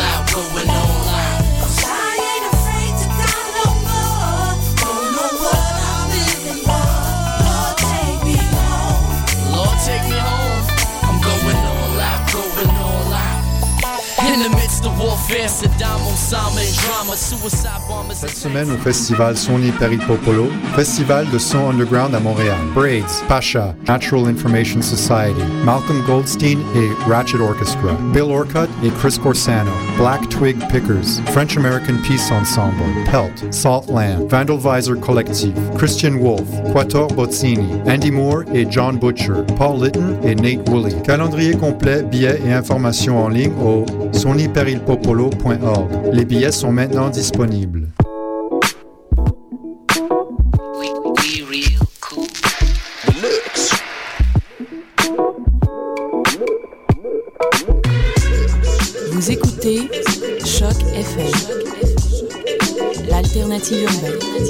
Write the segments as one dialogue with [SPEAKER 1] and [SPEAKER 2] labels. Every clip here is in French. [SPEAKER 1] Oh,
[SPEAKER 2] Cette semaine au festival Sony Peripopolo, festival de son underground à Montréal, Braids, Pasha, Natural Information Society, Malcolm Goldstein et Ratchet Orchestra, Bill Orcutt et Chris Corsano, Black Twig Pickers, French American Peace Ensemble, Pelt, Salt Land, Vandalvisor Collective, Christian Wolf, Quator Bozzini, Andy Moore et John Butcher, Paul Litton et Nate Woolley. Calendrier complet, billets et informations en ligne au sonyperilpopolo.org. Les billets sont maintenant disponibles.
[SPEAKER 3] Vous écoutez Choc FM, l'alternative urbaine.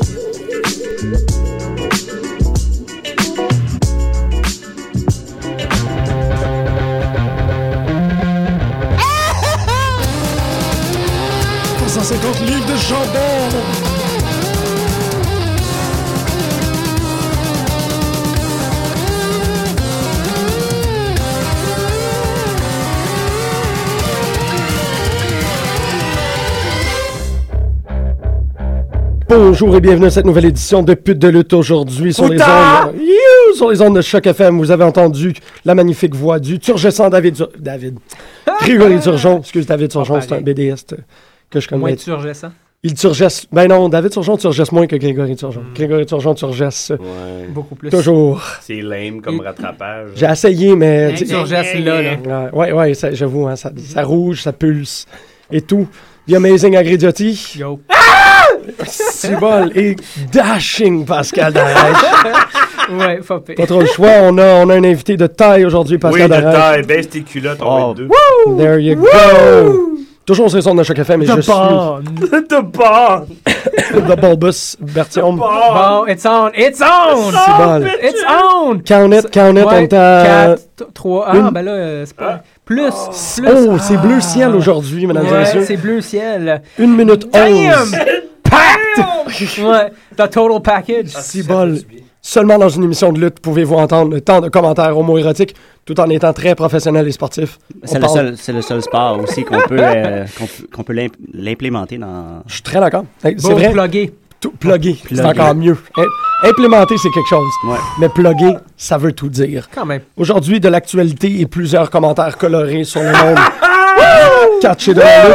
[SPEAKER 4] C'est livres de chandelle. Bonjour et bienvenue à cette nouvelle édition de Pute de lutte aujourd'hui sur les ondes. You, sur les ondes de Choc FM, vous avez entendu la magnifique voix du Turgescent David Dur David.
[SPEAKER 5] Ah!
[SPEAKER 4] Grégory Turgeon, excuse David Turgeon, c'est un BDiste que je connais.
[SPEAKER 5] Moins turgescent?
[SPEAKER 4] Il turgesse. Ben non, David Turgeon turgesse moins que Grégory Turgeon.
[SPEAKER 5] Hmm.
[SPEAKER 4] Mm. Grégory Turgeon turgesse.
[SPEAKER 6] Ouais.
[SPEAKER 5] Beaucoup plus.
[SPEAKER 4] Toujours.
[SPEAKER 6] C'est lame comme rattrapage.
[SPEAKER 4] J'ai essayé, mais.
[SPEAKER 5] Tu turgesse là, là.
[SPEAKER 4] Ouais, ouais, ça, j'avoue, hein, ça, ça, rouge, ça pulse et tout. The Amazing Agridiotti.
[SPEAKER 5] Yo.
[SPEAKER 4] Ah! Cibol et Dashing Pascal Darèche.
[SPEAKER 5] ouais, faut
[SPEAKER 4] pas. Pas trop le choix. On a, on a un invité de taille aujourd'hui, Pascal
[SPEAKER 6] Darèche. Oui, eh de taille. Baisse tes culottes, on oh. deux.
[SPEAKER 4] Woo! There you go. Toujours sur les ondes de Choc FM, mais
[SPEAKER 5] The
[SPEAKER 4] je
[SPEAKER 5] barn.
[SPEAKER 4] suis...
[SPEAKER 6] The Barn!
[SPEAKER 4] The Bulbus Bertion.
[SPEAKER 5] The Barn! Bon, it's on! It's on!
[SPEAKER 6] It's on!
[SPEAKER 5] It's on! It's on.
[SPEAKER 4] Count it, count it,
[SPEAKER 5] ouais,
[SPEAKER 4] on t'a...
[SPEAKER 5] 4, 3, ah, ben là, euh, c'est pas... Plus,
[SPEAKER 4] oh.
[SPEAKER 5] plus...
[SPEAKER 4] Oh, ah. c'est bleu ciel aujourd'hui, mesdames
[SPEAKER 5] ouais,
[SPEAKER 4] et messieurs. Oh,
[SPEAKER 5] c'est bleu ciel.
[SPEAKER 4] Une minute
[SPEAKER 5] Damn!
[SPEAKER 4] onze.
[SPEAKER 5] Packed! ouais, the total package.
[SPEAKER 6] Ah,
[SPEAKER 4] C'est bol. Seulement dans une émission de lutte pouvez-vous entendre le temps de commentaires homo-érotiques tout en étant très professionnel et sportif.
[SPEAKER 7] C'est le, seul, c'est le seul sport aussi qu'on peut, euh, qu'on, qu peut l'implémenter dans...
[SPEAKER 4] Je suis très d'accord. C'est
[SPEAKER 5] Bon,
[SPEAKER 4] vrai.
[SPEAKER 5] plugué.
[SPEAKER 4] Tout, plugger, c'est
[SPEAKER 7] Plugger.
[SPEAKER 4] encore mieux. Im- Implémenter, c'est quelque chose.
[SPEAKER 7] Ouais.
[SPEAKER 4] Mais plugger, ça veut tout dire.
[SPEAKER 5] Quand même.
[SPEAKER 4] Aujourd'hui, de l'actualité et plusieurs commentaires colorés sur le monde. Catché de la lutte.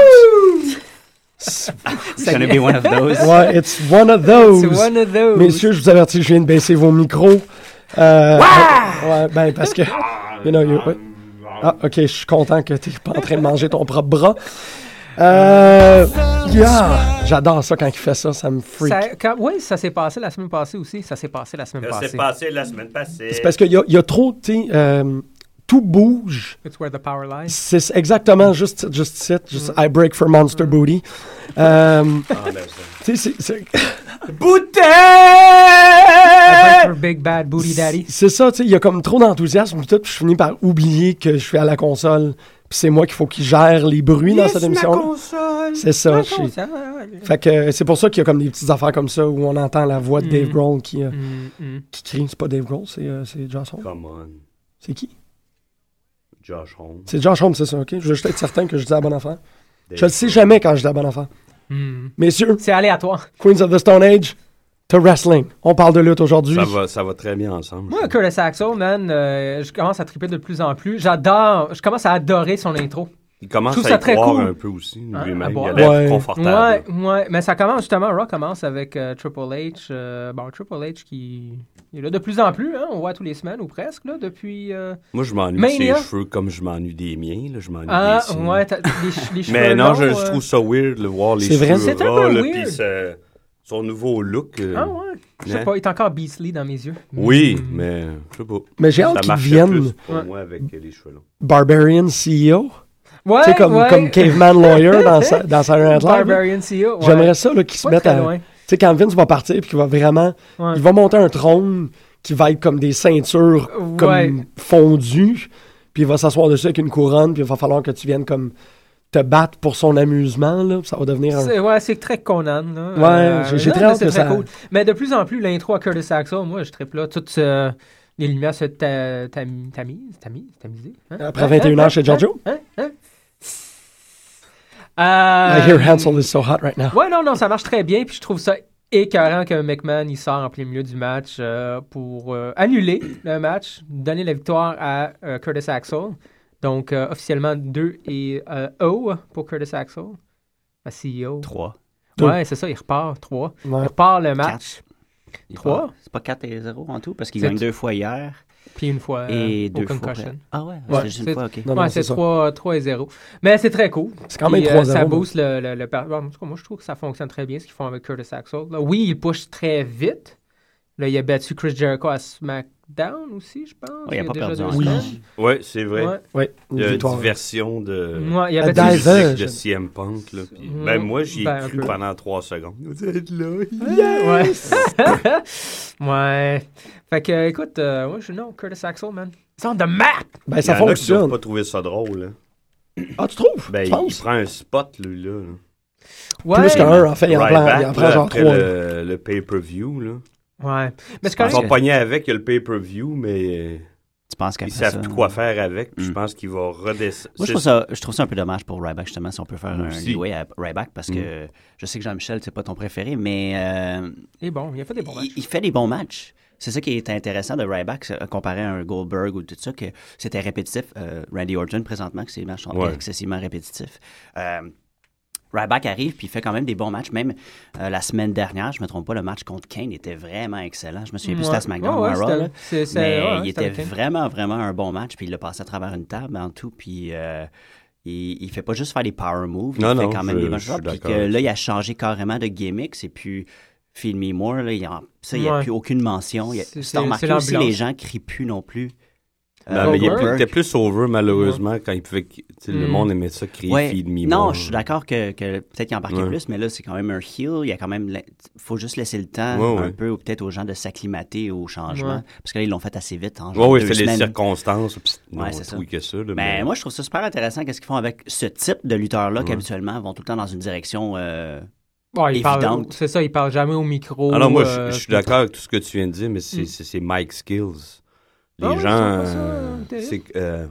[SPEAKER 4] C'est-
[SPEAKER 7] It's gonna be one of those.
[SPEAKER 4] Ouais, it's one of those.
[SPEAKER 5] C'est one of those.
[SPEAKER 4] Messieurs, je vous avertis, je viens de baisser vos micros. Euh, ouais, ben parce que. You know, you- ouais. Ah, ok, je suis content que t'es pas en train de manger ton propre bras. Euh, yeah, j'adore ça quand il fait ça, ça me freak.
[SPEAKER 5] Ça- quand- ouais, ça s'est passé la semaine passée aussi. Ça s'est passé la semaine
[SPEAKER 6] Ça
[SPEAKER 5] passée.
[SPEAKER 6] s'est passé la semaine passée.
[SPEAKER 4] C'est parce qu'il y, a- y a trop, tu sais, euh, tout bouge.
[SPEAKER 5] It's where the power lies.
[SPEAKER 4] C'est exactement juste, juste, it, juste I break for monster booty. Euh,
[SPEAKER 6] Mm. Ah, ben, ça.
[SPEAKER 4] tu sais, c'est- c'est-
[SPEAKER 5] I break for big bad booty daddy.
[SPEAKER 4] C'est ça, tu sais, il y a comme trop d'enthousiasme pis tout, puis je finis par oublier que je suis à la console, puis c'est moi qu'il faut qui gère les bruits dans cette émission. C'est ça, je suis- Fait que euh, c'est pour ça qu'il y a comme des petites affaires comme ça où on entend la voix de Dave
[SPEAKER 6] Mm.
[SPEAKER 4] Grohl qui, euh, qui crie. C'est pas Dave Grohl, c'est euh, c'est Josh Holmes.
[SPEAKER 6] Come on,
[SPEAKER 4] C'est qui
[SPEAKER 6] Josh Holmes.
[SPEAKER 4] C'est Josh Holmes, c'est ça, ok Je veux juste être certain que je dis la bonne affaire.
[SPEAKER 6] Dave.
[SPEAKER 4] Je le sais jamais quand je dis la bonne affaire. Messieurs,
[SPEAKER 5] C'est aléatoire.
[SPEAKER 4] Queens of the Stone Age, to wrestling. On parle de lutte aujourd'hui.
[SPEAKER 6] Ça va, ça va très bien ensemble.
[SPEAKER 5] Moi, Curtis Axel, man, euh, je commence à triper de plus en plus. J'adore, je commence à adorer son intro.
[SPEAKER 6] Il commence
[SPEAKER 5] je trouve
[SPEAKER 6] à
[SPEAKER 5] ça
[SPEAKER 6] y
[SPEAKER 5] très
[SPEAKER 6] croire
[SPEAKER 5] cool.
[SPEAKER 6] un peu aussi,
[SPEAKER 5] à
[SPEAKER 6] lui-même. Il
[SPEAKER 5] boire.
[SPEAKER 6] a l'air
[SPEAKER 4] Ouais.
[SPEAKER 6] confortable.
[SPEAKER 5] Ouais, ouais, mais ça commence justement, Raw commence avec euh, Triple H. euh, bon, Triple H qui il est là de plus en plus, hein, on voit tous les semaines ou presque, là, depuis... euh,
[SPEAKER 6] Moi, je m'ennuie de ses
[SPEAKER 5] Mania.
[SPEAKER 6] cheveux comme je m'ennuie des miens. Là. Je m'ennuie
[SPEAKER 5] Ah,
[SPEAKER 6] des siens.
[SPEAKER 5] ouais, t'as- les, che- les cheveux
[SPEAKER 6] Mais non,
[SPEAKER 5] longs,
[SPEAKER 6] je, je
[SPEAKER 5] euh,
[SPEAKER 6] trouve ça weird de voir les
[SPEAKER 4] C'est vrai.
[SPEAKER 6] cheveux
[SPEAKER 5] C'est un
[SPEAKER 6] ras,
[SPEAKER 5] peu
[SPEAKER 6] là,
[SPEAKER 5] weird.
[SPEAKER 6] puis ce- son nouveau look. euh,
[SPEAKER 5] Ah ouais, je
[SPEAKER 6] Hein?
[SPEAKER 5] sais pas, Mm. il est encore Beasley dans mes yeux.
[SPEAKER 6] Oui, mais je sais pas.
[SPEAKER 4] Mais j'ai
[SPEAKER 6] Ça
[SPEAKER 4] hâte qu'ils
[SPEAKER 6] marche
[SPEAKER 4] viennent.
[SPEAKER 6] plus pour
[SPEAKER 5] Ouais.
[SPEAKER 6] moi avec euh, les cheveux longs.
[SPEAKER 4] Barbarian CEO.
[SPEAKER 5] Ouais,
[SPEAKER 4] tu sais, comme,
[SPEAKER 5] ouais.
[SPEAKER 4] comme Caveman Lawyer dans, sa, dans Saturday Night Live.
[SPEAKER 5] Barbarian CEO, ouais.
[SPEAKER 4] J'aimerais ça là, qu'ils se
[SPEAKER 5] Pas
[SPEAKER 4] mettent
[SPEAKER 5] très
[SPEAKER 4] à.
[SPEAKER 5] loin.
[SPEAKER 4] Tu sais, quand Vince va partir puis qu'il va vraiment.
[SPEAKER 5] Ouais.
[SPEAKER 4] Il va monter un trône qui va être comme des ceintures comme
[SPEAKER 5] Ouais.
[SPEAKER 4] fondues. Puis il va s'asseoir dessus avec une couronne. Puis il va falloir que tu viennes comme te battre pour son amusement. Là, puis ça va devenir un.
[SPEAKER 5] C'est, ouais, c'est très Conan. Là. Euh,
[SPEAKER 4] Ouais, j'ai- j'ai
[SPEAKER 5] non,
[SPEAKER 4] très hâte
[SPEAKER 5] c'est
[SPEAKER 4] que
[SPEAKER 5] très
[SPEAKER 4] ça-
[SPEAKER 5] cool. Mais de plus en plus, l'intro à Curtis Axel, moi, je trippe là. Toutes euh, les lumières se ta, tam- tamis- tamis- tamisées. hein?
[SPEAKER 4] Après 21
[SPEAKER 5] hein,
[SPEAKER 4] heures chez Giorgio.
[SPEAKER 5] Hein? Hein? Euh,
[SPEAKER 4] I hear Hansel is so hot right now.
[SPEAKER 5] Ouais, non, non, ça marche très bien. Puis je trouve ça écœurant que McMahon il sort en plein milieu du match euh, pour euh, annuler le match, donner la victoire à euh, Curtis Axel. Donc, euh, officiellement 2 et euh, 0 pour Curtis Axel. E À CEO.
[SPEAKER 7] 3.
[SPEAKER 4] Deux.
[SPEAKER 5] Ouais, c'est ça, il repart 3. Il
[SPEAKER 4] Ouais.
[SPEAKER 5] repart le match,
[SPEAKER 7] 4.
[SPEAKER 5] Trois?
[SPEAKER 7] C'est pas 4 et 0 en tout, parce qu'il
[SPEAKER 5] C'est
[SPEAKER 7] gagne deux fois hier
[SPEAKER 5] puis une fois
[SPEAKER 7] et
[SPEAKER 5] euh,
[SPEAKER 7] deux
[SPEAKER 5] au
[SPEAKER 7] fois.
[SPEAKER 5] concussion.
[SPEAKER 7] après. Ah ouais,
[SPEAKER 4] Ouais,
[SPEAKER 7] c'est juste
[SPEAKER 5] c'est-
[SPEAKER 7] une fois, ok.
[SPEAKER 4] Non, non,
[SPEAKER 5] ouais,
[SPEAKER 4] c'est
[SPEAKER 5] c'est
[SPEAKER 4] ça.
[SPEAKER 5] 3, 3 et 0. Mais c'est très cool.
[SPEAKER 4] C'est quand même
[SPEAKER 5] Puis, euh,
[SPEAKER 4] 3-0.
[SPEAKER 5] ça
[SPEAKER 4] là.
[SPEAKER 5] booste le, le, le par- en tout cas, moi, je trouve que ça fonctionne très bien ce qu'ils font avec Curtis Axel. Là, oui, il push très vite. Là, il a battu Chris Jericho à SmackDown aussi, je pense.
[SPEAKER 7] Ouais, il a pas
[SPEAKER 5] déjà
[SPEAKER 7] perdu
[SPEAKER 5] deux
[SPEAKER 7] encore.
[SPEAKER 4] Oui,
[SPEAKER 5] semaines.
[SPEAKER 6] Ouais, c'est vrai.
[SPEAKER 5] Ouais.
[SPEAKER 4] ouais, une
[SPEAKER 6] Il y a
[SPEAKER 4] victoire.
[SPEAKER 6] une version de.
[SPEAKER 5] Ouais, il a
[SPEAKER 4] À
[SPEAKER 5] battu.
[SPEAKER 4] Diver.
[SPEAKER 6] musique de
[SPEAKER 4] je-
[SPEAKER 6] CM Punk. Là, puis-
[SPEAKER 5] Ouais.
[SPEAKER 6] ben, moi, j'y ai
[SPEAKER 5] Ben, un
[SPEAKER 6] cru
[SPEAKER 5] peu.
[SPEAKER 6] pendant trois secondes. Vous êtes là.
[SPEAKER 5] Ouais. ouais. Fait que, euh, écoute, euh, moi, je non, Curtis Axel, man. It's on the map!
[SPEAKER 4] Ben, ça
[SPEAKER 6] Il y en a qui doivent
[SPEAKER 4] fonctionne.
[SPEAKER 6] pas trouver ça drôle. hein.
[SPEAKER 4] Ah, tu trouves?
[SPEAKER 6] Ben,
[SPEAKER 4] tu
[SPEAKER 6] il, il
[SPEAKER 4] penses?
[SPEAKER 6] prend un spot, lui, là. là.
[SPEAKER 5] Ouais.
[SPEAKER 4] Plus qu'un, en fait, il en
[SPEAKER 6] Right
[SPEAKER 4] prend,
[SPEAKER 6] back,
[SPEAKER 4] il en
[SPEAKER 6] là,
[SPEAKER 4] prend genre
[SPEAKER 6] après
[SPEAKER 4] trois. là.
[SPEAKER 6] Le, le pay-per-view, là.
[SPEAKER 5] Ouais. Mais c'est
[SPEAKER 7] Ouais.
[SPEAKER 6] Ils
[SPEAKER 5] correct.
[SPEAKER 6] sont pognés avec, il y a le pay-per-view, mais euh,
[SPEAKER 7] Tu penses qu'après
[SPEAKER 6] ils savent
[SPEAKER 7] ça...
[SPEAKER 6] plus quoi faire avec. puis Je
[SPEAKER 7] Mm.
[SPEAKER 6] pense qu'il va redescendre.
[SPEAKER 7] Moi, je trouve, ça, je trouve ça un peu dommage pour Ryback, justement, si on peut faire
[SPEAKER 6] Moi
[SPEAKER 7] un
[SPEAKER 6] aussi. Mm.
[SPEAKER 7] leeway à Ryback, parce que je sais que Jean-Michel, c'est pas ton préféré, mais euh,
[SPEAKER 5] Il est bon, il a fait des bons matchs.
[SPEAKER 7] il, il fait des bons matchs. C'est ça qui est intéressant de Ryback, c'est- comparé à un Goldberg ou tout ça, que c'était répétitif. Euh, Randy Orton, présentement, que ses matchs sont
[SPEAKER 6] Ouais.
[SPEAKER 7] excessivement répétitifs. Euh, Ryback arrive, puis il fait quand même des bons matchs. Même euh, la semaine dernière, je ne me trompe pas, le match contre Kane était vraiment excellent. Je me souviens plus si c'était à SmackDown ou à Raw, là.
[SPEAKER 5] c'est, c'est,
[SPEAKER 7] Mais
[SPEAKER 5] ouais,
[SPEAKER 7] il
[SPEAKER 5] c'était
[SPEAKER 7] était
[SPEAKER 5] avec Kane.
[SPEAKER 7] vraiment, vraiment un bon match. Puis il l'a passé à travers une table en tout. Puis euh, il, il fait pas juste faire des power moves.
[SPEAKER 6] Non,
[SPEAKER 7] il fait
[SPEAKER 6] non,
[SPEAKER 7] quand même
[SPEAKER 6] je-
[SPEAKER 7] des bonnes
[SPEAKER 6] je
[SPEAKER 7] choses.
[SPEAKER 6] suis
[SPEAKER 7] Puis
[SPEAKER 6] d'accord
[SPEAKER 7] que
[SPEAKER 6] avec
[SPEAKER 7] là,
[SPEAKER 6] ça.
[SPEAKER 7] il a changé carrément de gimmick. C'est plus Feel Me More. Là, il y a, ça, il n'y a
[SPEAKER 5] Ouais.
[SPEAKER 7] plus aucune mention. Il y a-
[SPEAKER 5] C'est-
[SPEAKER 7] si
[SPEAKER 5] c'est-
[SPEAKER 7] t'as remarqué
[SPEAKER 5] c'est
[SPEAKER 7] aussi,
[SPEAKER 5] l'ambulance.
[SPEAKER 7] les gens crient plus non plus.
[SPEAKER 6] Ben,
[SPEAKER 5] Euh,
[SPEAKER 6] mais il est
[SPEAKER 5] Goldberg.
[SPEAKER 6] plus- était plus over, malheureusement, quand il pouvait. tu sais, Le
[SPEAKER 5] Mm.
[SPEAKER 6] monde aimait ça crier
[SPEAKER 7] Ouais.
[SPEAKER 6] feed me.
[SPEAKER 7] Non,
[SPEAKER 6] more.
[SPEAKER 7] je suis d'accord que, que peut-être qu'il embarquait
[SPEAKER 6] Ouais.
[SPEAKER 7] plus, mais là, c'est quand même un heel. Il y a quand même. la- faut juste laisser le temps
[SPEAKER 6] Ouais, ouais.
[SPEAKER 7] un peu, ou peut-être aux gens de s'acclimater au changement.
[SPEAKER 5] Ouais.
[SPEAKER 7] Parce que là, ils l'ont fait assez vite. En
[SPEAKER 6] Ouais,
[SPEAKER 7] genre
[SPEAKER 6] oui,
[SPEAKER 7] deux
[SPEAKER 6] c'est les
[SPEAKER 7] semaines.
[SPEAKER 6] circonstances. Psst, non,
[SPEAKER 7] Ouais, c'est ça.
[SPEAKER 6] oui que ça. là,
[SPEAKER 7] Mais moi, je trouve ça super intéressant qu'est-ce qu'ils font avec ce type de lutteurs-là
[SPEAKER 6] Ouais.
[SPEAKER 7] qu'habituellement vont tout le temps dans une direction. euh,
[SPEAKER 5] Ouais, il parle,
[SPEAKER 7] évidente.
[SPEAKER 5] c'est ça, il parle jamais au micro.
[SPEAKER 6] Alors, Ah moi, je-
[SPEAKER 5] euh,
[SPEAKER 6] je, suis d'accord avec tout ce que tu viens de dire, mais c'est
[SPEAKER 5] Mm.
[SPEAKER 6] c'est- c'est Mike Skills. Les
[SPEAKER 5] Ah ouais,
[SPEAKER 6] gens.
[SPEAKER 5] ils sont pas ça,
[SPEAKER 6] euh,
[SPEAKER 5] terrible.
[SPEAKER 6] c'est que, euh,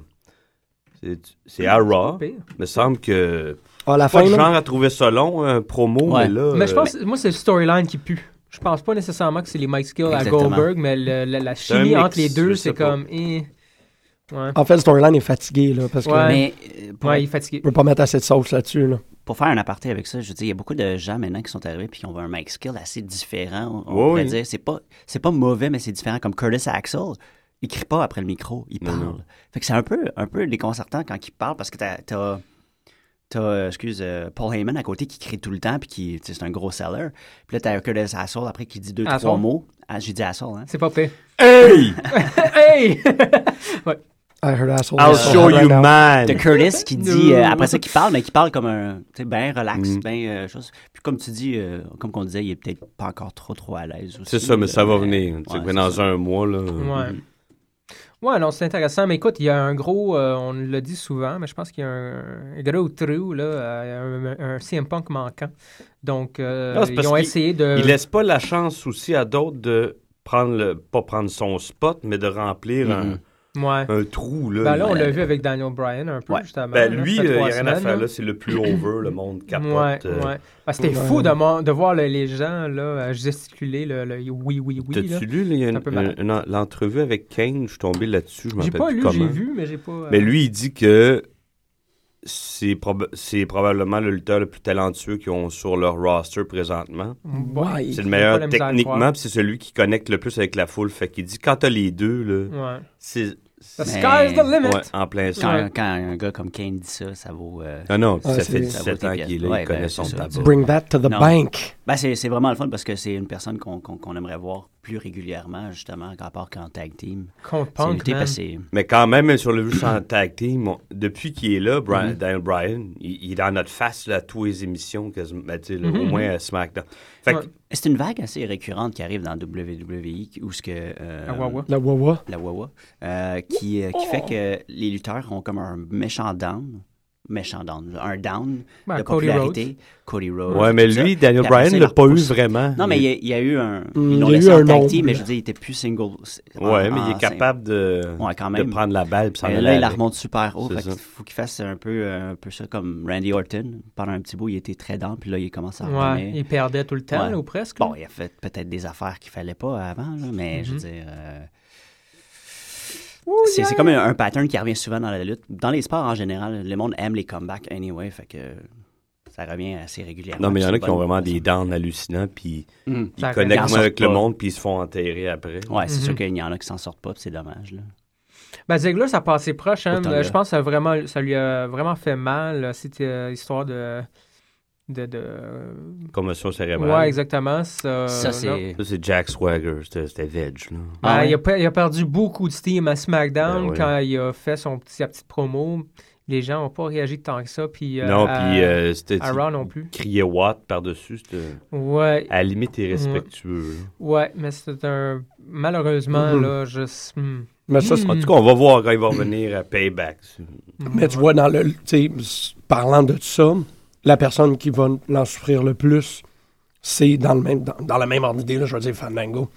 [SPEAKER 6] c'est- c'est à Raw.
[SPEAKER 5] pire.
[SPEAKER 6] me semble que.
[SPEAKER 4] Ah, la
[SPEAKER 6] Pas
[SPEAKER 4] fin,
[SPEAKER 6] de
[SPEAKER 4] là.
[SPEAKER 6] genre à trouver ça long, un promo,
[SPEAKER 7] Ouais.
[SPEAKER 6] mais là.
[SPEAKER 5] Mais je
[SPEAKER 6] euh,
[SPEAKER 5] pense, moi, c'est le storyline qui pue. Je pense pas nécessairement que c'est les Mike Skill à
[SPEAKER 7] Exactement.
[SPEAKER 5] Goldberg, mais le- la, la
[SPEAKER 6] un
[SPEAKER 5] chimie
[SPEAKER 6] mix,
[SPEAKER 5] entre les deux,
[SPEAKER 6] je
[SPEAKER 5] c'est
[SPEAKER 6] sais pas.
[SPEAKER 5] comme. eh. Ouais.
[SPEAKER 4] En fait, le storyline est fatigué, là, parce que
[SPEAKER 5] Ouais.
[SPEAKER 7] Mais euh, pour,
[SPEAKER 5] ouais, il est fatigué.
[SPEAKER 4] je peux pas mettre assez de sauce là-dessus, là.
[SPEAKER 7] pour faire un aparté avec ça, je veux dire, il y a beaucoup de gens maintenant qui sont arrivés puis qui ont un mic skill assez différent. On, on
[SPEAKER 6] Ouais,
[SPEAKER 7] pourrait
[SPEAKER 6] oui.
[SPEAKER 7] dire, c'est pas, c'est pas mauvais, mais c'est différent. Comme Curtis Axel, il crie pas après le micro, il
[SPEAKER 6] Non,
[SPEAKER 7] parle.
[SPEAKER 6] non.
[SPEAKER 7] Fait que c'est un peu, un peu déconcertant quand il parle parce que t'as. t'as- t'as, euh, excuse, euh, Paul Heyman à côté qui crie tout le temps, puis qui, tu sais, c'est un gros seller. Puis là, t'as Curtis Axel après qui dit deux,
[SPEAKER 5] Axel.
[SPEAKER 7] trois mots. Ah, j'ai dit Axel, hein?
[SPEAKER 5] C'est pas pire.
[SPEAKER 6] Hey!
[SPEAKER 5] Hey!
[SPEAKER 4] I heard asshole.
[SPEAKER 6] I'll
[SPEAKER 4] is so
[SPEAKER 6] show
[SPEAKER 4] hot right
[SPEAKER 6] you
[SPEAKER 4] now.
[SPEAKER 6] man!
[SPEAKER 7] T'as Curtis qui dit, euh,
[SPEAKER 5] No.
[SPEAKER 7] après ça, qui parle, mais qui parle comme un, tu sais, ben relax,
[SPEAKER 6] Mm.
[SPEAKER 7] ben euh, chose. Puis comme tu dis, euh, comme qu'on disait, il est peut-être pas encore trop, trop à l'aise aussi.
[SPEAKER 6] C'est ça, mais ça va
[SPEAKER 7] Euh, Mm.
[SPEAKER 6] venir.
[SPEAKER 7] ouais,
[SPEAKER 6] Tu sais,
[SPEAKER 7] c'est
[SPEAKER 6] dans
[SPEAKER 7] ça.
[SPEAKER 6] un mois, là.
[SPEAKER 5] Ouais. Ouais, non, c'est intéressant. Mais écoute, il y a un gros, euh, on le dit souvent, mais je pense qu'il y a un, un gros trou, là, euh, un, un CM Punk manquant. Donc, euh,
[SPEAKER 6] Non, c'est
[SPEAKER 5] ils
[SPEAKER 6] parce
[SPEAKER 5] ont
[SPEAKER 6] qu'il-
[SPEAKER 5] essayé de.
[SPEAKER 6] Il laisse pas la chance aussi à d'autres de prendre le, pas prendre son spot, mais de remplir
[SPEAKER 7] Mhm.
[SPEAKER 5] Ouais.
[SPEAKER 6] un, un trou, là.
[SPEAKER 5] Mm-hmm. Ben là, on
[SPEAKER 6] Ouais.
[SPEAKER 5] l'a vu avec Daniel Bryan un peu,
[SPEAKER 7] Ouais.
[SPEAKER 5] justement.
[SPEAKER 6] Ben,
[SPEAKER 5] là,
[SPEAKER 6] lui,
[SPEAKER 5] ça
[SPEAKER 6] euh,
[SPEAKER 5] fait
[SPEAKER 6] il n'y a
[SPEAKER 5] trois
[SPEAKER 6] rien à
[SPEAKER 5] semaines,
[SPEAKER 6] faire,
[SPEAKER 5] là.
[SPEAKER 6] là. C'est le plus over, le monde capote.
[SPEAKER 5] Ouais,
[SPEAKER 6] euh,
[SPEAKER 5] ouais. Ben, c'était
[SPEAKER 4] Ouais.
[SPEAKER 5] fou de, mon- de voir le- les gens là, euh, gesticuler le, le oui, oui, oui. là.
[SPEAKER 6] T'as-tu lu, là, il y a
[SPEAKER 5] C'est
[SPEAKER 6] une-
[SPEAKER 5] un peu malade.
[SPEAKER 6] une- l'entrevue avec Kane, je suis tombé là-dessus, je m'en
[SPEAKER 5] J'ai
[SPEAKER 6] rappelle
[SPEAKER 5] pas lu, j'ai
[SPEAKER 6] plus comment.
[SPEAKER 5] vu, mais j'ai pas. euh,
[SPEAKER 6] Mais lui, il dit que c'est proba- c'est probablement le lutteur le plus talentueux qu'ils ont sur leur roster présentement.
[SPEAKER 5] bon.
[SPEAKER 4] Why?
[SPEAKER 6] C'est
[SPEAKER 5] j'ai
[SPEAKER 6] le
[SPEAKER 5] pas
[SPEAKER 6] meilleur
[SPEAKER 5] la misère à le
[SPEAKER 6] techniquement,
[SPEAKER 5] croire.
[SPEAKER 6] puis c'est celui qui connecte le plus avec la foule. Fait qu'il dit, quand t'as les deux, là,
[SPEAKER 5] Ouais.
[SPEAKER 6] c'est...
[SPEAKER 5] The
[SPEAKER 6] c'est-
[SPEAKER 7] Mais-
[SPEAKER 5] sky's the limit.
[SPEAKER 6] Ouais, en plein ça.
[SPEAKER 7] Quand,
[SPEAKER 5] Ouais.
[SPEAKER 7] quand un gars comme Kane dit ça, ça vaut. euh,
[SPEAKER 6] Non, non,
[SPEAKER 5] Ah,
[SPEAKER 4] Ouais,
[SPEAKER 6] ça
[SPEAKER 4] c'est-
[SPEAKER 6] fait
[SPEAKER 7] ça vaut
[SPEAKER 6] 17
[SPEAKER 7] tes
[SPEAKER 6] ans
[SPEAKER 7] pièces.
[SPEAKER 6] qu'il est là,
[SPEAKER 7] Ouais,
[SPEAKER 6] il
[SPEAKER 7] ben,
[SPEAKER 6] connaît
[SPEAKER 7] c'est
[SPEAKER 6] son
[SPEAKER 7] ça.
[SPEAKER 6] tabac.
[SPEAKER 4] Bring that to the
[SPEAKER 7] Non.
[SPEAKER 4] bank.
[SPEAKER 7] ben, c'est c'est vraiment le fun parce que c'est une personne qu'on qu'on- qu'on aimerait voir plus régulièrement, justement, à part qu'en tag team.
[SPEAKER 5] Contre
[SPEAKER 7] C'est
[SPEAKER 5] Punk,
[SPEAKER 7] lutter
[SPEAKER 5] man.
[SPEAKER 7] parce que c'est-
[SPEAKER 6] Mais quand même, sur le vu sans tag team, on- depuis qu'il est là,
[SPEAKER 7] Mm-hmm.
[SPEAKER 6] Brian, Daniel Bryan, il, il est dans notre face là, à toutes les émissions, quasiment, ben, tu sais, là, au
[SPEAKER 7] Mm-hmm.
[SPEAKER 6] moins à SmackDown. Fait que,
[SPEAKER 5] Ouais.
[SPEAKER 7] c'est une vague assez récurrente qui arrive dans WWE où ce que. euh,
[SPEAKER 5] Ah, ouais, ouais.
[SPEAKER 4] La Wawa.
[SPEAKER 7] la Wawa, euh, qui, euh, qui fait que les lutteurs ont comme un méchant down. méchant down. là. Un down
[SPEAKER 4] Bah,
[SPEAKER 5] Ben,
[SPEAKER 7] de
[SPEAKER 5] Cody
[SPEAKER 7] popularité. Cody Rhodes.
[SPEAKER 6] Ouais, mais
[SPEAKER 7] tout ça.
[SPEAKER 6] lui, Daniel
[SPEAKER 7] Puis après
[SPEAKER 6] Bryan
[SPEAKER 7] ça, il
[SPEAKER 6] l'a
[SPEAKER 7] a
[SPEAKER 6] pas eu
[SPEAKER 7] repoussé.
[SPEAKER 6] vraiment.
[SPEAKER 7] Non, mais il y a, il y a eu un.
[SPEAKER 4] Hmm,
[SPEAKER 7] Ils l'ont
[SPEAKER 4] il y a
[SPEAKER 7] laissé
[SPEAKER 4] eu un
[SPEAKER 7] en tag
[SPEAKER 4] ombre.
[SPEAKER 7] team, mais je veux dire, il était plus single.
[SPEAKER 6] Ouais,
[SPEAKER 7] en-
[SPEAKER 6] mais il
[SPEAKER 7] en-
[SPEAKER 6] est capable de,
[SPEAKER 7] Ah, Ouais, quand
[SPEAKER 6] de
[SPEAKER 7] même.
[SPEAKER 6] prendre la balle. Puis s'en
[SPEAKER 7] Mais
[SPEAKER 6] aller
[SPEAKER 7] là, il la
[SPEAKER 6] avec.
[SPEAKER 7] remonte super haut.
[SPEAKER 6] C'est
[SPEAKER 7] Fait
[SPEAKER 6] ça.
[SPEAKER 7] qu'il faut qu'il fasse un peu, euh, un peu ça comme Randy Orton. Pendant un petit bout, il était très down, puis là, il commence à
[SPEAKER 5] Ouais,
[SPEAKER 7] revenir.
[SPEAKER 5] il perdait tout le temps,
[SPEAKER 7] Ouais.
[SPEAKER 5] ou presque.
[SPEAKER 7] Bon,
[SPEAKER 5] là.
[SPEAKER 7] il a fait peut-être des affaires qu'il fallait pas avant, là, mais je veux
[SPEAKER 4] Mm-hmm.
[SPEAKER 7] dire. euh, c'est
[SPEAKER 4] hein.
[SPEAKER 7] c'est comme un, un pattern qui revient souvent dans la lutte. Dans les sports en général, le monde aime les comebacks anyway, fait que ça revient assez régulièrement.
[SPEAKER 6] Non, mais il y en
[SPEAKER 7] C'est
[SPEAKER 6] a
[SPEAKER 7] une
[SPEAKER 6] qui ont
[SPEAKER 7] bonne
[SPEAKER 6] vraiment
[SPEAKER 7] façon.
[SPEAKER 6] des dents hallucinants, puis
[SPEAKER 7] Mm.
[SPEAKER 6] ils
[SPEAKER 5] Ça
[SPEAKER 6] connectent
[SPEAKER 7] reste-
[SPEAKER 6] avec
[SPEAKER 7] Ils en
[SPEAKER 6] le
[SPEAKER 7] sortent
[SPEAKER 6] monde, puis ils se font enterrer après.
[SPEAKER 7] Ouais, c'est
[SPEAKER 5] Mhm.
[SPEAKER 7] sûr qu'il y en a qui s'en sortent pas, puis c'est dommage. Là.
[SPEAKER 5] Ben, Ziegler, ça passait proche. Hein.
[SPEAKER 7] Autant de-
[SPEAKER 5] Je pense que ça, vraiment, ça lui a vraiment fait mal, là, cette euh, histoire de. de, de...
[SPEAKER 6] Commotion cérébrale.
[SPEAKER 5] Ouais, exactement. Ça,
[SPEAKER 7] ça,
[SPEAKER 5] non.
[SPEAKER 7] c'est.
[SPEAKER 6] Ça, c'est Jack Swagger. C'était c'était Veg, là.
[SPEAKER 5] Ben,
[SPEAKER 7] Ah ouais.
[SPEAKER 5] il, a, per- il a perdu beaucoup de steam à SmackDown
[SPEAKER 6] Ben oui.
[SPEAKER 5] quand il a fait son petit, sa petite promo. Les gens n'ont pas réagi tant que ça. Puis, euh,
[SPEAKER 6] non,
[SPEAKER 5] à-
[SPEAKER 6] puis euh, c'était...
[SPEAKER 5] à Raw non plus.
[SPEAKER 6] Crier Watt par-dessus, c'était...
[SPEAKER 5] Ouais,
[SPEAKER 6] À la limite,
[SPEAKER 7] Mm-hmm.
[SPEAKER 6] irrespectueux. là.
[SPEAKER 5] ouais, mais c'est un. Malheureusement,
[SPEAKER 4] Mhm.
[SPEAKER 5] là, juste. hmm.
[SPEAKER 4] Mais ça, c'est-
[SPEAKER 7] Mm.
[SPEAKER 6] En tout cas, on va voir quand il va revenir à Payback.
[SPEAKER 4] Mais tu vois, dans le, tu sais, s- parlant de ça, la personne qui va l'en souffrir le plus, c'est dans, le même, dans, dans la même ordre d'idée, là, je veux dire Fandango.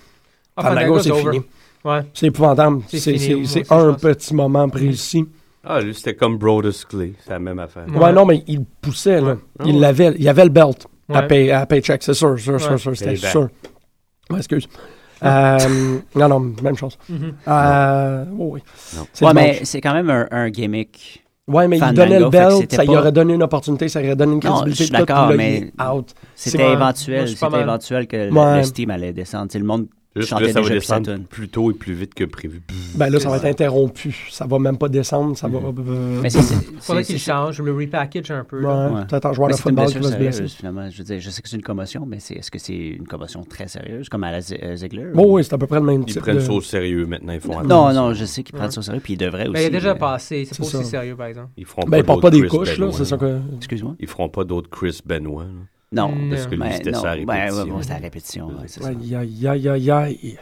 [SPEAKER 5] Ah,
[SPEAKER 4] Fandango,
[SPEAKER 5] Fandango,
[SPEAKER 4] c'est
[SPEAKER 5] over.
[SPEAKER 4] fini.
[SPEAKER 5] Ouais.
[SPEAKER 4] C'est épouvantable.
[SPEAKER 5] C'est
[SPEAKER 4] C'est
[SPEAKER 5] fini,
[SPEAKER 4] c'est-
[SPEAKER 5] moi
[SPEAKER 4] c'est
[SPEAKER 5] aussi, je
[SPEAKER 4] un
[SPEAKER 5] pense.
[SPEAKER 4] petit moment précis.
[SPEAKER 6] Ah, lui, c'était comme Brodus Clay. C'est la même affaire.
[SPEAKER 7] Mm.
[SPEAKER 5] Ouais.
[SPEAKER 4] Ouais, non, mais il poussait, là. Il
[SPEAKER 6] Ouais.
[SPEAKER 4] l'avait, il avait le belt à,
[SPEAKER 5] Ouais.
[SPEAKER 4] pay, à paycheck, c'est sûr, sûr, sûr,
[SPEAKER 5] Ouais.
[SPEAKER 4] sûr, c'était
[SPEAKER 6] Payback.
[SPEAKER 4] sûr. Ouais, excuse. Euh, non, non, même chose.
[SPEAKER 5] Mhm.
[SPEAKER 4] Euh, oh oui.
[SPEAKER 6] Non.
[SPEAKER 4] C'est
[SPEAKER 7] ouais,
[SPEAKER 4] dommage.
[SPEAKER 7] mais c'est quand même un, un gimmick.
[SPEAKER 4] Ouais, mais il
[SPEAKER 7] Fandango,
[SPEAKER 4] donnait le
[SPEAKER 7] fait que
[SPEAKER 4] belt,
[SPEAKER 7] c'était
[SPEAKER 4] ça lui
[SPEAKER 7] pas-
[SPEAKER 4] aurait donné une opportunité, ça aurait donné une
[SPEAKER 7] Non, je
[SPEAKER 4] crédibilité.
[SPEAKER 7] suis
[SPEAKER 4] tout, puis
[SPEAKER 7] d'accord,
[SPEAKER 4] là,
[SPEAKER 7] mais-
[SPEAKER 4] il est out.
[SPEAKER 7] C'était
[SPEAKER 5] Ouais, moi,
[SPEAKER 7] éventuel,
[SPEAKER 5] je suis pas
[SPEAKER 7] c'était
[SPEAKER 5] mal.
[SPEAKER 7] éventuel que le-
[SPEAKER 4] Ouais.
[SPEAKER 7] le, Steam allait descendre. Tu sais, le monde
[SPEAKER 6] Juste que
[SPEAKER 7] chantait
[SPEAKER 6] là, ça va
[SPEAKER 7] déjà plus sa
[SPEAKER 6] descendre
[SPEAKER 7] tune.
[SPEAKER 6] plus tôt et plus vite que prévu.
[SPEAKER 4] Ben là, ça va
[SPEAKER 7] C'est
[SPEAKER 4] être interrompu. Ça va même pas descendre. Ça va. euh,
[SPEAKER 7] Mais c'est- c'est-
[SPEAKER 5] Faudrait
[SPEAKER 7] c'est-
[SPEAKER 5] qu'il
[SPEAKER 7] c'est-
[SPEAKER 5] change, le repackage un peu. là.
[SPEAKER 4] Ouais,
[SPEAKER 7] Ouais.
[SPEAKER 4] Peut-être un joueur
[SPEAKER 7] Mais
[SPEAKER 4] de
[SPEAKER 7] c'est une
[SPEAKER 4] football qui
[SPEAKER 7] blessure
[SPEAKER 4] va se blesser.
[SPEAKER 7] sérieuse, finalement. Je veux dire, je sais que c'est une commotion, mais c'est- est-ce que c'est une commotion très sérieuse, comme à la Ze- euh, Ziegler?
[SPEAKER 4] Bon,
[SPEAKER 5] Oh,
[SPEAKER 7] ou-
[SPEAKER 4] oui, c'est à peu près le même
[SPEAKER 6] Ils
[SPEAKER 4] type.
[SPEAKER 6] prennent
[SPEAKER 4] de-
[SPEAKER 6] ça au sérieux maintenant. Ils font
[SPEAKER 7] Non,
[SPEAKER 6] attention.
[SPEAKER 7] non, je sais qu'ils prennent ça au sérieux, puis ils devraient
[SPEAKER 5] Ben, il
[SPEAKER 7] aussi. euh,
[SPEAKER 5] est déjà
[SPEAKER 7] mais-
[SPEAKER 5] passé. C'est
[SPEAKER 4] c'est
[SPEAKER 5] pas aussi
[SPEAKER 4] ça.
[SPEAKER 5] sérieux, par exemple.
[SPEAKER 6] Ils feront
[SPEAKER 4] Ben, il
[SPEAKER 6] pas
[SPEAKER 4] porte pas
[SPEAKER 6] d'autres
[SPEAKER 4] des
[SPEAKER 6] Chris
[SPEAKER 4] couches, là.
[SPEAKER 6] Benoit,
[SPEAKER 4] C'est ça que.
[SPEAKER 7] Excuse-moi?
[SPEAKER 6] Ils feront pas d'autres Chris Benoit. là.
[SPEAKER 7] Non.
[SPEAKER 5] Mm.
[SPEAKER 6] Parce que lui,
[SPEAKER 7] Ben,
[SPEAKER 6] c'était
[SPEAKER 7] non,
[SPEAKER 6] sa
[SPEAKER 7] ben,
[SPEAKER 6] répétition.
[SPEAKER 7] ouais, ouais, c'était la répétition, ouais, c'est ça.
[SPEAKER 4] Aïe, aïe, aïe, aïe, aïe.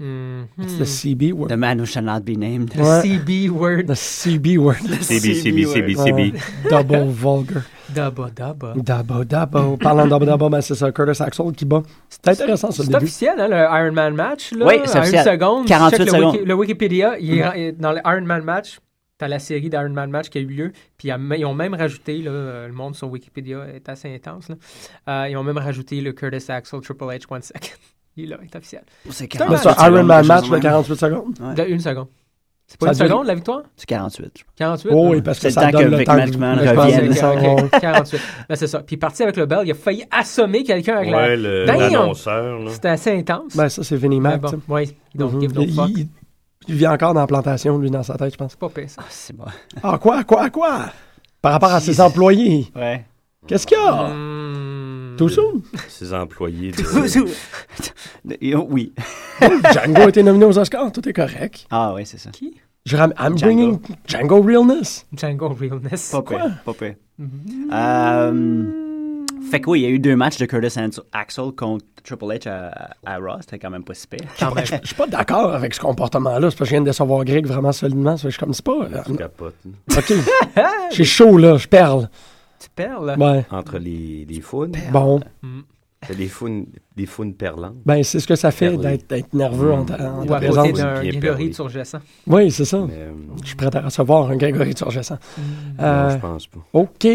[SPEAKER 5] Mhm.
[SPEAKER 4] It's The CB word.
[SPEAKER 7] The man who shall not be named.
[SPEAKER 5] The
[SPEAKER 4] Ouais.
[SPEAKER 5] CB word.
[SPEAKER 4] The CB word.
[SPEAKER 6] CB, CB, CB,
[SPEAKER 4] Ouais.
[SPEAKER 6] CB.
[SPEAKER 4] Double vulgar.
[SPEAKER 5] Dabba dabba.
[SPEAKER 4] Dabo, dabo. Parlant de dabo, ben c'est ça. Curtis Axel qui bat. C'était intéressant, ça, le
[SPEAKER 5] C'est
[SPEAKER 4] début.
[SPEAKER 5] officiel, hein, le Iron Man match. Là,
[SPEAKER 7] Oui, c'est
[SPEAKER 5] à
[SPEAKER 7] officiel.
[SPEAKER 5] Une seconde,
[SPEAKER 7] 48
[SPEAKER 5] tu checkes le
[SPEAKER 7] secondes.
[SPEAKER 5] Wiki- le Wikipédia,
[SPEAKER 4] Mhm.
[SPEAKER 5] il est- dans le Iron Man match, t'as la série d'Iron Man match qui a eu lieu. Puis il y a- ils ont même rajouté, là, euh, le monde sur Wikipédia est assez intense. là. Euh, ils ont même rajouté le Curtis Axel Triple H One Second. Il est là, il est officiel.
[SPEAKER 7] C'est
[SPEAKER 5] un
[SPEAKER 4] C'est
[SPEAKER 7] 48
[SPEAKER 4] ça, Iron
[SPEAKER 7] secondes,
[SPEAKER 4] Man
[SPEAKER 7] quelque
[SPEAKER 4] match
[SPEAKER 7] chose
[SPEAKER 4] de
[SPEAKER 7] même.
[SPEAKER 4] 48 secondes.
[SPEAKER 7] Ouais.
[SPEAKER 5] De une seconde. C'est pas
[SPEAKER 4] Ça
[SPEAKER 5] une
[SPEAKER 4] a duré-
[SPEAKER 5] seconde la victoire Ah.
[SPEAKER 7] C'est 48.
[SPEAKER 5] 48
[SPEAKER 4] Oh,
[SPEAKER 5] là?
[SPEAKER 4] oui, parce
[SPEAKER 7] C'est
[SPEAKER 4] que
[SPEAKER 7] le
[SPEAKER 4] ça
[SPEAKER 7] temps
[SPEAKER 4] donne
[SPEAKER 7] que
[SPEAKER 4] le
[SPEAKER 7] Vic
[SPEAKER 4] temps.
[SPEAKER 7] McMahon
[SPEAKER 4] je pense
[SPEAKER 7] revienne.
[SPEAKER 4] que ça-
[SPEAKER 5] Ok,
[SPEAKER 4] on-
[SPEAKER 5] ok, 48. Ben, c'est ça. Puis il est parti avec le bell, il a failli assommer quelqu'un avec la.
[SPEAKER 6] Ouais, le-
[SPEAKER 5] Damn!
[SPEAKER 6] l'annonceur. là.
[SPEAKER 5] C'était assez intense.
[SPEAKER 4] Ben, ça, c'est Vinnie
[SPEAKER 5] Mais
[SPEAKER 4] Mac.
[SPEAKER 5] bon,
[SPEAKER 4] tu sais.
[SPEAKER 5] oui, donc
[SPEAKER 4] Mhm.
[SPEAKER 5] give no
[SPEAKER 4] Il-
[SPEAKER 5] fuck.
[SPEAKER 4] il- Il vit encore dans la plantation, lui, dans sa tête, je pense.
[SPEAKER 5] C'est pas pire, ça.
[SPEAKER 7] Ah, c'est bon.
[SPEAKER 4] Ah, quoi, quoi, quoi? Par rapport à ses employés.
[SPEAKER 7] Ouais.
[SPEAKER 4] Qu'est-ce qu'il y a?
[SPEAKER 5] Hmm.
[SPEAKER 4] Tout soon.
[SPEAKER 6] Ses employés. de-
[SPEAKER 7] oh, oui.
[SPEAKER 4] Django a été nominé aux Oscars, tout est correct.
[SPEAKER 7] Ah, oui, c'est ça.
[SPEAKER 4] Je ram... I'm
[SPEAKER 7] Django.
[SPEAKER 4] bringing Django realness.
[SPEAKER 5] Django Realness.
[SPEAKER 7] Pas pire, pas pire.
[SPEAKER 5] Mm-hmm.
[SPEAKER 7] Euh, fait que oui, il y a eu deux matchs de Curtis Ans- Axel contre Triple H à, à Raw. C'était quand même pas si pire.
[SPEAKER 5] Quand même.
[SPEAKER 4] Je je suis pas d'accord avec ce comportement-là. C'est parce que je viens de décevoir Greg vraiment solidement. Ça fait que Je suis comme, c'est pas... euh,
[SPEAKER 6] Tu capotes, là.
[SPEAKER 4] OK. J'ai chaud, là. Je perle.
[SPEAKER 5] Tu perds, là.
[SPEAKER 4] Ouais.
[SPEAKER 6] Entre les, les faunes.
[SPEAKER 4] Bon.
[SPEAKER 6] T'as des faunes, des faunes perlantes.
[SPEAKER 4] Ben, c'est ce que ça fait
[SPEAKER 6] Perler.
[SPEAKER 4] d'être d'être nerveux en ta, en
[SPEAKER 5] Ou
[SPEAKER 4] ta
[SPEAKER 5] à
[SPEAKER 6] présence,
[SPEAKER 5] côté
[SPEAKER 4] présence.
[SPEAKER 5] d'un
[SPEAKER 6] bien
[SPEAKER 5] Grégory
[SPEAKER 6] perdu.
[SPEAKER 5] Turgesson.
[SPEAKER 4] Oui, c'est ça.
[SPEAKER 6] Mais, euh, non,
[SPEAKER 4] Je suis prêt à recevoir un Grégory Turgesson.
[SPEAKER 6] je
[SPEAKER 5] Mm.
[SPEAKER 4] Euh,
[SPEAKER 6] pense pas.
[SPEAKER 4] OK.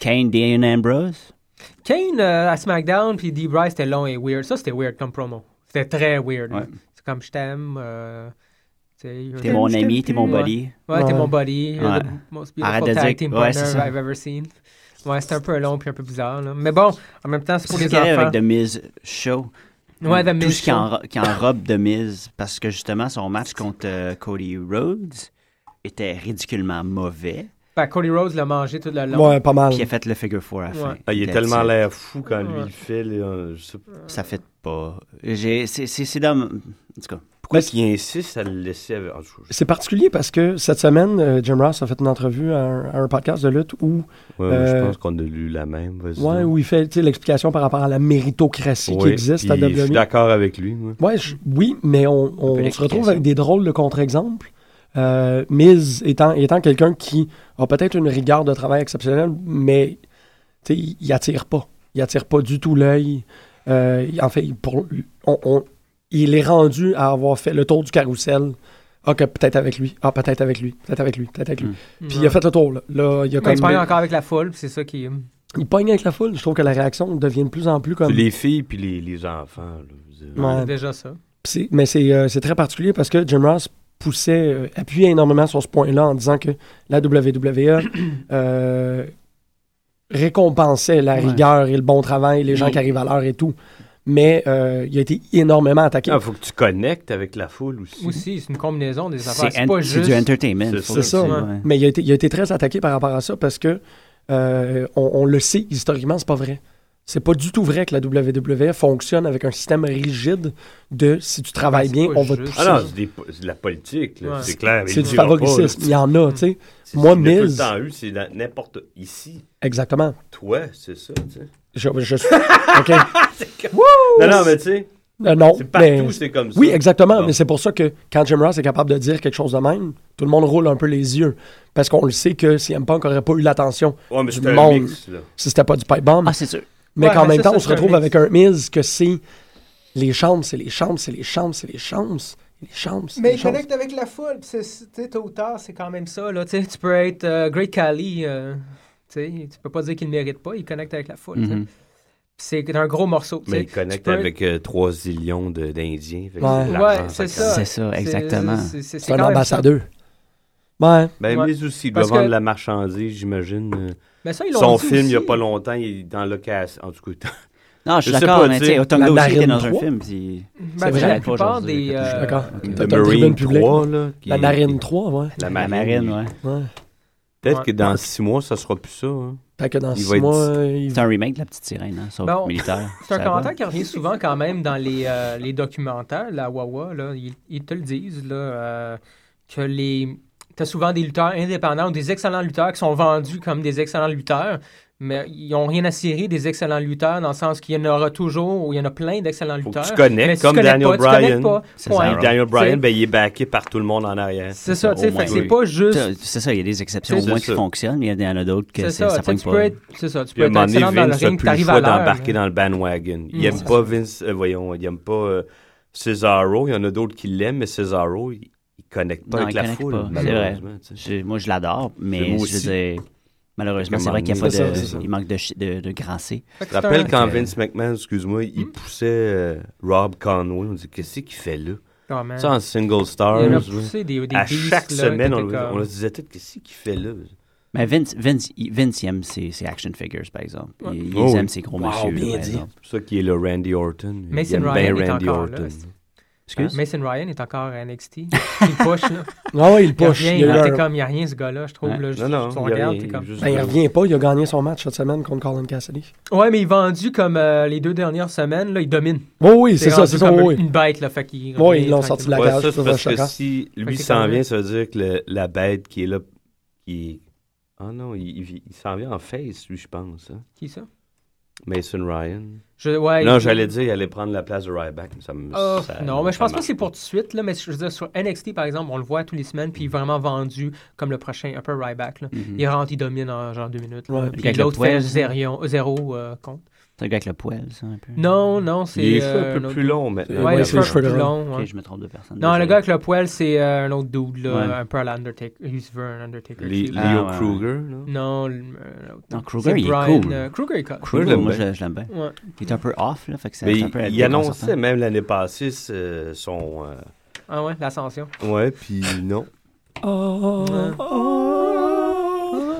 [SPEAKER 7] Kane, Dean Ambrose.
[SPEAKER 5] euh, Kane euh, à SmackDown, puis D. Bryce, c'était long et weird. Ça, c'était weird comme promo. C'était très weird. là.
[SPEAKER 7] Ouais.
[SPEAKER 5] C'est comme je t'aime. euh, tu sais,
[SPEAKER 7] T'es
[SPEAKER 5] euh,
[SPEAKER 7] mon ami, t'es mon
[SPEAKER 5] Ouais.
[SPEAKER 7] buddy.
[SPEAKER 5] Ouais, t'es
[SPEAKER 4] Ouais.
[SPEAKER 5] mon buddy.
[SPEAKER 7] Ouais.
[SPEAKER 5] euh, the most beautiful
[SPEAKER 7] Arrête de
[SPEAKER 5] tag
[SPEAKER 7] dire-
[SPEAKER 5] team
[SPEAKER 7] ouais,
[SPEAKER 5] partner
[SPEAKER 7] c'est ça.
[SPEAKER 5] I've ever seen. Ouais, c'était un peu long puis un peu bizarre. là. Mais bon, en même temps, c'est pour
[SPEAKER 7] C'est
[SPEAKER 5] les
[SPEAKER 7] ce qu'il y a
[SPEAKER 5] enfants.
[SPEAKER 7] avec The Miz Show.
[SPEAKER 5] Ouais, The
[SPEAKER 7] Tout
[SPEAKER 5] Miz
[SPEAKER 7] ce qui, en- qui enrobe The Miz. Parce que justement, son match contre euh, Cody Rhodes était ridiculement mauvais.
[SPEAKER 5] Ben, Cody Rhodes l'a mangé tout le long.
[SPEAKER 4] Ouais, pas mal.
[SPEAKER 7] Puis il a fait le figure four à la fin.
[SPEAKER 5] Oh. Ouais.
[SPEAKER 6] Ah, il a
[SPEAKER 7] That's
[SPEAKER 6] tellement
[SPEAKER 7] it.
[SPEAKER 6] l'air fou quand
[SPEAKER 5] Ouais.
[SPEAKER 6] lui il fait. là, je sais pas.
[SPEAKER 7] Ça fait pas. J'ai- C'est c'est- c'est dommage. En tout cas.
[SPEAKER 6] Pourquoi
[SPEAKER 4] Mais-
[SPEAKER 6] qu'il insiste à le laisser avec. Ah, en tout cas,
[SPEAKER 4] C'est particulier parce que cette semaine, euh, Jim Ross a fait une entrevue à un, à un podcast de lutte où,
[SPEAKER 6] je- ouais,
[SPEAKER 4] Euh,
[SPEAKER 6] je pense qu'on a lu la même. vas-y.
[SPEAKER 4] ouais, où il fait tu sais, l'explication par rapport à la méritocratie qui
[SPEAKER 6] Ouais,
[SPEAKER 4] existe à
[SPEAKER 6] puis Je suis
[SPEAKER 4] WWE.
[SPEAKER 6] d'accord avec lui. moi.
[SPEAKER 4] Ouais, je- oui, mais on, on
[SPEAKER 7] peu
[SPEAKER 4] se retrouve avec des drôles de contre-exemples. euh, Miz étant, étant quelqu'un qui a peut-être une rigueur de travail exceptionnelle, mais tu sais, il il attire pas. Il attire pas du tout l'œil. Euh, il- en fait, il- pour, on- on- il est rendu à avoir fait le tour du carrousel. Ah, que peut-être avec lui. Ah, peut-être avec lui. Peut-être avec lui. Peut-être avec lui.
[SPEAKER 7] Mm.
[SPEAKER 4] Puis il a fait le tour. Là, Là, il a
[SPEAKER 5] Mais il
[SPEAKER 4] comme-
[SPEAKER 5] parle encore avec la foule, puis c'est ça qui.
[SPEAKER 4] il pogne avec la foule. Je trouve que la réaction devient de plus en plus comme.
[SPEAKER 6] Les filles puis les, les enfants. là, je veux dire.
[SPEAKER 4] Ouais.
[SPEAKER 5] C'est déjà ça.
[SPEAKER 4] Puis c'est- mais c'est euh, c'est très particulier parce que Jim Ross poussait, euh, appuyait énormément sur ce point-là en disant que la WWE euh, récompensait la
[SPEAKER 7] Ouais.
[SPEAKER 4] rigueur et le bon travail, les gens
[SPEAKER 7] Oui.
[SPEAKER 4] qui arrivent à l'heure et tout. Mais euh, il a été énormément attaqué.
[SPEAKER 6] Ah, faut que tu connectes avec la foule aussi.
[SPEAKER 5] Aussi, c'est une combinaison des affaires.
[SPEAKER 7] C'est
[SPEAKER 5] C'est
[SPEAKER 7] en-
[SPEAKER 5] pas
[SPEAKER 7] c'est
[SPEAKER 5] juste.
[SPEAKER 7] du entertainment.
[SPEAKER 6] C'est
[SPEAKER 7] faut
[SPEAKER 6] ça,
[SPEAKER 7] que
[SPEAKER 4] ça,
[SPEAKER 7] tu-
[SPEAKER 5] ouais.
[SPEAKER 7] ouais.
[SPEAKER 4] Mais il a, été, il a été très attaqué par rapport à ça parce que euh, on, on le sait historiquement, c'est pas vrai. C'est pas du tout vrai que la WWE fonctionne avec un système rigide de si tu travailles
[SPEAKER 5] c'est
[SPEAKER 4] bien,
[SPEAKER 5] pas
[SPEAKER 4] on va te
[SPEAKER 5] juste.
[SPEAKER 4] pousser.
[SPEAKER 6] Ah non, c'est des po- c'est de la politique, là,
[SPEAKER 5] Ouais.
[SPEAKER 6] c'est clair. mais
[SPEAKER 4] c'est
[SPEAKER 6] ils
[SPEAKER 4] du
[SPEAKER 6] diront pas, là.
[SPEAKER 4] favoritisme. Il y en a, tu sais.
[SPEAKER 6] C'est
[SPEAKER 4] Moi,
[SPEAKER 6] ce qu'il y a
[SPEAKER 4] Miz-
[SPEAKER 6] tout le temps eu, c'est dans n'importe ici.
[SPEAKER 4] Exactement.
[SPEAKER 6] Toi, c'est ça, tu sais.
[SPEAKER 4] Je, je suis. OK.
[SPEAKER 6] Non, non, mais tu sais,
[SPEAKER 4] Euh, non.
[SPEAKER 6] c'est partout,
[SPEAKER 4] Oh, mais-
[SPEAKER 6] c'est comme ça.
[SPEAKER 4] Oui, exactement.
[SPEAKER 6] Bon.
[SPEAKER 4] Mais c'est pour ça que quand Jim Ross est capable de dire quelque chose de même, tout le monde roule un peu les yeux. Parce qu'on le sait que CM Punk n'aurait pas eu l'attention
[SPEAKER 6] Ouais, mais
[SPEAKER 4] du
[SPEAKER 6] c'est un
[SPEAKER 4] monde.
[SPEAKER 6] mix, là.
[SPEAKER 4] si c'était pas du pipe bomb.
[SPEAKER 7] Ah, c'est sûr.
[SPEAKER 4] mais
[SPEAKER 5] ouais,
[SPEAKER 4] qu'en
[SPEAKER 5] mais
[SPEAKER 4] même
[SPEAKER 5] ça,
[SPEAKER 4] temps,
[SPEAKER 5] ça,
[SPEAKER 4] on se
[SPEAKER 5] c'est un
[SPEAKER 4] retrouve
[SPEAKER 5] mix.
[SPEAKER 4] avec un Miz que c'est les chambres, c'est les chambres, c'est les chambres, c'est les chambres, les chambres. c'est
[SPEAKER 5] Mais
[SPEAKER 4] les
[SPEAKER 5] il
[SPEAKER 4] chambres.
[SPEAKER 5] connecte avec la foule, pis c'est- c'est- tu sais, tôt ou tard, c'est quand même ça, là, tu sais, tu peux être euh, Great Cali, euh, tu sais, tu peux pas dire qu'il ne mérite pas, il connecte avec la foule, tu sais.
[SPEAKER 7] Mhm.
[SPEAKER 5] C'est un gros morceau, tu sais.
[SPEAKER 6] Mm-hmm. Mais il connecte
[SPEAKER 5] tu peux-
[SPEAKER 6] avec euh, trois zillions de- d'Indiens. fait que
[SPEAKER 4] Ouais.
[SPEAKER 6] c'est de
[SPEAKER 5] Ouais,
[SPEAKER 6] l'argent,
[SPEAKER 5] c'est
[SPEAKER 6] fait que-
[SPEAKER 5] ça.
[SPEAKER 7] C'est ça, exactement.
[SPEAKER 5] c'est- C'est
[SPEAKER 4] C'est un
[SPEAKER 5] quand même ça.
[SPEAKER 4] ambassadeur. Ouais.
[SPEAKER 6] Ben,
[SPEAKER 5] Ouais.
[SPEAKER 6] Miz aussi, il doit
[SPEAKER 5] Parce que-
[SPEAKER 6] vendre de la marchandise, j'imagine. euh,
[SPEAKER 5] Mais ça, ils l'ont
[SPEAKER 6] Son
[SPEAKER 5] dit
[SPEAKER 6] film, il n'y a
[SPEAKER 5] aussi.
[SPEAKER 6] pas longtemps, il est dans l'occasion. En tout cas,
[SPEAKER 7] Non, je suis
[SPEAKER 6] Je sais
[SPEAKER 7] d'accord,
[SPEAKER 6] pas,
[SPEAKER 7] mais
[SPEAKER 6] tu
[SPEAKER 7] tu
[SPEAKER 6] sais,
[SPEAKER 7] sais, Otonga
[SPEAKER 4] la
[SPEAKER 7] aussi
[SPEAKER 4] Marine
[SPEAKER 7] était dans un
[SPEAKER 4] 3.
[SPEAKER 7] film. puis-
[SPEAKER 5] Ben,
[SPEAKER 7] C'est
[SPEAKER 5] tu sais,
[SPEAKER 7] vrai.
[SPEAKER 5] la plupart
[SPEAKER 7] Je suis
[SPEAKER 5] des. euh,
[SPEAKER 4] D'accord.
[SPEAKER 6] The
[SPEAKER 4] T'as une
[SPEAKER 6] Marine
[SPEAKER 4] tribune publique.
[SPEAKER 6] 3, là. qui
[SPEAKER 4] La
[SPEAKER 6] est-
[SPEAKER 4] Marine 3, ouais.
[SPEAKER 6] La
[SPEAKER 7] La
[SPEAKER 6] Marine,
[SPEAKER 7] marine, ouais.
[SPEAKER 4] ouais.
[SPEAKER 6] Peut-être
[SPEAKER 5] Ouais.
[SPEAKER 6] que dans six mois, ça sera plus ça. hein.
[SPEAKER 4] Fait que dans
[SPEAKER 6] Il
[SPEAKER 4] six
[SPEAKER 6] va être
[SPEAKER 4] mois, euh, il-
[SPEAKER 7] C'est un remake de La Petite Sirène, hein, sur
[SPEAKER 5] Ben, on-
[SPEAKER 7] militaire.
[SPEAKER 5] C'est un
[SPEAKER 7] Ça va.
[SPEAKER 5] commentaire qui revient souvent quand même dans les, euh, les documentaires, la Wawa, là, ils, ils te le disent, là, euh, que les... T'as souvent des lutteurs indépendants ou des excellents lutteurs qui sont vendus comme des excellents lutteurs, mais ils n'ont rien à cirer des excellents lutteurs dans le sens qu'il y en aura toujours, ou il y en a plein d'excellents
[SPEAKER 6] Faut
[SPEAKER 5] lutteurs.
[SPEAKER 6] que tu connectes,
[SPEAKER 5] mais si
[SPEAKER 6] comme
[SPEAKER 5] tu connectes
[SPEAKER 6] Daniel
[SPEAKER 5] pas, tu connectes
[SPEAKER 6] Bryan.
[SPEAKER 5] pas,
[SPEAKER 7] C'est
[SPEAKER 5] point.
[SPEAKER 7] ça.
[SPEAKER 6] Daniel
[SPEAKER 5] C'est-
[SPEAKER 6] Bryan, ben, il est backé par tout le monde en arrière.
[SPEAKER 5] C'est ça,
[SPEAKER 7] ça,
[SPEAKER 5] tu sais,
[SPEAKER 7] au
[SPEAKER 5] fait que
[SPEAKER 7] moins.
[SPEAKER 5] c'est pas juste...
[SPEAKER 7] Ça, C'est ça, il y a des exceptions au
[SPEAKER 6] C'est
[SPEAKER 7] moins
[SPEAKER 6] ça.
[SPEAKER 7] qui fonctionnent, mais il y en a d'autres que
[SPEAKER 5] C'est
[SPEAKER 7] ça
[SPEAKER 5] ça,
[SPEAKER 7] ne
[SPEAKER 5] tu sais,
[SPEAKER 7] pogne
[SPEAKER 5] tu peux
[SPEAKER 7] pas.
[SPEAKER 5] être, c'est ça, tu
[SPEAKER 6] Puis
[SPEAKER 5] peux
[SPEAKER 6] à un
[SPEAKER 5] être
[SPEAKER 6] moment donné,
[SPEAKER 5] excellent dans le
[SPEAKER 6] Vince a
[SPEAKER 5] ring,
[SPEAKER 6] plus le
[SPEAKER 5] t'arrives
[SPEAKER 6] choix
[SPEAKER 5] à l'heure. hein.
[SPEAKER 6] d'embarquer dans le bandwagon. Il
[SPEAKER 5] Mm.
[SPEAKER 6] n'aime pas Vince, euh, voyons, il n'aime pas euh, Cesaro. Il y en a d'autres qui l'aiment, mais Cesaro, il ne connecte pas
[SPEAKER 7] Non,
[SPEAKER 6] avec
[SPEAKER 7] il
[SPEAKER 6] la
[SPEAKER 7] connecte
[SPEAKER 6] foule,
[SPEAKER 7] pas. C'est vrai.
[SPEAKER 6] malheureusement. tu sais.
[SPEAKER 7] Je- Moi, je l'adore,
[SPEAKER 6] Mais
[SPEAKER 7] mais
[SPEAKER 6] moi
[SPEAKER 7] je veux dire, malheureusement,
[SPEAKER 6] Comme
[SPEAKER 7] c'est vrai qu'il y a
[SPEAKER 6] Arnaud.
[SPEAKER 7] pas
[SPEAKER 4] C'est ça,
[SPEAKER 7] de.
[SPEAKER 4] c'est ça.
[SPEAKER 7] Il manque de, chi- de, de grand C.
[SPEAKER 5] Fait que
[SPEAKER 6] Je
[SPEAKER 5] c'est un-
[SPEAKER 6] rappelle quand
[SPEAKER 7] Euh,
[SPEAKER 6] Vince McMahon, excuse-moi,
[SPEAKER 5] Hmm?
[SPEAKER 6] il poussait euh, Rob Conway. On dit, qu'est-ce qu'il fait là?
[SPEAKER 5] Oh, man.
[SPEAKER 6] Ça, en single
[SPEAKER 5] Il
[SPEAKER 6] stars.
[SPEAKER 5] y en a
[SPEAKER 6] ouais.
[SPEAKER 5] poussé des, des
[SPEAKER 6] à
[SPEAKER 5] beasts,
[SPEAKER 6] chaque
[SPEAKER 5] là,
[SPEAKER 6] semaine,
[SPEAKER 5] qui
[SPEAKER 6] on,
[SPEAKER 5] étaient comme-
[SPEAKER 6] on se disait tout, qu'est-ce qu'il fait là?
[SPEAKER 7] Mais Vince, Vince, il, Vince, il aime ses, ses action figures, par exemple. Il, il
[SPEAKER 6] Oh,
[SPEAKER 7] les
[SPEAKER 6] oui.
[SPEAKER 7] aime ses gros
[SPEAKER 6] Wow,
[SPEAKER 7] messieurs,
[SPEAKER 6] bien
[SPEAKER 7] par
[SPEAKER 6] dit.
[SPEAKER 7] exemple.
[SPEAKER 6] C'est pour ça qu'il est le Randy Orton.
[SPEAKER 5] Mason
[SPEAKER 6] il aime
[SPEAKER 5] Ryan est
[SPEAKER 6] bien Randy
[SPEAKER 5] encore là,
[SPEAKER 6] Orton.
[SPEAKER 5] c'est-
[SPEAKER 7] Excuse?
[SPEAKER 5] Mason Ryan est encore à NXT. Il push, là.
[SPEAKER 4] Ah ouais, il
[SPEAKER 5] Il
[SPEAKER 4] push.
[SPEAKER 5] revient,
[SPEAKER 4] Il, a
[SPEAKER 5] là,
[SPEAKER 4] eu
[SPEAKER 5] t'es
[SPEAKER 4] un-
[SPEAKER 5] comme, il n'y a rien, ce gars-là, je trouve.
[SPEAKER 7] Ouais.
[SPEAKER 5] Là,
[SPEAKER 6] Non, non,
[SPEAKER 5] tu
[SPEAKER 6] il y a
[SPEAKER 5] regardes,
[SPEAKER 6] rien,
[SPEAKER 5] t'es comme...
[SPEAKER 6] juste-
[SPEAKER 4] Ben, il revient pas. Il a gagné son match cette semaine contre Colin Cassidy.
[SPEAKER 5] Ouais, mais il est vendu comme euh, les deux dernières semaines, là, il domine.
[SPEAKER 4] Oui, oui, c'est ça,
[SPEAKER 5] rendu
[SPEAKER 4] c'est ça.
[SPEAKER 5] comme
[SPEAKER 4] oui, oui.
[SPEAKER 5] une bête, là, fait qu'il
[SPEAKER 4] Ouais,
[SPEAKER 5] revient
[SPEAKER 4] ils l'ont
[SPEAKER 5] tranquillement.
[SPEAKER 4] sorti de la
[SPEAKER 6] Ouais,
[SPEAKER 4] gage,
[SPEAKER 6] ça,
[SPEAKER 4] je
[SPEAKER 6] c'est
[SPEAKER 4] trouve
[SPEAKER 6] parce
[SPEAKER 4] ça
[SPEAKER 6] que
[SPEAKER 4] choquant.
[SPEAKER 6] si
[SPEAKER 5] Fait
[SPEAKER 6] lui
[SPEAKER 5] que
[SPEAKER 6] s'en
[SPEAKER 5] quand
[SPEAKER 6] vient,
[SPEAKER 5] même-
[SPEAKER 6] ça veut dire que le- la bête qui est là, qui Ah non, il, il- il s'en vient en face, lui, je pense. hein.
[SPEAKER 5] Qui ça?
[SPEAKER 6] Mason Ryan.
[SPEAKER 5] Je- ouais,
[SPEAKER 6] non,
[SPEAKER 5] il-
[SPEAKER 6] j'allais dire, il allait prendre la place de Ryback. mais Ça me,
[SPEAKER 5] Ah,
[SPEAKER 6] ça-
[SPEAKER 5] non, mais je pense
[SPEAKER 6] ça
[SPEAKER 5] pas que c'est
[SPEAKER 6] marche
[SPEAKER 5] pour tout de suite, là, mais je veux dire, sur NXT, par exemple, on le voit tous les semaines, puis il est vraiment vendu comme le prochain Upper Ryback. Là.
[SPEAKER 7] Mhm.
[SPEAKER 6] Mm.
[SPEAKER 5] Il rentre, il domine en genre deux minutes. là.
[SPEAKER 4] Ouais.
[SPEAKER 5] Puis
[SPEAKER 7] Avec le
[SPEAKER 5] l'autre fait
[SPEAKER 7] poil.
[SPEAKER 5] zéro, zéro euh, compte.
[SPEAKER 7] C'est un gars avec le poil, ça, un peu.
[SPEAKER 5] Non, non, c'est...
[SPEAKER 6] Mm. Il est
[SPEAKER 5] euh,
[SPEAKER 6] un peu
[SPEAKER 5] autre
[SPEAKER 6] plus
[SPEAKER 5] dude.
[SPEAKER 6] long maintenant.
[SPEAKER 5] Ouais,
[SPEAKER 4] Ouais,
[SPEAKER 5] les
[SPEAKER 4] c'est
[SPEAKER 5] cheveux
[SPEAKER 4] les cheveux
[SPEAKER 5] plus
[SPEAKER 4] longs.
[SPEAKER 5] longs.
[SPEAKER 7] Ok,
[SPEAKER 5] ouais.
[SPEAKER 7] je me trompe de personne.
[SPEAKER 5] Non, le
[SPEAKER 7] désolé.
[SPEAKER 5] gars avec le poil, c'est euh, un autre dude, là,
[SPEAKER 7] Ouais.
[SPEAKER 5] un peu à l'Undertaker. Il se veut un Undertaker.
[SPEAKER 6] Les-
[SPEAKER 5] c'est-
[SPEAKER 6] Leo
[SPEAKER 7] Ah, ouais, ouais.
[SPEAKER 6] Kruger,
[SPEAKER 5] Non, le- euh, l'autre.
[SPEAKER 7] Non, Kruger,
[SPEAKER 5] C'est
[SPEAKER 7] il est
[SPEAKER 5] Brian,
[SPEAKER 7] cool.
[SPEAKER 5] euh, Kruger, il colle.
[SPEAKER 6] Moi, je
[SPEAKER 7] Kruger,
[SPEAKER 6] l'aime
[SPEAKER 7] moi,
[SPEAKER 6] bien.
[SPEAKER 7] je, je l'aime bien.
[SPEAKER 5] Ouais.
[SPEAKER 7] Il est un peu off, là, fait que c'est
[SPEAKER 6] Mais
[SPEAKER 7] c'est un peu...
[SPEAKER 6] il, il annonçait même l'année passée ce- son. euh,
[SPEAKER 5] Ah ouais, l'ascension.
[SPEAKER 6] Ouais, puis non.
[SPEAKER 4] Ah,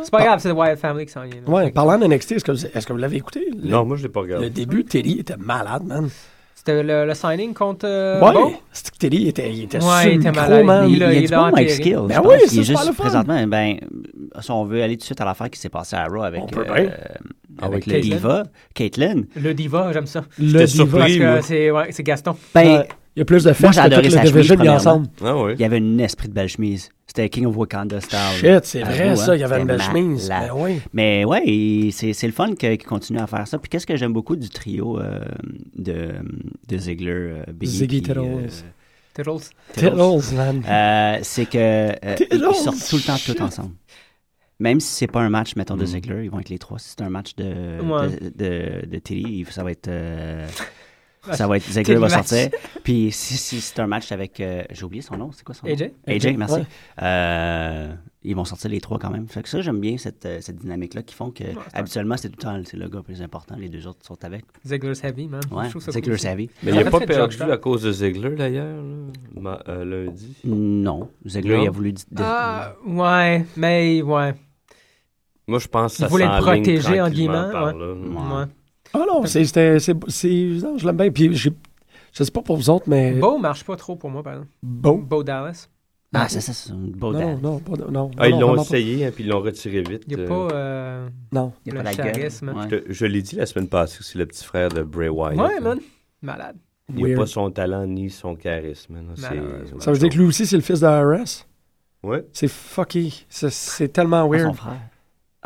[SPEAKER 5] C'est
[SPEAKER 7] Ah.
[SPEAKER 5] pas grave, c'est The Wild Family qui s'en vient. là.
[SPEAKER 4] Ouais, parlant de NXT, est-ce que vous, est-ce que vous l'avez écouté? Le,
[SPEAKER 6] Non, moi, je l'ai pas regardé.
[SPEAKER 4] le début, Terry était malade, man.
[SPEAKER 5] C'était le, le signing contre. euh,
[SPEAKER 4] ouais,
[SPEAKER 5] Bo?
[SPEAKER 4] c'est que Terry était, il était
[SPEAKER 5] Ouais,
[SPEAKER 4] sur
[SPEAKER 5] il
[SPEAKER 4] le
[SPEAKER 5] était
[SPEAKER 4] micro,
[SPEAKER 5] malade.
[SPEAKER 4] man.
[SPEAKER 5] Il
[SPEAKER 7] Il,
[SPEAKER 5] a-
[SPEAKER 7] y a
[SPEAKER 5] il
[SPEAKER 7] du
[SPEAKER 5] a
[SPEAKER 7] bon mic
[SPEAKER 5] enterré.
[SPEAKER 7] skills. je
[SPEAKER 4] Ben
[SPEAKER 7] pense.
[SPEAKER 4] oui,
[SPEAKER 7] il
[SPEAKER 4] c'est
[SPEAKER 7] est
[SPEAKER 4] super le
[SPEAKER 7] juste
[SPEAKER 4] fun.
[SPEAKER 7] présentement, ben, si on veut aller tout de suite à l'affaire qui s'est passée à Raw
[SPEAKER 4] On
[SPEAKER 7] avec,
[SPEAKER 4] peut ben Ah
[SPEAKER 7] euh,
[SPEAKER 4] bien.
[SPEAKER 7] avec
[SPEAKER 5] oui,
[SPEAKER 7] le
[SPEAKER 5] Caitlyn.
[SPEAKER 7] diva, Caitlyn.
[SPEAKER 5] Le Diva, j'aime ça.
[SPEAKER 4] Le
[SPEAKER 6] J'étais
[SPEAKER 4] diva.
[SPEAKER 6] surpris.
[SPEAKER 5] Parce que
[SPEAKER 6] moi.
[SPEAKER 5] c'est ouais, c'est Gaston.
[SPEAKER 7] Ben,
[SPEAKER 4] Ouais. Il y a plus de
[SPEAKER 7] Moi,
[SPEAKER 4] fesses
[SPEAKER 7] j'ai
[SPEAKER 4] que
[SPEAKER 7] adoré
[SPEAKER 4] toute
[SPEAKER 7] sa
[SPEAKER 4] la
[SPEAKER 7] chemise,
[SPEAKER 4] division mis
[SPEAKER 7] premièrement.
[SPEAKER 4] ensemble.
[SPEAKER 6] Ah ouais.
[SPEAKER 7] il y avait un esprit de belle chemise. C'était King of Wakanda style.
[SPEAKER 4] Shit, c'est
[SPEAKER 7] À
[SPEAKER 4] vrai
[SPEAKER 7] Raw,
[SPEAKER 4] ça, il y
[SPEAKER 7] hein.
[SPEAKER 4] avait une belle
[SPEAKER 7] C'était
[SPEAKER 4] chemise.
[SPEAKER 7] malade.
[SPEAKER 4] Ben oui.
[SPEAKER 7] Mais ouais, et c'est c'est le fun que- qu'il continue à faire ça. Puis qu'est-ce que j'aime beaucoup du trio euh, de, de Ziggler, euh, Biggie,
[SPEAKER 4] Ziggy
[SPEAKER 7] puis,
[SPEAKER 4] Tittles.
[SPEAKER 7] euh,
[SPEAKER 5] Tittles.
[SPEAKER 4] Tittles, man.
[SPEAKER 7] Euh, c'est que euh, ils-
[SPEAKER 4] Tittles,
[SPEAKER 7] ils sortent tout le temps
[SPEAKER 4] shit.
[SPEAKER 7] tout ensemble. Même si c'est pas un match, mettons, de Ziggler, ils vont être les trois. Si c'est un match de,
[SPEAKER 5] Ouais.
[SPEAKER 7] de, de, de Tilly, il- ça va être. euh,
[SPEAKER 5] Ouais.
[SPEAKER 7] ça va être. Ziggler va
[SPEAKER 5] Tilly match.
[SPEAKER 7] sortir. Puis si, si c'est un match avec. euh, J'ai oublié son nom, c'est quoi son nom
[SPEAKER 5] AJ?
[SPEAKER 7] AJ, merci.
[SPEAKER 4] Ouais.
[SPEAKER 7] Euh, ils vont sortir les trois quand même. Fait que ça, j'aime bien cette, euh, cette dynamique-là qui font que habituellement, c'est tout le temps c'est le gars plus important. Les deux autres sont avec.
[SPEAKER 5] Ziggler's Heavy, man.
[SPEAKER 7] Ouais,
[SPEAKER 5] Je trouve ça
[SPEAKER 7] Ziggler
[SPEAKER 5] cool.
[SPEAKER 7] savvy.
[SPEAKER 6] Mais
[SPEAKER 5] Ça
[SPEAKER 6] il
[SPEAKER 5] fait
[SPEAKER 6] n'a pas
[SPEAKER 5] très
[SPEAKER 6] perdu
[SPEAKER 5] Joker.
[SPEAKER 6] à cause de Ziegler, d'ailleurs, là, ma- euh, lundi.
[SPEAKER 7] Non. Ziggler,
[SPEAKER 6] Non?
[SPEAKER 7] il a voulu. di- di-
[SPEAKER 5] Ah, ouais, mais ouais.
[SPEAKER 6] Moi, je pense que
[SPEAKER 5] Il
[SPEAKER 6] ça
[SPEAKER 5] voulait le
[SPEAKER 6] s'enligne
[SPEAKER 5] protéger, en
[SPEAKER 6] tranquillement
[SPEAKER 5] guillemets,
[SPEAKER 6] par
[SPEAKER 5] ouais.
[SPEAKER 6] là.
[SPEAKER 5] ouais.
[SPEAKER 4] Ah non, c'est, c'était- c'est, c'est- non, je l'aime bien. Puis j'ai- je sais pas pour vous autres,
[SPEAKER 7] Euh.
[SPEAKER 4] mais.
[SPEAKER 5] Beau marche pas trop pour moi, par exemple.
[SPEAKER 4] Bon.
[SPEAKER 5] Beau Dallas.
[SPEAKER 7] Ah, ça, ça, c'est un beau
[SPEAKER 4] Non,
[SPEAKER 7] dad.
[SPEAKER 4] non, non, pas de- non.
[SPEAKER 6] Ah, ils
[SPEAKER 4] non,
[SPEAKER 6] l'ont
[SPEAKER 4] vraiment pas.
[SPEAKER 6] essayé, hein, puis ils l'ont retiré vite.
[SPEAKER 5] Il n'y a
[SPEAKER 6] euh.
[SPEAKER 5] pas. euh,
[SPEAKER 4] Non.
[SPEAKER 7] Il
[SPEAKER 5] Le
[SPEAKER 7] a pas la gueule.
[SPEAKER 5] charisme.
[SPEAKER 7] Ouais.
[SPEAKER 6] Je, te- je l'ai dit la semaine passée que c'est le petit frère de Bray Wyatt.
[SPEAKER 5] Ouais,
[SPEAKER 6] là.
[SPEAKER 5] man. Malade.
[SPEAKER 6] Il n'y a
[SPEAKER 4] Weird.
[SPEAKER 6] pas son talent ni son charisme. là. C'est-
[SPEAKER 5] Malheureusement.
[SPEAKER 4] Ça veut dire que lui aussi, c'est le fils de IRS?
[SPEAKER 6] Ouais.
[SPEAKER 4] C'est fucky. C'est, c'est tellement
[SPEAKER 7] Ah,
[SPEAKER 4] weird.
[SPEAKER 7] son frère.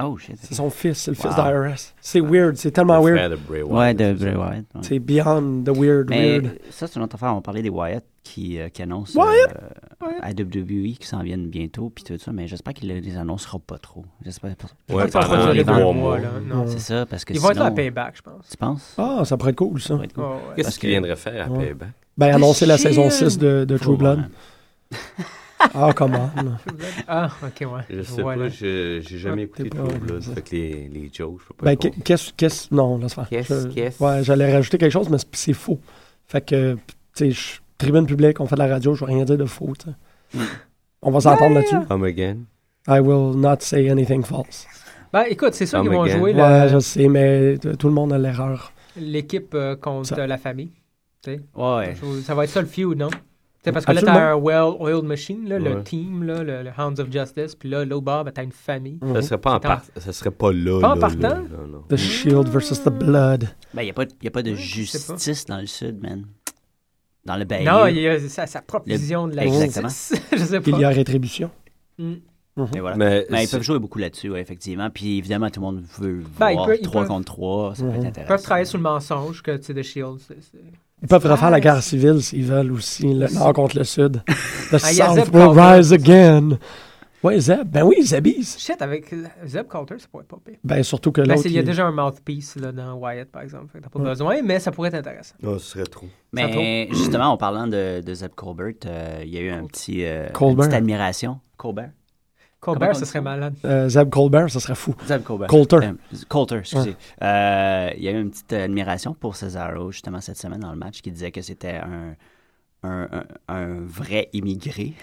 [SPEAKER 7] Oh shit.
[SPEAKER 4] c'est son fils, c'est le fils
[SPEAKER 7] Wow.
[SPEAKER 4] d'IRS. C'est weird, c'est tellement
[SPEAKER 6] Le
[SPEAKER 4] weird.
[SPEAKER 6] frère de Bray Wyatt.
[SPEAKER 7] Ouais, de Bray Wyatt. ouais.
[SPEAKER 4] C'est beyond the weird,
[SPEAKER 7] Mais
[SPEAKER 4] weird.
[SPEAKER 7] ça, c'est une autre affaire. On parlait des Wyatt qui, euh, qui annoncent
[SPEAKER 4] Wyatt?
[SPEAKER 7] euh, à WWE qui s'en viennent bientôt, puis tout ça. Mais j'espère qu'ils les annonceront pas trop. J'espère.
[SPEAKER 6] Ouais,
[SPEAKER 5] Je pense
[SPEAKER 6] pendant
[SPEAKER 5] pas durer
[SPEAKER 7] les
[SPEAKER 5] deux mois,
[SPEAKER 7] trois
[SPEAKER 6] mois.
[SPEAKER 5] là. Non.
[SPEAKER 7] C'est ça, parce que
[SPEAKER 5] Ils vont
[SPEAKER 7] sinon,
[SPEAKER 5] être là à payback, je pense.
[SPEAKER 7] tu penses?
[SPEAKER 4] Ah, ça pourrait être cool, ça.
[SPEAKER 7] Ça va être cool.
[SPEAKER 5] Oh, ouais.
[SPEAKER 6] Qu'est-ce
[SPEAKER 7] Parce
[SPEAKER 6] qu'il
[SPEAKER 7] que-
[SPEAKER 6] viendrait faire à
[SPEAKER 4] Ouais.
[SPEAKER 6] Payback?
[SPEAKER 4] Ben, annoncer la
[SPEAKER 5] Shit.
[SPEAKER 4] saison 6 de, de True
[SPEAKER 7] Faut voir,
[SPEAKER 4] Blood.
[SPEAKER 7] hein.
[SPEAKER 4] Ah, comment? là.
[SPEAKER 5] Ah, ok, ouais.
[SPEAKER 6] Je sais
[SPEAKER 5] Voilà. Ah,
[SPEAKER 6] pas, je- j'ai jamais écouté
[SPEAKER 4] t'es
[SPEAKER 6] True
[SPEAKER 4] pas-
[SPEAKER 6] Blood. Fait que les, les jokes, je peux pas
[SPEAKER 4] Ben,
[SPEAKER 6] répondre.
[SPEAKER 4] qu'est- qu'est-ce... qu'est-ce- Non, laisse faire.
[SPEAKER 6] Qu'est-ce-
[SPEAKER 4] Je-
[SPEAKER 6] qu'est-ce-
[SPEAKER 4] Ouais, j'allais rajouter quelque chose, mais c'est- c'est faux. Fait que, tu sais, je- tribune publique, on fait de la radio, je vais rien dire de faux, tu sais. On va s'entendre là-dessus.
[SPEAKER 6] Come again.
[SPEAKER 4] I will not say anything false.
[SPEAKER 5] Ben, écoute, c'est sûr
[SPEAKER 6] Oh
[SPEAKER 5] qu'ils
[SPEAKER 6] my
[SPEAKER 5] vont
[SPEAKER 6] God.
[SPEAKER 5] jouer
[SPEAKER 4] Ouais,
[SPEAKER 5] la-
[SPEAKER 4] je sais, mais t- tout le monde a l'erreur.
[SPEAKER 5] l'équipe euh, contre
[SPEAKER 4] Ça-
[SPEAKER 5] euh, la famille. Tu sais,
[SPEAKER 7] Ouais.
[SPEAKER 5] je- Ça va être ça le feud, non? Tu sais, parce que là,
[SPEAKER 4] Absolument.
[SPEAKER 5] t'as un well-oiled machine, là, le
[SPEAKER 6] Ouais.
[SPEAKER 5] team, là, le, le Hounds of Justice, puis là, l'autre bord, ben, t'as une famille.
[SPEAKER 6] Ça serait pas en
[SPEAKER 5] Attends.
[SPEAKER 6] part... Ça serait pas là.
[SPEAKER 5] Pas en
[SPEAKER 6] là,
[SPEAKER 5] partant?
[SPEAKER 6] là, Non, non.
[SPEAKER 5] Mm.
[SPEAKER 4] The Shield versus the Blood.
[SPEAKER 7] Ben, il n'y a, pas- y a pas de
[SPEAKER 5] Ouais, je sais pas.
[SPEAKER 7] justice dans le Sud, man. Dans le Bayou.
[SPEAKER 5] non, il y a sa, sa propre
[SPEAKER 7] Le-
[SPEAKER 5] vision de la
[SPEAKER 7] Exactement.
[SPEAKER 5] justice. je sais pas.
[SPEAKER 4] Il y a rétribution.
[SPEAKER 5] Mm.
[SPEAKER 7] Mais voilà.
[SPEAKER 6] Mais,
[SPEAKER 7] Mais Ben, ils
[SPEAKER 6] c'est-
[SPEAKER 7] peuvent jouer beaucoup là-dessus, ouais, effectivement. Puis évidemment, tout le monde veut
[SPEAKER 5] Ben, ils
[SPEAKER 7] voir
[SPEAKER 5] peuvent- ils
[SPEAKER 7] 3
[SPEAKER 5] peuvent-
[SPEAKER 7] contre 3. Ça peut être
[SPEAKER 4] Mhm.
[SPEAKER 7] intéressant.
[SPEAKER 5] Ils peuvent travailler sur le mensonge que, tu sais, de Shield. c'est- c'est-
[SPEAKER 4] Ils peuvent refaire la guerre civile s'ils veulent aussi, le nord contre le sud. The
[SPEAKER 5] Ah, il y a
[SPEAKER 4] South
[SPEAKER 5] Zeb
[SPEAKER 4] will
[SPEAKER 5] Coulter.
[SPEAKER 4] rise again. Ouais, Zeb. Ben oui, Zebbies.
[SPEAKER 5] Shit, avec euh, Zeb Coulter, ça pourrait pas pire.
[SPEAKER 4] Ben surtout que
[SPEAKER 5] Ben,
[SPEAKER 4] l'autre.
[SPEAKER 5] c'est- il y a
[SPEAKER 4] il-
[SPEAKER 5] déjà un mouthpiece là, dans Wyatt, par exemple. Fait que t'as pas besoin, mais ça pourrait être intéressant.
[SPEAKER 6] Non, Ah, ce serait trop.
[SPEAKER 7] Mais justement, en parlant de, de Zeb Colbert, euh, il y a eu un petit, euh,
[SPEAKER 4] Colbert.
[SPEAKER 7] une petite admiration. Colbert? Comment
[SPEAKER 5] Colbert,
[SPEAKER 7] on
[SPEAKER 5] ce
[SPEAKER 7] dit
[SPEAKER 5] serait
[SPEAKER 7] ça?
[SPEAKER 5] malade.
[SPEAKER 4] euh, Zeb Colbert, ça serait fou.
[SPEAKER 7] Zeb Colbert.
[SPEAKER 4] Coulter.
[SPEAKER 7] Euh, Coulter, excusez. Euh, il y a eu une petite admiration pour Cesaro, justement, cette semaine dans le match, qui disait que c'était un, un, un- un vrai immigré.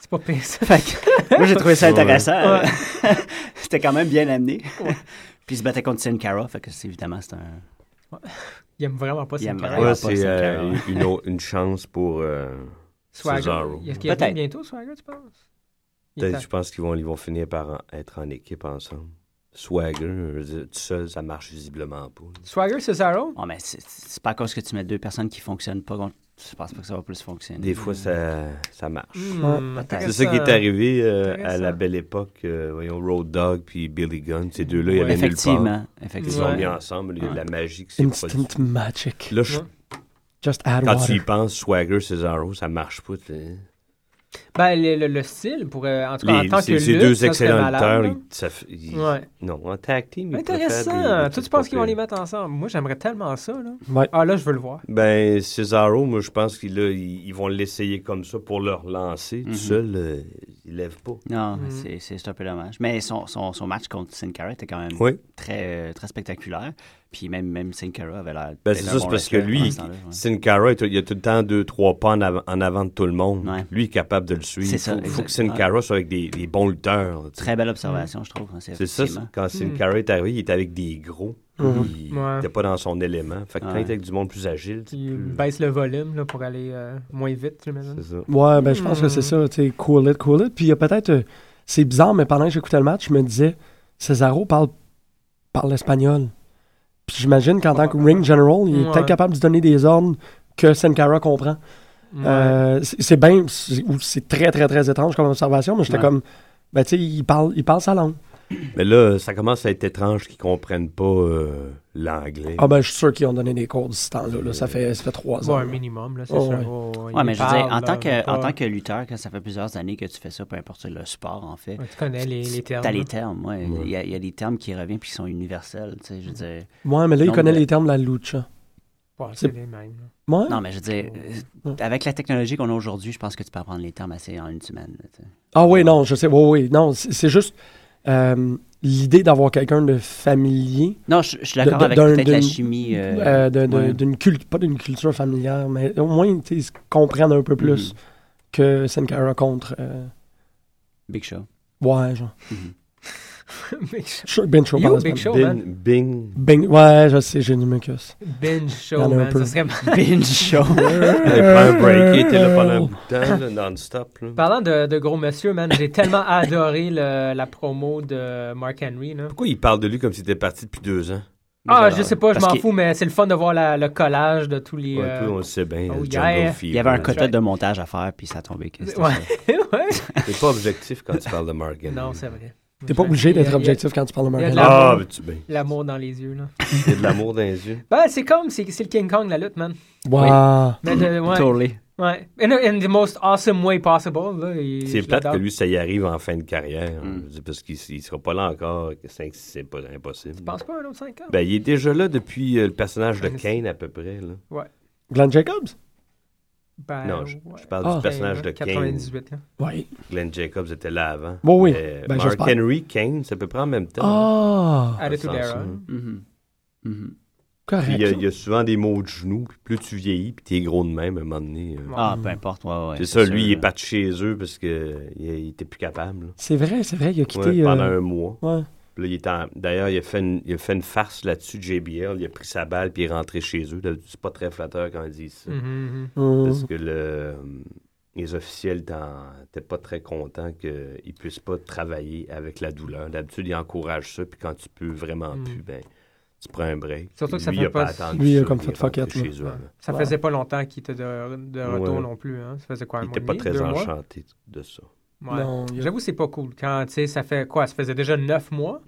[SPEAKER 5] C'est pas pire, ça.
[SPEAKER 7] Fait que, moi, j'ai trouvé ça
[SPEAKER 6] Ouais.
[SPEAKER 7] intéressant.
[SPEAKER 5] Ouais.
[SPEAKER 7] c'était quand même bien amené. Puis il se battait contre Sin Cara, fait que c'est évidemment, c'est un...
[SPEAKER 5] Il aime vraiment pas
[SPEAKER 7] Ah, Il
[SPEAKER 5] Sin
[SPEAKER 7] aime
[SPEAKER 5] Cara.
[SPEAKER 7] Ouais,
[SPEAKER 6] Ouais,
[SPEAKER 7] pas hein.
[SPEAKER 6] c'est
[SPEAKER 7] Sin
[SPEAKER 6] euh,
[SPEAKER 7] Cara.
[SPEAKER 6] une, au- une chance pour. euh, Cesaro.
[SPEAKER 5] Swagger. Est-ce qu'il revient
[SPEAKER 7] Peut-être.
[SPEAKER 5] bientôt, Swagger, tu penses? Il est
[SPEAKER 6] peut-être,
[SPEAKER 5] à-
[SPEAKER 6] je pense qu'ils vont, ils vont finir par en- être en équipe ensemble. Swagger, je veux dire, tout seul, ça marche visiblement pas. là.
[SPEAKER 5] Swagger, Cesaro?
[SPEAKER 7] Bon, oh, mais c'est- c'est pas à cause que tu mets deux personnes qui fonctionnent pas contre... Je pense pas que ça va plus fonctionner.
[SPEAKER 6] Des fois, ça, ça marche.
[SPEAKER 5] Hmm,
[SPEAKER 7] peut-être.
[SPEAKER 6] C'est ça qui est arrivé euh, à la
[SPEAKER 5] Intéressant.
[SPEAKER 6] belle époque. euh, voyons, Road Dog puis Billy Gunn, ces deux-là, ils
[SPEAKER 5] Ouais.
[SPEAKER 6] avaient nulle part.
[SPEAKER 7] Effectivement.
[SPEAKER 6] Ils se
[SPEAKER 7] effectivement.
[SPEAKER 6] sont
[SPEAKER 5] Ouais.
[SPEAKER 6] mis ensemble, il y a de la magie qui s'est
[SPEAKER 4] Instant
[SPEAKER 6] produite.
[SPEAKER 4] magic.
[SPEAKER 6] Là, je-
[SPEAKER 5] Ouais.
[SPEAKER 4] Just add
[SPEAKER 6] quand
[SPEAKER 4] water.
[SPEAKER 6] tu y penses, Swagger, Cesaro, ça marche pas. t'sais.
[SPEAKER 5] Ben, le, le- le style pourrait, en tout cas, en
[SPEAKER 6] Les-
[SPEAKER 5] tant que
[SPEAKER 6] ces ces
[SPEAKER 5] lutte,
[SPEAKER 6] deux
[SPEAKER 5] ça serait
[SPEAKER 6] excellents
[SPEAKER 5] malade,
[SPEAKER 6] lutteurs,
[SPEAKER 5] là.
[SPEAKER 6] ils- ça fait- ils-
[SPEAKER 5] Ouais.
[SPEAKER 6] non, en tag team, ils préfèrent
[SPEAKER 5] Intéressant.
[SPEAKER 6] des-
[SPEAKER 5] Toi,
[SPEAKER 6] des
[SPEAKER 5] tu penses
[SPEAKER 6] pas
[SPEAKER 5] qu'ils vont
[SPEAKER 6] pires.
[SPEAKER 5] les mettre ensemble? Moi, j'aimerais tellement ça, là.
[SPEAKER 4] Ouais.
[SPEAKER 5] Ah, là, je veux le voir.
[SPEAKER 6] Ben, Cesaro, moi, je pense qu'ils là, ils ils vont l'essayer comme ça pour le relancer.
[SPEAKER 7] Mhm.
[SPEAKER 6] Tout seul, euh, il lève pas.
[SPEAKER 7] Non, Ah,
[SPEAKER 5] Mm.
[SPEAKER 7] c'est- c'est c'est un peu dommage. Mais son, son, son match contre Sin Cara était quand même
[SPEAKER 6] Oui.
[SPEAKER 7] très, euh, très spectaculaire. Puis même, même Sin Cara avait l'air.
[SPEAKER 6] Ben,
[SPEAKER 7] d'être
[SPEAKER 6] c'est
[SPEAKER 7] un
[SPEAKER 6] ça, c'est
[SPEAKER 7] bon
[SPEAKER 6] parce que
[SPEAKER 7] wrestler
[SPEAKER 6] lui,
[SPEAKER 7] pendant ce temps-là, ouais.
[SPEAKER 6] Sin Cara, il t- il a tout le temps deux, trois pas en, av- en avant de tout le monde.
[SPEAKER 7] Ouais.
[SPEAKER 6] Lui, il est capable de le suivre.
[SPEAKER 7] C'est ça,
[SPEAKER 6] Il faut, faut que Sin
[SPEAKER 7] exactement.
[SPEAKER 6] Cara soit avec des, des bons lutteurs. tu sais.
[SPEAKER 7] Très belle observation,
[SPEAKER 5] Mm.
[SPEAKER 7] je trouve. hein, C'est
[SPEAKER 6] C'est ça, c'est-
[SPEAKER 7] effectivement.
[SPEAKER 6] quand Sin Cara est arrivé, il était avec des gros. Il
[SPEAKER 5] Hmm. Mhm. Ouais.
[SPEAKER 6] n'était pas dans son élément. Fait que quand
[SPEAKER 7] Ouais.
[SPEAKER 6] il était avec du monde plus agile, c'est
[SPEAKER 5] Ils
[SPEAKER 6] plus-
[SPEAKER 5] baissent le volume, là, pour aller euh, moins vite, j'imagine.
[SPEAKER 6] c'est ça.
[SPEAKER 4] Ouais, ben je pense que c'est
[SPEAKER 5] Hmm.
[SPEAKER 4] ça, tu sais, cool it, cool it. Puis il y a peut-être, euh, c'est bizarre, mais pendant que j'écoutais le match, je me disais, Cesaro parle, parle espagnol. Puis j'imagine qu'en tant que ring general, il est
[SPEAKER 5] Ouais.
[SPEAKER 4] peut-être capable de se donner des ordres que Senkara comprend. Euh, c'est c'est bien, c'est ou c'est très, très, très étrange comme observation, mais j'étais
[SPEAKER 7] Ouais.
[SPEAKER 4] comme, ben tu sais, il parle, il parle sa langue.
[SPEAKER 6] Mais là, ça commence à être étrange qu'ils comprennent pas euh, l'anglais.
[SPEAKER 4] Ah ben, je suis sûr qu'ils ont donné des cours de ce temps-là. là. Ça, fait, ça fait trois
[SPEAKER 5] Ouais,
[SPEAKER 4] ans.
[SPEAKER 5] un minimum, là, c'est
[SPEAKER 4] Oh,
[SPEAKER 5] sûr.
[SPEAKER 4] ouais.
[SPEAKER 5] Oh, ouais,
[SPEAKER 7] Ouais,
[SPEAKER 5] il
[SPEAKER 7] mais je veux
[SPEAKER 5] parle,
[SPEAKER 7] dire, en
[SPEAKER 5] là,
[SPEAKER 7] tant, que, en
[SPEAKER 5] pas-
[SPEAKER 7] tant que lutteur, quand ça fait plusieurs années que tu fais ça, peu importe le sport, en fait.
[SPEAKER 5] Ouais, tu connais les, les termes.
[SPEAKER 7] T'as les
[SPEAKER 5] là.
[SPEAKER 7] termes, ouais. Il, y a, il y a des termes qui reviennent puis qui sont universels, tu sais, je veux dire.
[SPEAKER 5] Mm.
[SPEAKER 4] Ouais, mais là, ils
[SPEAKER 7] Non,
[SPEAKER 4] connaissent
[SPEAKER 7] mais-
[SPEAKER 4] les termes de la lucha.
[SPEAKER 5] Ouais,
[SPEAKER 4] C'est-
[SPEAKER 5] c'est les mêmes. là.
[SPEAKER 4] Ouais.
[SPEAKER 7] Non, mais je veux dire, euh, avec la technologie qu'on a aujourd'hui, je pense que tu peux apprendre les termes assez en une semaine, là, tu sais.
[SPEAKER 4] Ah oui, non, je sais. Oui, oui. Non, c'est c'est juste euh, l'idée d'avoir quelqu'un de familier,
[SPEAKER 7] Non, je, je suis d'accord
[SPEAKER 4] De-
[SPEAKER 7] avec
[SPEAKER 4] d'un-
[SPEAKER 7] peut-être la
[SPEAKER 4] d'une-
[SPEAKER 7] chimie. euh,
[SPEAKER 4] euh, de- de-
[SPEAKER 7] ouais.
[SPEAKER 4] d'une culture, pas d'une culture familière, mais au moins, tu sais, ils se comprennent un peu
[SPEAKER 7] Mm.
[SPEAKER 4] plus
[SPEAKER 6] Mm-hmm.
[SPEAKER 4] que Sankara contre. euh,
[SPEAKER 7] Big Show.
[SPEAKER 4] ouais, genre.
[SPEAKER 5] Big Show.
[SPEAKER 4] Sure, Ben Show.
[SPEAKER 5] You,
[SPEAKER 4] parle espagnol.
[SPEAKER 5] Big Show,
[SPEAKER 6] Bing,
[SPEAKER 5] man.
[SPEAKER 6] Bing.
[SPEAKER 4] Ben- ouais, je sais, j'ai une mucus.
[SPEAKER 5] Binge
[SPEAKER 4] Il y en
[SPEAKER 5] Show,
[SPEAKER 4] a un
[SPEAKER 5] man.
[SPEAKER 4] peu.
[SPEAKER 5] Ça serait...
[SPEAKER 7] Binge Show.
[SPEAKER 5] Euh,
[SPEAKER 6] Hey, prends un break. Il était là pendant un bout de temps, là, non-stop. là.
[SPEAKER 5] Parlant de, de gros monsieur, man, j'ai tellement adoré le- la promo de Mark Henry. Là.
[SPEAKER 6] Pourquoi il parle de lui comme s'il était parti depuis deux ans?
[SPEAKER 5] Ah, je sais pas, je
[SPEAKER 7] Parce
[SPEAKER 5] m'en
[SPEAKER 7] qu'il-
[SPEAKER 5] fous, mais c'est le fun de voir la- le collage de tous les.
[SPEAKER 6] Un peu,
[SPEAKER 5] euh,
[SPEAKER 6] on le sait bien.
[SPEAKER 5] oh,
[SPEAKER 6] le jungle
[SPEAKER 5] yeah.
[SPEAKER 6] fever.
[SPEAKER 7] Il y avait un
[SPEAKER 5] côté-
[SPEAKER 7] quota de montage à faire, puis ça a tombé. que c'était ça.
[SPEAKER 5] euh, Ouais, ouais.
[SPEAKER 6] T'es pas objectif quand tu parles de Mark Henry.
[SPEAKER 5] Non, c'est vrai.
[SPEAKER 4] T'es pas obligé
[SPEAKER 5] Il y
[SPEAKER 4] d'être
[SPEAKER 5] a-
[SPEAKER 4] objectif quand tu parles de
[SPEAKER 5] il y a de
[SPEAKER 4] Marvel.
[SPEAKER 5] la-
[SPEAKER 6] Ah, mais tu bien.
[SPEAKER 5] il y a L'amour dans les yeux, là.
[SPEAKER 6] Il y a de l'amour dans les yeux.
[SPEAKER 5] Ben, c'est comme, c'est c'est le King Kong, la lutte, man.
[SPEAKER 4] Wow.
[SPEAKER 5] Mais de- ouais,
[SPEAKER 7] Mm-hmm. Totally.
[SPEAKER 5] ouais. In, a- in the most awesome way possible, là. il-
[SPEAKER 6] C'est
[SPEAKER 5] je
[SPEAKER 6] peut-être
[SPEAKER 5] l'adore. Hmm.
[SPEAKER 6] que lui, ça y arrive en fin de carrière. hein,
[SPEAKER 7] Mm.
[SPEAKER 6] je veux dire, parce qu'il il sera pas là encore 5, 6, c'est pas impossible.
[SPEAKER 5] Tu penses pas à un autre 5 ans?
[SPEAKER 6] Ben, il est déjà là depuis euh, le personnage de
[SPEAKER 5] Ah, mais
[SPEAKER 6] Kane, à peu près. Là.
[SPEAKER 4] Glenn Jacobs?
[SPEAKER 5] Ben,
[SPEAKER 6] non, je,
[SPEAKER 5] ouais. ben,
[SPEAKER 6] je parle
[SPEAKER 4] Ah.
[SPEAKER 6] du personnage de Kane.
[SPEAKER 5] 98, là.
[SPEAKER 4] Oui.
[SPEAKER 6] Glenn Jacobs était là avant.
[SPEAKER 4] Oui, oui.
[SPEAKER 6] Mais
[SPEAKER 4] Ben,
[SPEAKER 6] Mark
[SPEAKER 4] j'espère.
[SPEAKER 6] Henry, Kane, c'est à peu près en même temps.
[SPEAKER 4] Ah!
[SPEAKER 6] hein, dans
[SPEAKER 5] Attitude
[SPEAKER 6] le sens,
[SPEAKER 5] Era.
[SPEAKER 6] hein.
[SPEAKER 7] Mhm. Mhm.
[SPEAKER 6] Puis
[SPEAKER 4] Correct.
[SPEAKER 6] il y, a- il y a souvent des maux de genoux. Puis plus tu vieillis, puis t'es gros de même à un moment donné. euh,
[SPEAKER 5] Ouais.
[SPEAKER 7] Ah, peu importe, ouais, ouais.
[SPEAKER 6] c'est ça,
[SPEAKER 7] sûr,
[SPEAKER 6] lui, il est
[SPEAKER 7] là.
[SPEAKER 6] parti chez eux parce que il, il était plus capable. là.
[SPEAKER 4] C'est vrai, c'est vrai, il a
[SPEAKER 6] Ouais,
[SPEAKER 4] quitté.
[SPEAKER 6] pendant
[SPEAKER 4] euh,
[SPEAKER 6] un mois.
[SPEAKER 4] Ouais.
[SPEAKER 6] Puis là, il est en- D'ailleurs, il, a fait une- il a fait une farce là-dessus de JBL. Il a pris sa balle puis il est rentré chez eux. Là, C'est pas très flatteur quand ils disent ça.
[SPEAKER 5] Mhm,
[SPEAKER 4] Hum.
[SPEAKER 6] Parce que le- euh, les officiels n'étaient pas très contents qu'ils ne puissent pas travailler avec la douleur. D'habitude, ils encouragent ça. Puis quand tu peux vraiment
[SPEAKER 5] Mm.
[SPEAKER 6] plus, ben, tu prends un break.
[SPEAKER 5] Surtout
[SPEAKER 6] Lui,
[SPEAKER 5] que ça
[SPEAKER 6] il
[SPEAKER 5] fait
[SPEAKER 6] a pas
[SPEAKER 5] pas-
[SPEAKER 6] attendu
[SPEAKER 4] Lui, il a
[SPEAKER 6] ça,
[SPEAKER 4] comme
[SPEAKER 6] il
[SPEAKER 4] fait
[SPEAKER 6] est
[SPEAKER 4] fuck
[SPEAKER 6] rentré
[SPEAKER 4] it, là.
[SPEAKER 6] chez eux hein.
[SPEAKER 5] mhm.
[SPEAKER 6] avant.
[SPEAKER 5] Ça
[SPEAKER 4] Ouais.
[SPEAKER 5] faisait pas longtemps qu'il était de, de retour
[SPEAKER 6] Ouais.
[SPEAKER 5] non plus. Hein. Ça faisait quoi, un
[SPEAKER 6] Il
[SPEAKER 5] mois
[SPEAKER 6] n'était
[SPEAKER 5] et
[SPEAKER 6] pas
[SPEAKER 5] demi,
[SPEAKER 6] très
[SPEAKER 5] deux mois?
[SPEAKER 6] enchanté de ça.
[SPEAKER 5] Ouais.
[SPEAKER 4] Non, il y a-
[SPEAKER 5] J'avoue, c'est pas cool. Quand, tu sais, ça fait quoi? Ça faisait déjà neuf mois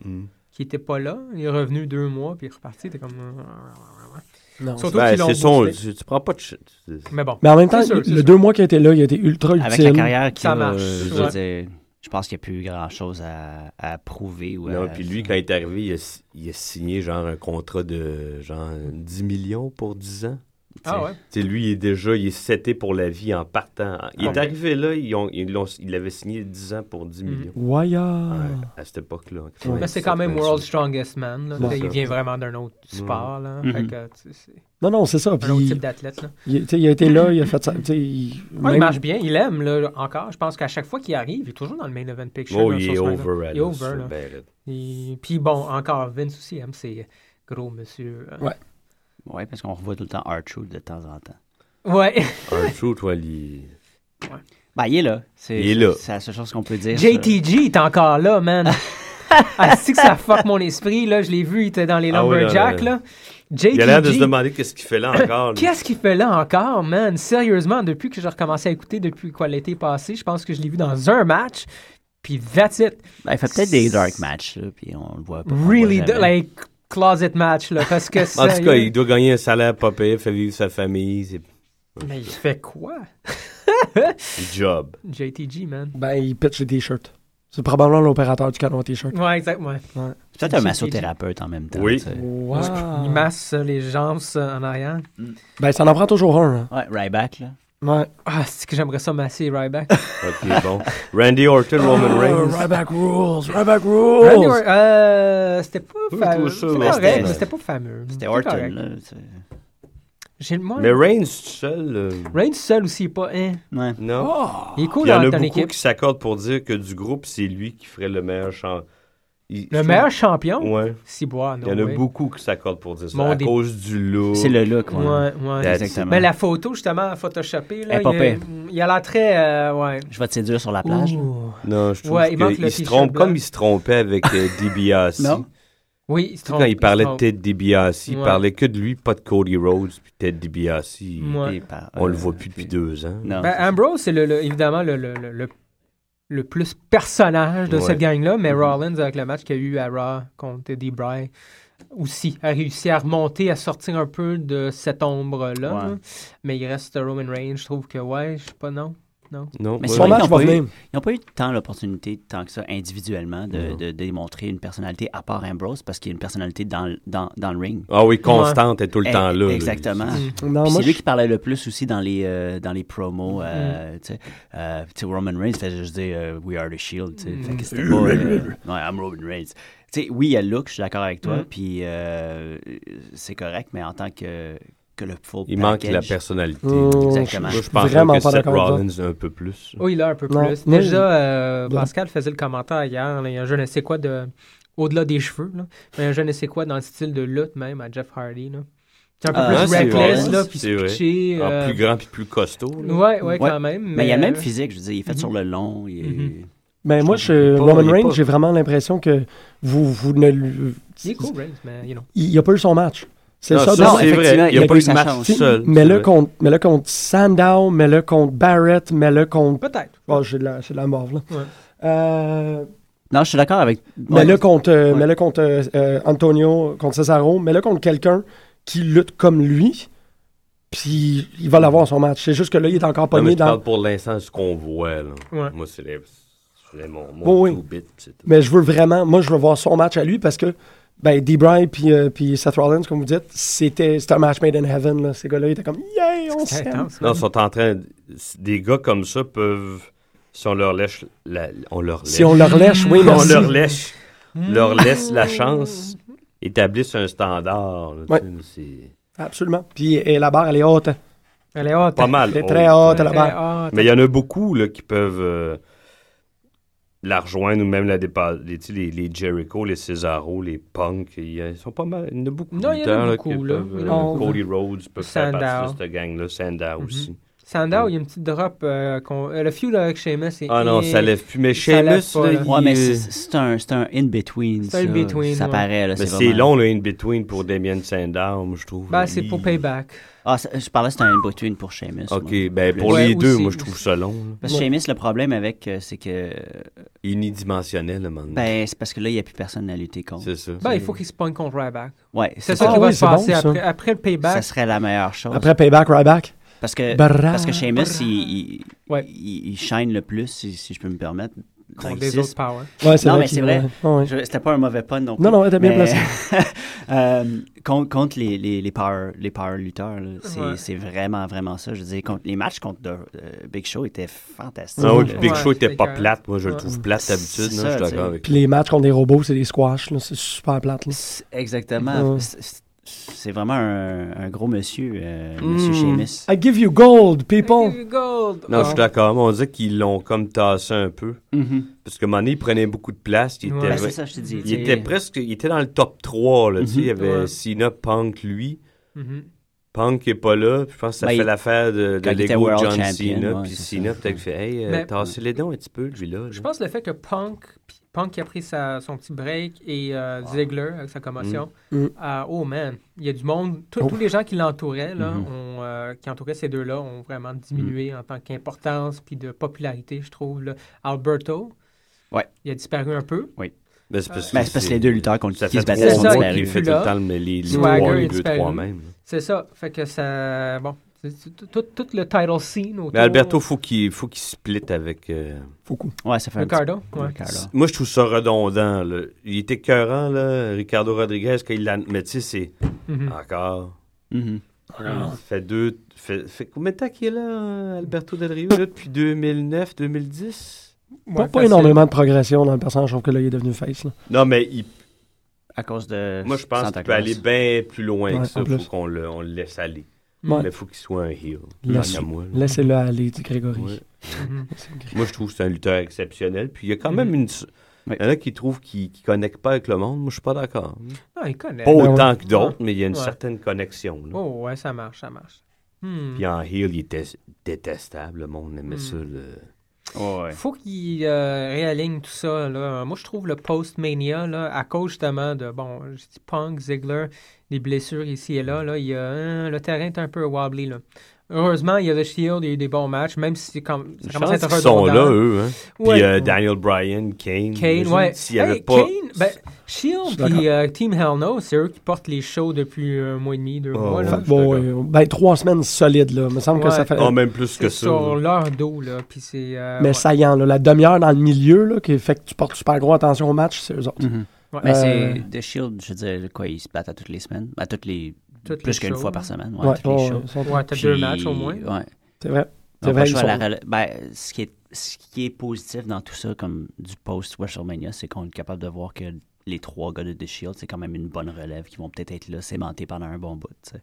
[SPEAKER 5] qu'il était pas là. Il est revenu deux mois, puis il est reparti. T'es comme... euh,
[SPEAKER 4] non,
[SPEAKER 5] Surtout
[SPEAKER 6] Ben,
[SPEAKER 5] qu'ils l'ont
[SPEAKER 6] c'est son-
[SPEAKER 5] boosté.
[SPEAKER 6] tu, tu prends pas de shit. C'est-
[SPEAKER 5] Mais bon.
[SPEAKER 4] Mais en même temps,
[SPEAKER 5] C'est sûr,
[SPEAKER 4] le
[SPEAKER 5] c'est
[SPEAKER 4] le
[SPEAKER 5] sûr.
[SPEAKER 4] deux mois qu'il était là, il a été ultra utile.
[SPEAKER 7] Avec la carrière qui
[SPEAKER 5] Ça marche,
[SPEAKER 7] je
[SPEAKER 5] ouais.
[SPEAKER 7] veux dire, je pense qu'il n'y a plus grand-chose à, à prouver. Ou à-
[SPEAKER 6] Non, puis lui, quand il est arrivé, il a, si- il a signé genre un contrat de genre 10 millions pour 10 ans.
[SPEAKER 5] Ah ouais?
[SPEAKER 6] Tu sais, lui, il est déjà, il est seté pour la vie en partant. Il
[SPEAKER 5] Ouais.
[SPEAKER 6] est arrivé là, ils ont- ils l'ont- il avait signé 10 ans pour 10 millions.
[SPEAKER 4] Waya.
[SPEAKER 6] Ouais, à cette époque-là. en
[SPEAKER 4] Ouais.
[SPEAKER 5] Mm. Ah. Mais c'est quand même
[SPEAKER 6] 97.
[SPEAKER 5] World Strongest Man. là.
[SPEAKER 4] Ouais.
[SPEAKER 5] Il vient vraiment d'un autre
[SPEAKER 6] Mm.
[SPEAKER 5] sport. Là.
[SPEAKER 7] Mhm.
[SPEAKER 5] Fait que, tu sais, c'est
[SPEAKER 4] Non, non, c'est ça. Puis,
[SPEAKER 5] un autre type d'athlète. là.
[SPEAKER 4] il, tu sais, il a été là, il a fait ça. tu sais, Il,
[SPEAKER 5] Ouais, il
[SPEAKER 4] même-
[SPEAKER 5] marche bien, il aime là, encore. Je pense qu'à chaque fois qu'il arrive, il est toujours dans le main event picture.
[SPEAKER 6] Oh,
[SPEAKER 5] là,
[SPEAKER 6] il
[SPEAKER 5] sur
[SPEAKER 6] est
[SPEAKER 5] ce main-là.
[SPEAKER 6] over. Ben,
[SPEAKER 5] Il
[SPEAKER 6] Il
[SPEAKER 5] est over, là. Il- Puis bon, encore Vince aussi aime ses gros monsieur. euh.
[SPEAKER 4] Ouais.
[SPEAKER 7] Oui, parce qu'on revoit tout le temps R-Truth de temps en temps.
[SPEAKER 5] Ouais.
[SPEAKER 6] Un show, toi, il...
[SPEAKER 7] Ben, il est là. C'est,
[SPEAKER 6] Il est là.
[SPEAKER 7] C'est la seule chose qu'on peut
[SPEAKER 6] euh,
[SPEAKER 7] dire.
[SPEAKER 5] JTG est encore là, man. Ah, c'est que ça fuck mon esprit, là. Je l'ai vu, il était dans les
[SPEAKER 6] Ah oui,
[SPEAKER 5] Lumberjacks,
[SPEAKER 6] là,
[SPEAKER 5] là. JTG.
[SPEAKER 6] il a l'air de se demander qu'est-ce qu'il fait là encore. lui.
[SPEAKER 5] Qu'est-ce qu'il fait là encore, man? Sérieusement, depuis que j'ai recommencé à écouter, depuis quoi l'été passé, je pense que je l'ai vu dans un match. Puis that's it.
[SPEAKER 7] Ça. Ben, il fait peut-être des dark matchs, là, puis on le voit pas. on le voit
[SPEAKER 5] Really,
[SPEAKER 7] jamais.
[SPEAKER 5] do- like, closet match, là. Parce que
[SPEAKER 6] En tout cas,
[SPEAKER 5] sérieux-
[SPEAKER 6] il doit gagner un salaire pas payé, fait vivre sa famille, c'est
[SPEAKER 5] Mais il fait quoi?
[SPEAKER 6] c'est job.
[SPEAKER 5] JTG, man.
[SPEAKER 4] Ben, il pitch les t-shirts. C'est probablement l'opérateur du canon t-shirt.
[SPEAKER 5] Ouais, exactement.
[SPEAKER 7] C'est peut-être un
[SPEAKER 5] JTG.
[SPEAKER 7] massothérapeute en même temps.
[SPEAKER 6] Oui.
[SPEAKER 7] tu sais.
[SPEAKER 5] Il masse euh, les jambes euh, en arrière.
[SPEAKER 4] Ben, ça en prend toujours un. hein.
[SPEAKER 7] Ouais, Ryback, là.
[SPEAKER 4] Ouais.
[SPEAKER 5] Ah, c'est que j'aimerais ça masser Ryback.
[SPEAKER 6] Ok, bon. Randy Orton, Roman
[SPEAKER 5] Ah,
[SPEAKER 6] Reigns.
[SPEAKER 4] Ryback rules, Ryback
[SPEAKER 6] Oh,
[SPEAKER 5] Randy Or-
[SPEAKER 4] rules.
[SPEAKER 5] euh, c'était pas
[SPEAKER 6] Oui,
[SPEAKER 5] fameux.
[SPEAKER 6] tout ça,
[SPEAKER 5] C'était
[SPEAKER 6] là,
[SPEAKER 5] correct,
[SPEAKER 7] c'était-
[SPEAKER 5] mais c'était pas fameux.
[SPEAKER 7] C'était Orton,
[SPEAKER 5] correct.
[SPEAKER 7] là. tu sais.
[SPEAKER 5] J'ai le moins.
[SPEAKER 6] Mais Reigns tout seul, euh,
[SPEAKER 5] Reigns seul aussi, il est pas. hein.
[SPEAKER 7] Ouais.
[SPEAKER 6] non.
[SPEAKER 5] Il est
[SPEAKER 6] Il
[SPEAKER 5] cool
[SPEAKER 6] y en
[SPEAKER 5] oh, dans
[SPEAKER 6] a
[SPEAKER 5] ton
[SPEAKER 6] beaucoup
[SPEAKER 5] équipe.
[SPEAKER 6] qui s'accordent pour dire que du groupe, c'est lui qui ferait le meilleur chant.
[SPEAKER 5] Le meilleur champion,
[SPEAKER 6] Ouais.
[SPEAKER 5] Ciboire,
[SPEAKER 6] Il
[SPEAKER 5] non.
[SPEAKER 6] y en a
[SPEAKER 5] ouais.
[SPEAKER 6] beaucoup qui s'accordent pour dire ça.
[SPEAKER 5] Mon
[SPEAKER 6] à
[SPEAKER 5] dé-
[SPEAKER 6] cause du look.
[SPEAKER 7] C'est le look, ouais.
[SPEAKER 5] Ouais, ouais.
[SPEAKER 6] La-
[SPEAKER 7] Exactement.
[SPEAKER 5] Mais la photo, justement, photoshopée, là,
[SPEAKER 7] Elle est pas
[SPEAKER 5] il,
[SPEAKER 7] pire.
[SPEAKER 5] a, il a l'air très. euh, ouais.
[SPEAKER 7] Je vais te séduire sur la plage. là.
[SPEAKER 5] Ouh.
[SPEAKER 6] Non, je trouve
[SPEAKER 5] Ouais, il manque
[SPEAKER 6] qu'il
[SPEAKER 5] le
[SPEAKER 6] se
[SPEAKER 5] t-shirt
[SPEAKER 6] trompe
[SPEAKER 5] blanc.
[SPEAKER 6] comme il se trompait avec euh, DiBiase.
[SPEAKER 7] Non.
[SPEAKER 5] Oui, il se
[SPEAKER 6] Tu sais,
[SPEAKER 5] trompe.
[SPEAKER 6] quand il parlait
[SPEAKER 5] se
[SPEAKER 6] de
[SPEAKER 5] trompe.
[SPEAKER 6] Ted DiBiase, il
[SPEAKER 5] Ouais.
[SPEAKER 6] parlait que de lui, pas de Cody Rhodes, puis Ted DiBiase. il-
[SPEAKER 5] Ouais.
[SPEAKER 7] Et par-
[SPEAKER 6] On le
[SPEAKER 7] euh,
[SPEAKER 6] voit plus depuis
[SPEAKER 7] puis-
[SPEAKER 6] deux ans.
[SPEAKER 7] Non.
[SPEAKER 5] Ben, Ambrose, c'est le, le- évidemment le, le- le- le le plus personnage de
[SPEAKER 6] Ouais. Mm-hmm.
[SPEAKER 5] cette gang-là, mais Rollins, avec le match qu'il y a eu à Raw contre Eddie Bray, aussi a réussi à remonter, à sortir un peu de cette ombre-là.
[SPEAKER 7] Ouais.
[SPEAKER 5] là. Mais il reste Roman Reigns, je trouve que, ouais, je sais pas, non. Non.
[SPEAKER 6] Non,
[SPEAKER 7] Mais
[SPEAKER 6] ouais.
[SPEAKER 7] c'est vrai
[SPEAKER 4] match
[SPEAKER 7] qu'ils n'ont
[SPEAKER 4] va
[SPEAKER 7] pas, eu-
[SPEAKER 4] venir.
[SPEAKER 7] ils n'ont pas eu tant l'opportunité, tant que ça, individuellement, de, de démontrer une personnalité à part Ambrose parce qu'il y a une personnalité dans, le- dans, dans le ring.
[SPEAKER 6] Ah oui, constante est tout le
[SPEAKER 7] Eh,
[SPEAKER 6] temps là, là.
[SPEAKER 7] Exactement.
[SPEAKER 5] Mm.
[SPEAKER 6] Ah,
[SPEAKER 4] Non,
[SPEAKER 7] Puis
[SPEAKER 4] moi,
[SPEAKER 7] c'est lui
[SPEAKER 4] je-
[SPEAKER 7] qui parlait le plus aussi dans les, euh, dans les
[SPEAKER 6] Mm-hmm.
[SPEAKER 7] promos. euh, tu sais. Euh, tu sais, Roman Reigns fait juste dire euh, We are the Shield. tu sais. Fait que c'était pas. euh, ouais, I'm Roman Reigns. Tu sais, oui, il y a le look, je suis d'accord avec toi.
[SPEAKER 6] Mm-hmm.
[SPEAKER 5] Mm.
[SPEAKER 7] Puis euh, c'est correct, mais en tant que, que le full.
[SPEAKER 6] Il manque la
[SPEAKER 7] package,
[SPEAKER 6] personnalité.
[SPEAKER 5] Oh,
[SPEAKER 4] Mmh.
[SPEAKER 7] Exactement.
[SPEAKER 6] Moi, je pense
[SPEAKER 4] Vraiment
[SPEAKER 6] que
[SPEAKER 4] pas
[SPEAKER 6] Seth
[SPEAKER 4] d'accord avec toi.
[SPEAKER 6] Rollins un peu plus.
[SPEAKER 5] Oui, là, un peu
[SPEAKER 4] Non.
[SPEAKER 5] plus.
[SPEAKER 4] Moi,
[SPEAKER 5] Déjà, euh,
[SPEAKER 4] Blanc.
[SPEAKER 5] Pascal faisait le commentaire hier, là, il y a un je ne sais quoi de. Au-delà des cheveux, là. Mais un je ne sais quoi dans le style de lutte, même, à Jeff Hardy, là. C'est un peu
[SPEAKER 7] Ah,
[SPEAKER 5] plus
[SPEAKER 7] c'est
[SPEAKER 5] reckless,
[SPEAKER 7] vrai.
[SPEAKER 5] là, puis
[SPEAKER 6] C'est vrai.
[SPEAKER 5] pitché.
[SPEAKER 6] Ah,
[SPEAKER 5] euh,
[SPEAKER 6] plus grand puis plus costaud. là.
[SPEAKER 5] Ouais, ouais,
[SPEAKER 7] Ouais.
[SPEAKER 5] quand même. Mais,
[SPEAKER 7] Mais il y a le même
[SPEAKER 5] euh,
[SPEAKER 7] physique, je veux dire, il est fait
[SPEAKER 6] Mm-hmm.
[SPEAKER 5] Mhm.
[SPEAKER 7] sur le long. Il est...
[SPEAKER 5] Mhm.
[SPEAKER 4] ben, moi, je,
[SPEAKER 6] pas- il
[SPEAKER 4] Roman
[SPEAKER 6] est
[SPEAKER 4] Reigns,
[SPEAKER 6] pas-
[SPEAKER 4] j'ai vraiment l'impression que vous, vous ne. lui-
[SPEAKER 5] Il est cool, Reigns, mais, you know.
[SPEAKER 4] Il n'a pas eu son match. C'est
[SPEAKER 6] Non,
[SPEAKER 4] ça,
[SPEAKER 6] ça,
[SPEAKER 4] dans-
[SPEAKER 6] c'est
[SPEAKER 7] effectivement,
[SPEAKER 6] vrai. Il n'y
[SPEAKER 7] il
[SPEAKER 6] a
[SPEAKER 7] a
[SPEAKER 6] pas
[SPEAKER 7] eu
[SPEAKER 6] eu de
[SPEAKER 7] sa
[SPEAKER 6] match
[SPEAKER 7] chance.
[SPEAKER 6] seul.
[SPEAKER 4] Mets-le
[SPEAKER 6] c'est
[SPEAKER 4] contre, mets-le contre Sandow, mets-le contre Barrett, mets-le contre.
[SPEAKER 5] Peut-être.
[SPEAKER 4] Oh, j'ai de la, j'ai de la morve, là.
[SPEAKER 5] Ouais.
[SPEAKER 4] Euh,
[SPEAKER 7] Non, je suis d'accord avec.
[SPEAKER 4] mets-le contre, euh,
[SPEAKER 7] Ouais.
[SPEAKER 4] mets-le contre euh, euh, Antonio, contre Cesaro, mets-le contre quelqu'un qui lutte comme lui, puis il va l'avoir son match. C'est juste que là, il est encore
[SPEAKER 6] Non, mais
[SPEAKER 4] pogné
[SPEAKER 6] je
[SPEAKER 4] dans.
[SPEAKER 6] parle pour l'instant de ce qu'on voit. Là.
[SPEAKER 5] Ouais.
[SPEAKER 6] Moi, c'est les... c'est mon, mon
[SPEAKER 4] Oh, oui.
[SPEAKER 6] two bit, c'est tout.
[SPEAKER 4] Mais je veux vraiment, moi, je veux voir son match à lui parce que, ben, D-Bry puis, euh, puis Seth Rollins, comme vous dites, c'était, c'était un match made in heaven. Là. Ces gars-là, ils étaient comme, yeah, on
[SPEAKER 5] C'est
[SPEAKER 4] s'aime.
[SPEAKER 5] intense.
[SPEAKER 6] Non, ils sont en train... de- Des gars comme ça peuvent... Si on leur lèche... la- On leur lèche.
[SPEAKER 4] Si on leur lèche, oui,
[SPEAKER 6] on
[SPEAKER 4] merci. Mm.
[SPEAKER 6] leur laisse, leur laisse la chance, établissent un standard. là, tu
[SPEAKER 4] Ouais.
[SPEAKER 6] sais, c'est
[SPEAKER 4] Absolument. Puis et la barre, elle est haute.
[SPEAKER 5] Elle est haute.
[SPEAKER 6] pas mal.
[SPEAKER 4] Elle est
[SPEAKER 6] haut,
[SPEAKER 4] très haute, la
[SPEAKER 6] ouais.
[SPEAKER 5] Elle est
[SPEAKER 4] barre.
[SPEAKER 5] haute.
[SPEAKER 6] Mais il y en a beaucoup là, qui peuvent euh, la rejoindre ou même la dépasser. Les, tu sais, les, les Jericho, les Cesaro, les Punk, ils, euh, sont pas mal. Il y en a beaucoup.
[SPEAKER 5] Non, il y en a
[SPEAKER 6] lutteurs, là,
[SPEAKER 5] beaucoup,
[SPEAKER 6] qui
[SPEAKER 5] là.
[SPEAKER 6] peuvent,
[SPEAKER 5] Il y
[SPEAKER 6] euh,
[SPEAKER 5] en
[SPEAKER 4] a
[SPEAKER 6] Cody Rhodes peut faire partie
[SPEAKER 5] Sandow. Mhm.
[SPEAKER 6] de cette gang-là. Sandow aussi.
[SPEAKER 5] Sandow, il y a une petite drop. euh, qu'on- euh, le feud avec Sheamus. c'est-
[SPEAKER 6] Ah non,
[SPEAKER 5] et-
[SPEAKER 6] ça lève plus. Mais
[SPEAKER 5] Ça lève
[SPEAKER 6] Sheamus,
[SPEAKER 5] pas,
[SPEAKER 6] là,
[SPEAKER 5] là.
[SPEAKER 6] il-
[SPEAKER 7] Ouais, mais c'est- c'est un, c'est un in-between.
[SPEAKER 5] C'est un
[SPEAKER 7] ça.
[SPEAKER 5] in-between,
[SPEAKER 7] Ça
[SPEAKER 5] ouais.
[SPEAKER 7] paraît, là.
[SPEAKER 6] mais c'est
[SPEAKER 7] vraiment-
[SPEAKER 6] long, le in-between pour Damien Sandow, moi, je trouve.
[SPEAKER 5] Ben, c'est pour
[SPEAKER 6] Il-
[SPEAKER 5] payback.
[SPEAKER 7] Ah, ça- je parlais, c'était un in-between pour Seamus.
[SPEAKER 6] OK,
[SPEAKER 7] moi.
[SPEAKER 6] ben pour
[SPEAKER 5] Ouais,
[SPEAKER 6] les deux,
[SPEAKER 5] aussi,
[SPEAKER 6] moi, je trouve ça long. là.
[SPEAKER 7] Parce que Seamus, le problème avec, euh, c'est que.
[SPEAKER 6] Unidimensionnel, le moment.
[SPEAKER 7] Ben, c'est parce que là, il n'y a plus personne à lutter contre.
[SPEAKER 6] c'est ça.
[SPEAKER 5] Ben, il faut qu'il se pogne contre Ryback.
[SPEAKER 7] Ouais,
[SPEAKER 5] C'est
[SPEAKER 7] c'est
[SPEAKER 5] ça
[SPEAKER 7] ça.
[SPEAKER 4] Ah
[SPEAKER 5] qui va
[SPEAKER 4] oui,
[SPEAKER 5] se
[SPEAKER 4] c'est bon,
[SPEAKER 5] passer
[SPEAKER 4] ça.
[SPEAKER 5] après, après le
[SPEAKER 7] Ça
[SPEAKER 5] payback.
[SPEAKER 7] serait la meilleure chose.
[SPEAKER 4] Après payback, right back.
[SPEAKER 7] parce que,
[SPEAKER 4] Barra-
[SPEAKER 7] parce que Seamus, il, il,
[SPEAKER 5] Ouais.
[SPEAKER 7] il, il shine le plus, si, si je peux me permettre. dans
[SPEAKER 5] contre
[SPEAKER 7] le
[SPEAKER 5] les
[SPEAKER 7] six.
[SPEAKER 5] autres powers.
[SPEAKER 4] Ouais, c'est
[SPEAKER 7] Non,
[SPEAKER 4] vrai
[SPEAKER 7] mais
[SPEAKER 4] qu'il-
[SPEAKER 7] c'est vrai.
[SPEAKER 4] ouais, ouais.
[SPEAKER 7] Je- C'était pas un mauvais pun non plus.
[SPEAKER 4] Non, non, elle était bien
[SPEAKER 7] mais-
[SPEAKER 4] placée.
[SPEAKER 7] Euh, contre, contre les, les, les power, les power lutteurs, là, c'est
[SPEAKER 5] Ouais.
[SPEAKER 7] c'est vraiment, vraiment ça. Je veux dire, contre, les matchs contre The- euh, Big Show étaient fantastiques.
[SPEAKER 6] Ah oui,
[SPEAKER 7] là.
[SPEAKER 6] puis Big
[SPEAKER 5] Ouais,
[SPEAKER 6] Show était
[SPEAKER 5] c'est
[SPEAKER 6] pas
[SPEAKER 5] correct.
[SPEAKER 6] plate. Moi, je le
[SPEAKER 5] Ouais.
[SPEAKER 6] trouve plate d'habitude.
[SPEAKER 7] C'est
[SPEAKER 6] non,
[SPEAKER 7] ça,
[SPEAKER 6] Je suis
[SPEAKER 7] tu
[SPEAKER 6] d'accord
[SPEAKER 7] sais.
[SPEAKER 6] avec
[SPEAKER 4] Puis les matchs contre des robots, c'est des squash. là. C'est super plate. là.
[SPEAKER 7] C'est- Exactement.
[SPEAKER 4] Ouais.
[SPEAKER 7] C'est- c'est- C'est vraiment un, un gros monsieur, euh, monsieur
[SPEAKER 6] Mm.
[SPEAKER 7] Sheamus.
[SPEAKER 4] I give you gold, people.
[SPEAKER 5] Give you gold.
[SPEAKER 6] Non, je suis
[SPEAKER 5] Ah.
[SPEAKER 6] d'accord. mais On dit qu'ils l'ont comme tassé un peu.
[SPEAKER 4] Mm-hmm.
[SPEAKER 7] Mhm.
[SPEAKER 6] Parce que Mané, il prenait beaucoup de place. Il,
[SPEAKER 5] Ouais.
[SPEAKER 6] était,
[SPEAKER 7] Ben, c'est ça, je te dis.
[SPEAKER 6] il était presque. Il était dans le top 3. Là, tu sais, Il y avait
[SPEAKER 5] Mhm. Ouais.
[SPEAKER 6] Cena, Punk, lui.
[SPEAKER 5] Mhm.
[SPEAKER 6] Punk n'est pas là. puis Je pense que ça
[SPEAKER 7] Ben,
[SPEAKER 6] fait
[SPEAKER 7] il-
[SPEAKER 6] l'affaire de, de
[SPEAKER 7] quand il était
[SPEAKER 6] l'ego de
[SPEAKER 7] World
[SPEAKER 6] John
[SPEAKER 7] Champion,
[SPEAKER 6] Cena.
[SPEAKER 7] ouais,
[SPEAKER 6] puis
[SPEAKER 7] c'est
[SPEAKER 6] Cena,
[SPEAKER 7] ça.
[SPEAKER 6] peut-être, fait Hey, euh,
[SPEAKER 5] Mais-
[SPEAKER 6] tassez les dents un petit peu, lui-là. là.
[SPEAKER 5] Ben, Je pense que le fait que Punk, puis Punk qui a pris sa- son petit break et euh, Ziggler avec sa commotion,
[SPEAKER 4] Mm. Mm.
[SPEAKER 5] euh, oh man, il y a du monde, tous-
[SPEAKER 4] Oh. Mm-hmm.
[SPEAKER 5] tous les gens qui l'entouraient, là,
[SPEAKER 7] Mhm.
[SPEAKER 5] ont, euh, qui entouraient ces deux-là, ont vraiment diminué
[SPEAKER 4] Mm.
[SPEAKER 5] en tant qu'importance puis de popularité, je trouve. là. Alberto,
[SPEAKER 7] Ouais.
[SPEAKER 5] il a disparu un peu.
[SPEAKER 6] Ben, c'est parce,
[SPEAKER 7] Ben, c'est parce que les deux lutteurs contre
[SPEAKER 6] Ça
[SPEAKER 7] qui
[SPEAKER 6] fait
[SPEAKER 7] se
[SPEAKER 6] trois
[SPEAKER 7] battaient
[SPEAKER 5] trois
[SPEAKER 7] sont
[SPEAKER 5] mois
[SPEAKER 6] mois
[SPEAKER 5] disparus.
[SPEAKER 6] qu'il
[SPEAKER 7] disparus.
[SPEAKER 6] fait tout le temps les, les, les
[SPEAKER 5] Swagger
[SPEAKER 6] trois, les
[SPEAKER 5] est
[SPEAKER 6] deux,
[SPEAKER 5] disparu.
[SPEAKER 6] trois mêmes. là.
[SPEAKER 5] C'est ça, fait que ça, bon, c'est- c'est tout, tout- tout le title scene autour.
[SPEAKER 6] Mais Alberto, faut qu'il faut qu'il split avec. euh,
[SPEAKER 4] Foucault.
[SPEAKER 7] Ouais, ça fait un petit-
[SPEAKER 5] Ricardo, ouais.
[SPEAKER 7] Ricardo.
[SPEAKER 6] Moi, je trouve ça redondant. là. Il était écœurant, là, Ricardo Rodriguez, quand il l'a. Mais tu sais, c'est
[SPEAKER 4] Mmh.
[SPEAKER 5] Mhm.
[SPEAKER 4] Ah.
[SPEAKER 6] encore.
[SPEAKER 7] Mhm.
[SPEAKER 6] Ça fait deux. Fait, fait combien de temps qu'il est là, euh, Alberto Del Rio, là, depuis 2009, 2010
[SPEAKER 5] Ouais,
[SPEAKER 4] Pas, pas
[SPEAKER 5] facile.
[SPEAKER 4] énormément de progression dans le personnage, sauf que là, il est devenu face. là.
[SPEAKER 6] Non, mais il-
[SPEAKER 7] À cause de.
[SPEAKER 6] moi, je pense
[SPEAKER 7] Santa
[SPEAKER 6] qu'il peut aller
[SPEAKER 7] Claus.
[SPEAKER 6] bien plus loin
[SPEAKER 4] Ouais,
[SPEAKER 6] que ça.
[SPEAKER 4] en plus.
[SPEAKER 6] faut qu'on le, on le laisse aller.
[SPEAKER 4] Ouais.
[SPEAKER 6] Mais faut qu'il soit un heel.
[SPEAKER 4] Laisse-
[SPEAKER 6] tant qu'à moi, là.
[SPEAKER 4] Laissez-le aller, dit Grégory.
[SPEAKER 6] Mm. Ouais.
[SPEAKER 5] Mhm.
[SPEAKER 4] C'est Grégory.
[SPEAKER 6] Moi, je trouve que c'est un lutteur exceptionnel. Puis il y a
[SPEAKER 4] Mmh.
[SPEAKER 6] quand même une.
[SPEAKER 7] Oui.
[SPEAKER 6] Il y en a qui trouvent qu'il ne connecte pas avec le monde. Moi, je suis pas d'accord.
[SPEAKER 5] Non, Ah, il connaît.
[SPEAKER 6] Pas
[SPEAKER 4] Mmh. Ben ouais.
[SPEAKER 6] autant que d'autres, mais il y a une
[SPEAKER 5] Ouais.
[SPEAKER 6] certaine connexion. là.
[SPEAKER 5] Oh ouais, ça marche, ça marche. Hmm.
[SPEAKER 6] Puis en heel, il était détestable. Le monde
[SPEAKER 4] Mmh.
[SPEAKER 6] aimait
[SPEAKER 5] Mm.
[SPEAKER 6] ça. le-
[SPEAKER 7] Ouais, ouais.
[SPEAKER 5] faut qu'il euh, réaligne tout ça. Là. Moi, je trouve le post-mania, là, à cause justement de, bon, je dis Punk, Ziggler, les blessures ici et là, là il y a, hein, le terrain est un peu wobbly. Là. Heureusement, il y a le Shield, il y a eu des bons matchs, même si quand, ça
[SPEAKER 6] Je
[SPEAKER 5] commence à
[SPEAKER 6] pense
[SPEAKER 5] être
[SPEAKER 6] qu'ils sont
[SPEAKER 5] redondant.
[SPEAKER 6] là, eux. Hein?
[SPEAKER 5] Ouais.
[SPEAKER 6] Puis euh, Daniel Bryan,
[SPEAKER 5] Kane,
[SPEAKER 6] Kane. imagine
[SPEAKER 5] ouais.
[SPEAKER 6] S'il n'y avait
[SPEAKER 5] Hey,
[SPEAKER 6] pas.
[SPEAKER 5] Kane, ben, Shield
[SPEAKER 4] d'accord.
[SPEAKER 5] puis euh, Team Hell No, c'est eux qui portent les shows depuis euh, un mois et demi, deux
[SPEAKER 6] Oh,
[SPEAKER 5] mois.
[SPEAKER 6] ouais.
[SPEAKER 5] Là.
[SPEAKER 6] Je suis
[SPEAKER 4] Bon, euh, ben, trois semaines solides, là. Il me semble que
[SPEAKER 5] Ouais.
[SPEAKER 4] ça fait.
[SPEAKER 6] Ah, même plus que
[SPEAKER 5] euh, C'est
[SPEAKER 6] ça.
[SPEAKER 5] sur leur dos, là. Puis c'est. euh,
[SPEAKER 4] mais
[SPEAKER 5] ouais.
[SPEAKER 4] saillant, là, la demi-heure dans le milieu, là, qui fait que tu portes super gros attention au match, c'est eux autres.
[SPEAKER 6] Mm.
[SPEAKER 7] Mhm.
[SPEAKER 5] Ouais.
[SPEAKER 7] Mais
[SPEAKER 4] Euh,
[SPEAKER 7] c'est The Shield, je veux dire, quoi, ils se battent à toutes les semaines, à toutes les
[SPEAKER 5] Toutes
[SPEAKER 7] plus
[SPEAKER 5] les
[SPEAKER 7] qu'une
[SPEAKER 5] shows,
[SPEAKER 7] fois
[SPEAKER 5] là.
[SPEAKER 7] par semaine, ouais,
[SPEAKER 4] Ouais,
[SPEAKER 7] toutes les
[SPEAKER 4] ouais,
[SPEAKER 7] shows.
[SPEAKER 4] ils sont-
[SPEAKER 5] Ouais, t'as deux
[SPEAKER 7] Puis,
[SPEAKER 5] matchs au moins.
[SPEAKER 7] Ouais.
[SPEAKER 4] C'est vrai. vrai,
[SPEAKER 7] Donc, pas le
[SPEAKER 4] ils
[SPEAKER 7] choix à
[SPEAKER 4] sont-
[SPEAKER 7] la rela- ben, ce, qui est, ce qui est positif dans tout ça, comme du post-WrestleMania, c'est qu'on est capable de voir que les trois gars de The Shield, c'est quand même une bonne relève qui vont peut-être être là, sémentés pendant un bon bout, tu sais,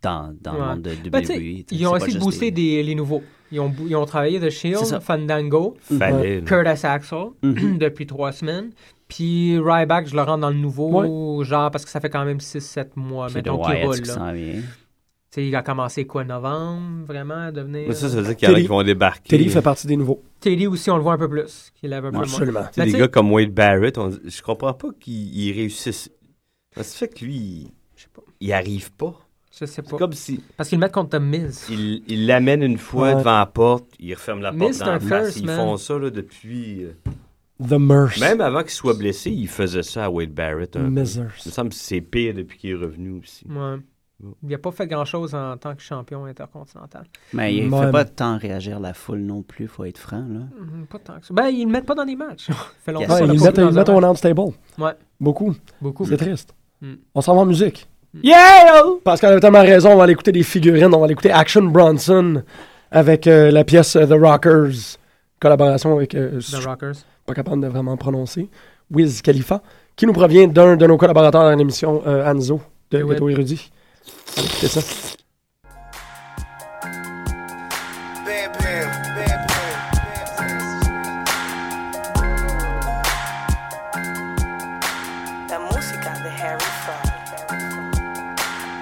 [SPEAKER 7] dans, dans le
[SPEAKER 5] Ouais.
[SPEAKER 7] monde de WWE.
[SPEAKER 5] Ben, tu sais,
[SPEAKER 7] tu sais,
[SPEAKER 5] ils ont
[SPEAKER 7] c'est pas
[SPEAKER 5] essayé de
[SPEAKER 7] juste
[SPEAKER 5] booster
[SPEAKER 7] des-
[SPEAKER 5] des- les nouveaux. Ils ont, bou- ils ont travaillé The Shield,
[SPEAKER 7] C'est ça. Mm-hmm.
[SPEAKER 5] Fandango,
[SPEAKER 6] Fallait. là.
[SPEAKER 5] Curtis Axel depuis trois semaines. Puis Ryback, je le rends dans le nouveau, genre parce que ça fait quand même 6-7 mois
[SPEAKER 7] C'est de
[SPEAKER 5] mettons, qu'il
[SPEAKER 7] Wyatt
[SPEAKER 5] roule.
[SPEAKER 7] qui
[SPEAKER 5] Là.
[SPEAKER 7] s'en vient.
[SPEAKER 5] Tu sais, Il a commencé quoi, novembre, vraiment, à devenir. euh,
[SPEAKER 6] Mais ça, ça veut dire qu'il y en a
[SPEAKER 4] Teddy-
[SPEAKER 6] qui vont débarquer.
[SPEAKER 4] Teddy fait partie des nouveaux.
[SPEAKER 5] Teddy aussi, on le voit un peu plus. qu'il avait un peu moins.
[SPEAKER 4] Absolument.
[SPEAKER 6] Tu sais,
[SPEAKER 5] Mais
[SPEAKER 6] des
[SPEAKER 5] tu
[SPEAKER 6] gars
[SPEAKER 5] sais-
[SPEAKER 6] comme Wade Barrett, on- je comprends pas qu'ils ils réussissent. Ça se fait que lui, il-
[SPEAKER 5] Je sais pas.
[SPEAKER 6] il arrive pas.
[SPEAKER 5] Je sais pas.
[SPEAKER 6] C'est comme si
[SPEAKER 5] Parce qu'ils le mettent contre The Miz.
[SPEAKER 6] il il l'amène une fois
[SPEAKER 4] Ouais.
[SPEAKER 6] devant la porte, il referme la
[SPEAKER 5] Mais
[SPEAKER 6] porte
[SPEAKER 5] c'est
[SPEAKER 6] dans
[SPEAKER 5] un
[SPEAKER 6] la face.
[SPEAKER 5] first,
[SPEAKER 6] Ils
[SPEAKER 5] man.
[SPEAKER 6] font ça là, depuis. euh,
[SPEAKER 4] The Merce.
[SPEAKER 6] Même avant qu'il soit blessé, il faisait ça à Wade Barrett. Un peu.
[SPEAKER 4] Misers.
[SPEAKER 6] Il me semble que c'est pire depuis qu'il est revenu aussi.
[SPEAKER 5] Ouais.
[SPEAKER 7] Oh.
[SPEAKER 5] Il n'a pas fait grand-chose en tant que champion intercontinental.
[SPEAKER 7] Mais il ne
[SPEAKER 4] Ouais,
[SPEAKER 7] fait pas
[SPEAKER 4] mais-
[SPEAKER 7] tant réagir la foule non plus, faut être franc. Là.
[SPEAKER 5] Mhm, Pas tant que ça. Ben, ils ne le mettent pas dans les matchs. Ça fait longtemps
[SPEAKER 7] Ouais,
[SPEAKER 5] qu'on
[SPEAKER 4] ils
[SPEAKER 5] l'a
[SPEAKER 4] le
[SPEAKER 5] pas
[SPEAKER 4] mettent, ils
[SPEAKER 5] vu dans
[SPEAKER 4] le
[SPEAKER 5] un
[SPEAKER 4] mettent au
[SPEAKER 5] match.
[SPEAKER 4] roundtable.
[SPEAKER 5] Ouais.
[SPEAKER 4] Beaucoup.
[SPEAKER 5] Beaucoup.
[SPEAKER 4] C'est triste.
[SPEAKER 5] Mm.
[SPEAKER 4] On s'en va en musique.
[SPEAKER 7] Yeah!
[SPEAKER 4] Parce qu'on avait tellement raison, on va aller écouter des figurines. On va aller écouter Action Bronson avec euh, la pièce euh, The Rockers. Collaboration avec. euh, je
[SPEAKER 5] The
[SPEAKER 4] suis
[SPEAKER 5] Rockers.
[SPEAKER 4] pas capable de vraiment prononcer. Wiz Khalifa. Qui nous provient d'un de nos collaborateurs à l'émission, euh, Anzo, de
[SPEAKER 5] Ouais.
[SPEAKER 4] Ghetto Érudit. On va écouter ça.
[SPEAKER 1] Bam, bam, bam, bam.
[SPEAKER 8] La música de Harry Fry.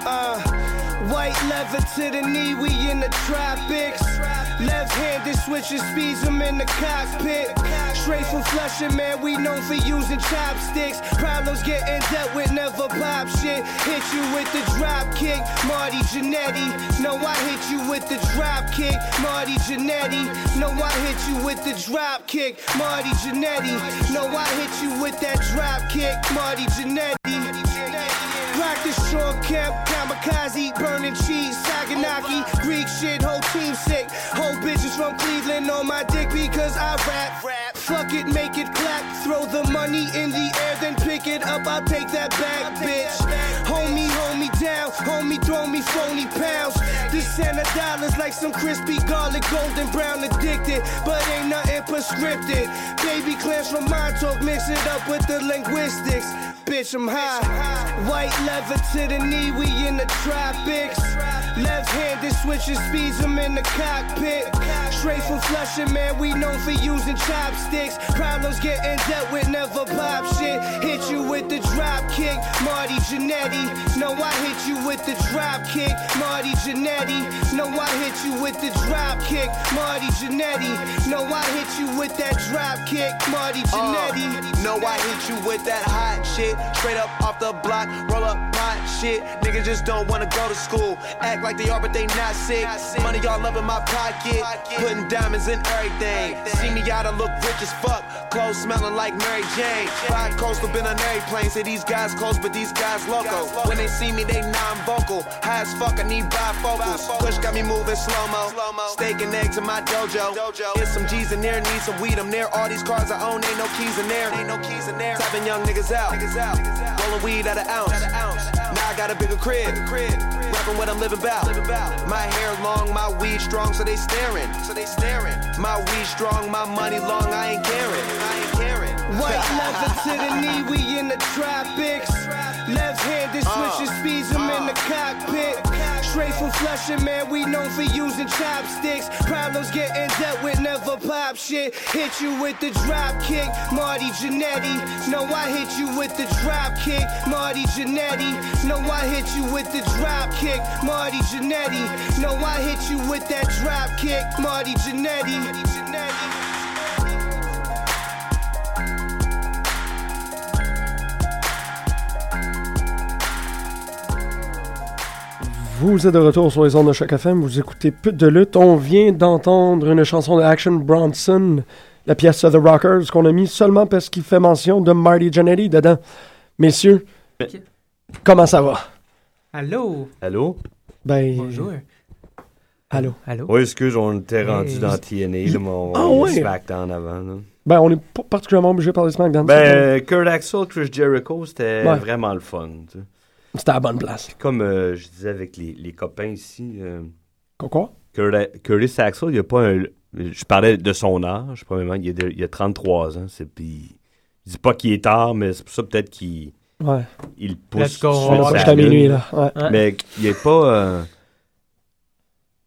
[SPEAKER 1] Uh, white leather to the knee, we in the tropics. Left-handed switching speeds, I'm in the cockpit. Straight from Flushing, man, we known for using chopsticks. Problems getting dealt with, never pop shit. Hit you with the drop kick, Marty Jannetty. No, I hit you with the drop kick, Marty Jannetty. No, I hit you with the drop kick, Marty Jannetty. No, I hit you with that drop kick, Marty Jannetty. Rock the short cap, kamikaze, burning cheese, Saganaki, Greek shit, whole team sick. Whole bitches from Cleveland on my dick because I rap. rap. Fuck it, make it clap. Throw the money in the air, then pick it up. I'll take that back, bitch. Homie, hold me down. Homie, throw me phony pounds. This Santa dollars like some crispy garlic, golden brown addicted, but ain't nothing prescripted. Baby clams from Montauk, mix it up with the linguistics. Bitch, I'm high. White leather to the knee, we in the tropics. Left handed switching speeds, I'm in the cockpit. Straight from Flushing, man, we known for using chopsticks. Problems getting dealt with, never pop shit. Hit you with the drop kick, Marty Jannetty. No, I hit you with the drop kick, Marty Jannetty. No, I hit you with the drop kick, Marty Jannetty. No, I hit you with that drop kick, Marty Jannetty.
[SPEAKER 9] Uh, No, I hit you with that hot shit. Straight up off the block, roll up pot shit. Niggas just don't wanna go to school. Act like they are, but they not sick. Money all up in my pocket. Putting diamonds in everything. See me out, I look rich as fuck. Clothes smelling like Mary Jane. Ride coastal, been on every plane. Say these guys close, but these guys loco. When they see me, they non-vocal. High as fuck, I need bifocals. Push got me moving slow-mo. Steak and eggs in my dojo. Get some G's in there, need some weed. I'm near all these cars I own, ain't no keys in there. Ain't no keys in there. Tapping young niggas out. Rolling weed at an ounce. Now I got a bigger crib. Rapping what I'm living about. My hair long, my weed strong, so they staring. So they staring. My weed strong, my money long, I ain't caring. I ain't caring.
[SPEAKER 1] White leather to the knee, we in the tropics. Left-handed switching speeds, I'm in the cockpit. Straight from Flushing, man, we known for using chopsticks. Problems getting dealt with, never pop shit. Hit you with the drop kick, Marty Jannetty. No, I hit you with the drop kick, Marty Jannetty. No, I hit you with the drop kick, Marty Jannetty. No, I hit you with that drop kick, Marty Jannetty.
[SPEAKER 4] Vous êtes de retour sur les ondes de Choc FM, vous écoutez Pute de lutte. On vient d'entendre une chanson de Action Bronson, la pièce The Rockers, qu'on a mis seulement parce qu'il fait mention de Marty Jannetty dedans. Messieurs,
[SPEAKER 5] Ok.
[SPEAKER 4] comment ça va?
[SPEAKER 5] Allô?
[SPEAKER 6] Allô?
[SPEAKER 4] Ben,
[SPEAKER 5] Bonjour.
[SPEAKER 4] Allô?
[SPEAKER 5] Allô?
[SPEAKER 6] Oui, excuse, on était rendu
[SPEAKER 5] Hey.
[SPEAKER 6] dans TNA, là, mais on
[SPEAKER 4] Ah,
[SPEAKER 6] on
[SPEAKER 4] ouais.
[SPEAKER 6] smack en avant. là.
[SPEAKER 4] Ben, on est pas particulièrement obligé de parler de SmackDown.
[SPEAKER 6] Ben, Kurt Axel, Chris Jericho, c'était
[SPEAKER 4] Ouais.
[SPEAKER 6] vraiment le fun. tu sais.
[SPEAKER 4] C'était à la bonne place.
[SPEAKER 6] Comme euh, je disais avec les, les copains ici, euh,
[SPEAKER 4] Quoi?
[SPEAKER 6] Kurt- Curtis Axel, il n'y a pas un. Je parlais de son âge, premièrement. Il y a, de- il y a 33 ans. C'est, puis, je dis pas qu'il est tard, mais c'est pour ça peut-être qu'il
[SPEAKER 4] Ouais.
[SPEAKER 6] il
[SPEAKER 5] Let's
[SPEAKER 6] pousse.
[SPEAKER 5] go,
[SPEAKER 6] tout de
[SPEAKER 5] on
[SPEAKER 6] suite
[SPEAKER 5] va
[SPEAKER 6] sa
[SPEAKER 5] voir
[SPEAKER 4] J'étais à
[SPEAKER 6] lune.
[SPEAKER 4] minuit, là. Ouais.
[SPEAKER 5] Ouais.
[SPEAKER 6] Mais il n'y a pas. euh,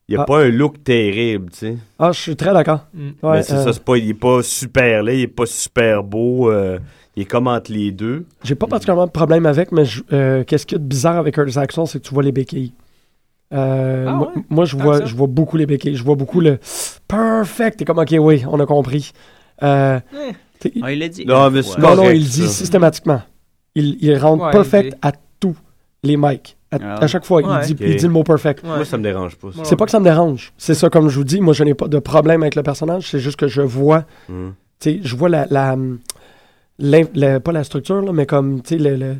[SPEAKER 6] il n'y a
[SPEAKER 4] Ah.
[SPEAKER 6] pas un look terrible, tu sais.
[SPEAKER 4] Ah, je suis très d'accord.
[SPEAKER 5] Mm.
[SPEAKER 4] Ouais,
[SPEAKER 6] mais Ben, c'est
[SPEAKER 4] euh,
[SPEAKER 6] ça, c'est pas, il n'est pas super laid, il n'est pas super beau. euh, il est comme entre les deux.
[SPEAKER 4] J'ai pas particulièrement de problème avec, mais je- euh, qu'est-ce qu'il y a de bizarre avec Curtis Axel, c'est que tu vois les béquilles. Euh,
[SPEAKER 5] Ah
[SPEAKER 4] moi,
[SPEAKER 5] ouais?
[SPEAKER 4] moi, je
[SPEAKER 5] Tant que
[SPEAKER 4] vois,
[SPEAKER 5] ça?
[SPEAKER 4] je vois beaucoup les béquilles. Je vois beaucoup le perfect. Et comme, ok, oui, on a compris. Euh,
[SPEAKER 5] Eh.
[SPEAKER 4] t'sais,
[SPEAKER 7] Ah, il l'a dit.
[SPEAKER 6] Non, mais c'est
[SPEAKER 7] Ouais.
[SPEAKER 4] non, non,
[SPEAKER 6] correct,
[SPEAKER 4] il le dit
[SPEAKER 6] ça.
[SPEAKER 4] systématiquement. Il, il rentre
[SPEAKER 5] Ouais, il
[SPEAKER 4] perfect
[SPEAKER 5] dit.
[SPEAKER 4] à tous les mics. À,
[SPEAKER 7] Ah
[SPEAKER 4] à
[SPEAKER 7] ouais.
[SPEAKER 4] chaque fois,
[SPEAKER 5] Ouais.
[SPEAKER 4] il, dit,
[SPEAKER 6] Ok.
[SPEAKER 4] il dit le mot perfect.
[SPEAKER 5] Ouais.
[SPEAKER 6] Moi, ça me dérange pas. ça.
[SPEAKER 5] Ouais.
[SPEAKER 4] C'est pas que ça me dérange. C'est ça, comme je vous dis, moi, je n'ai pas de problème avec le personnage. C'est juste que je vois,
[SPEAKER 6] Mm.
[SPEAKER 4] tu sais, je vois la, la, l'in- la- pas la structure, là, mais comme, tu sais, le- le-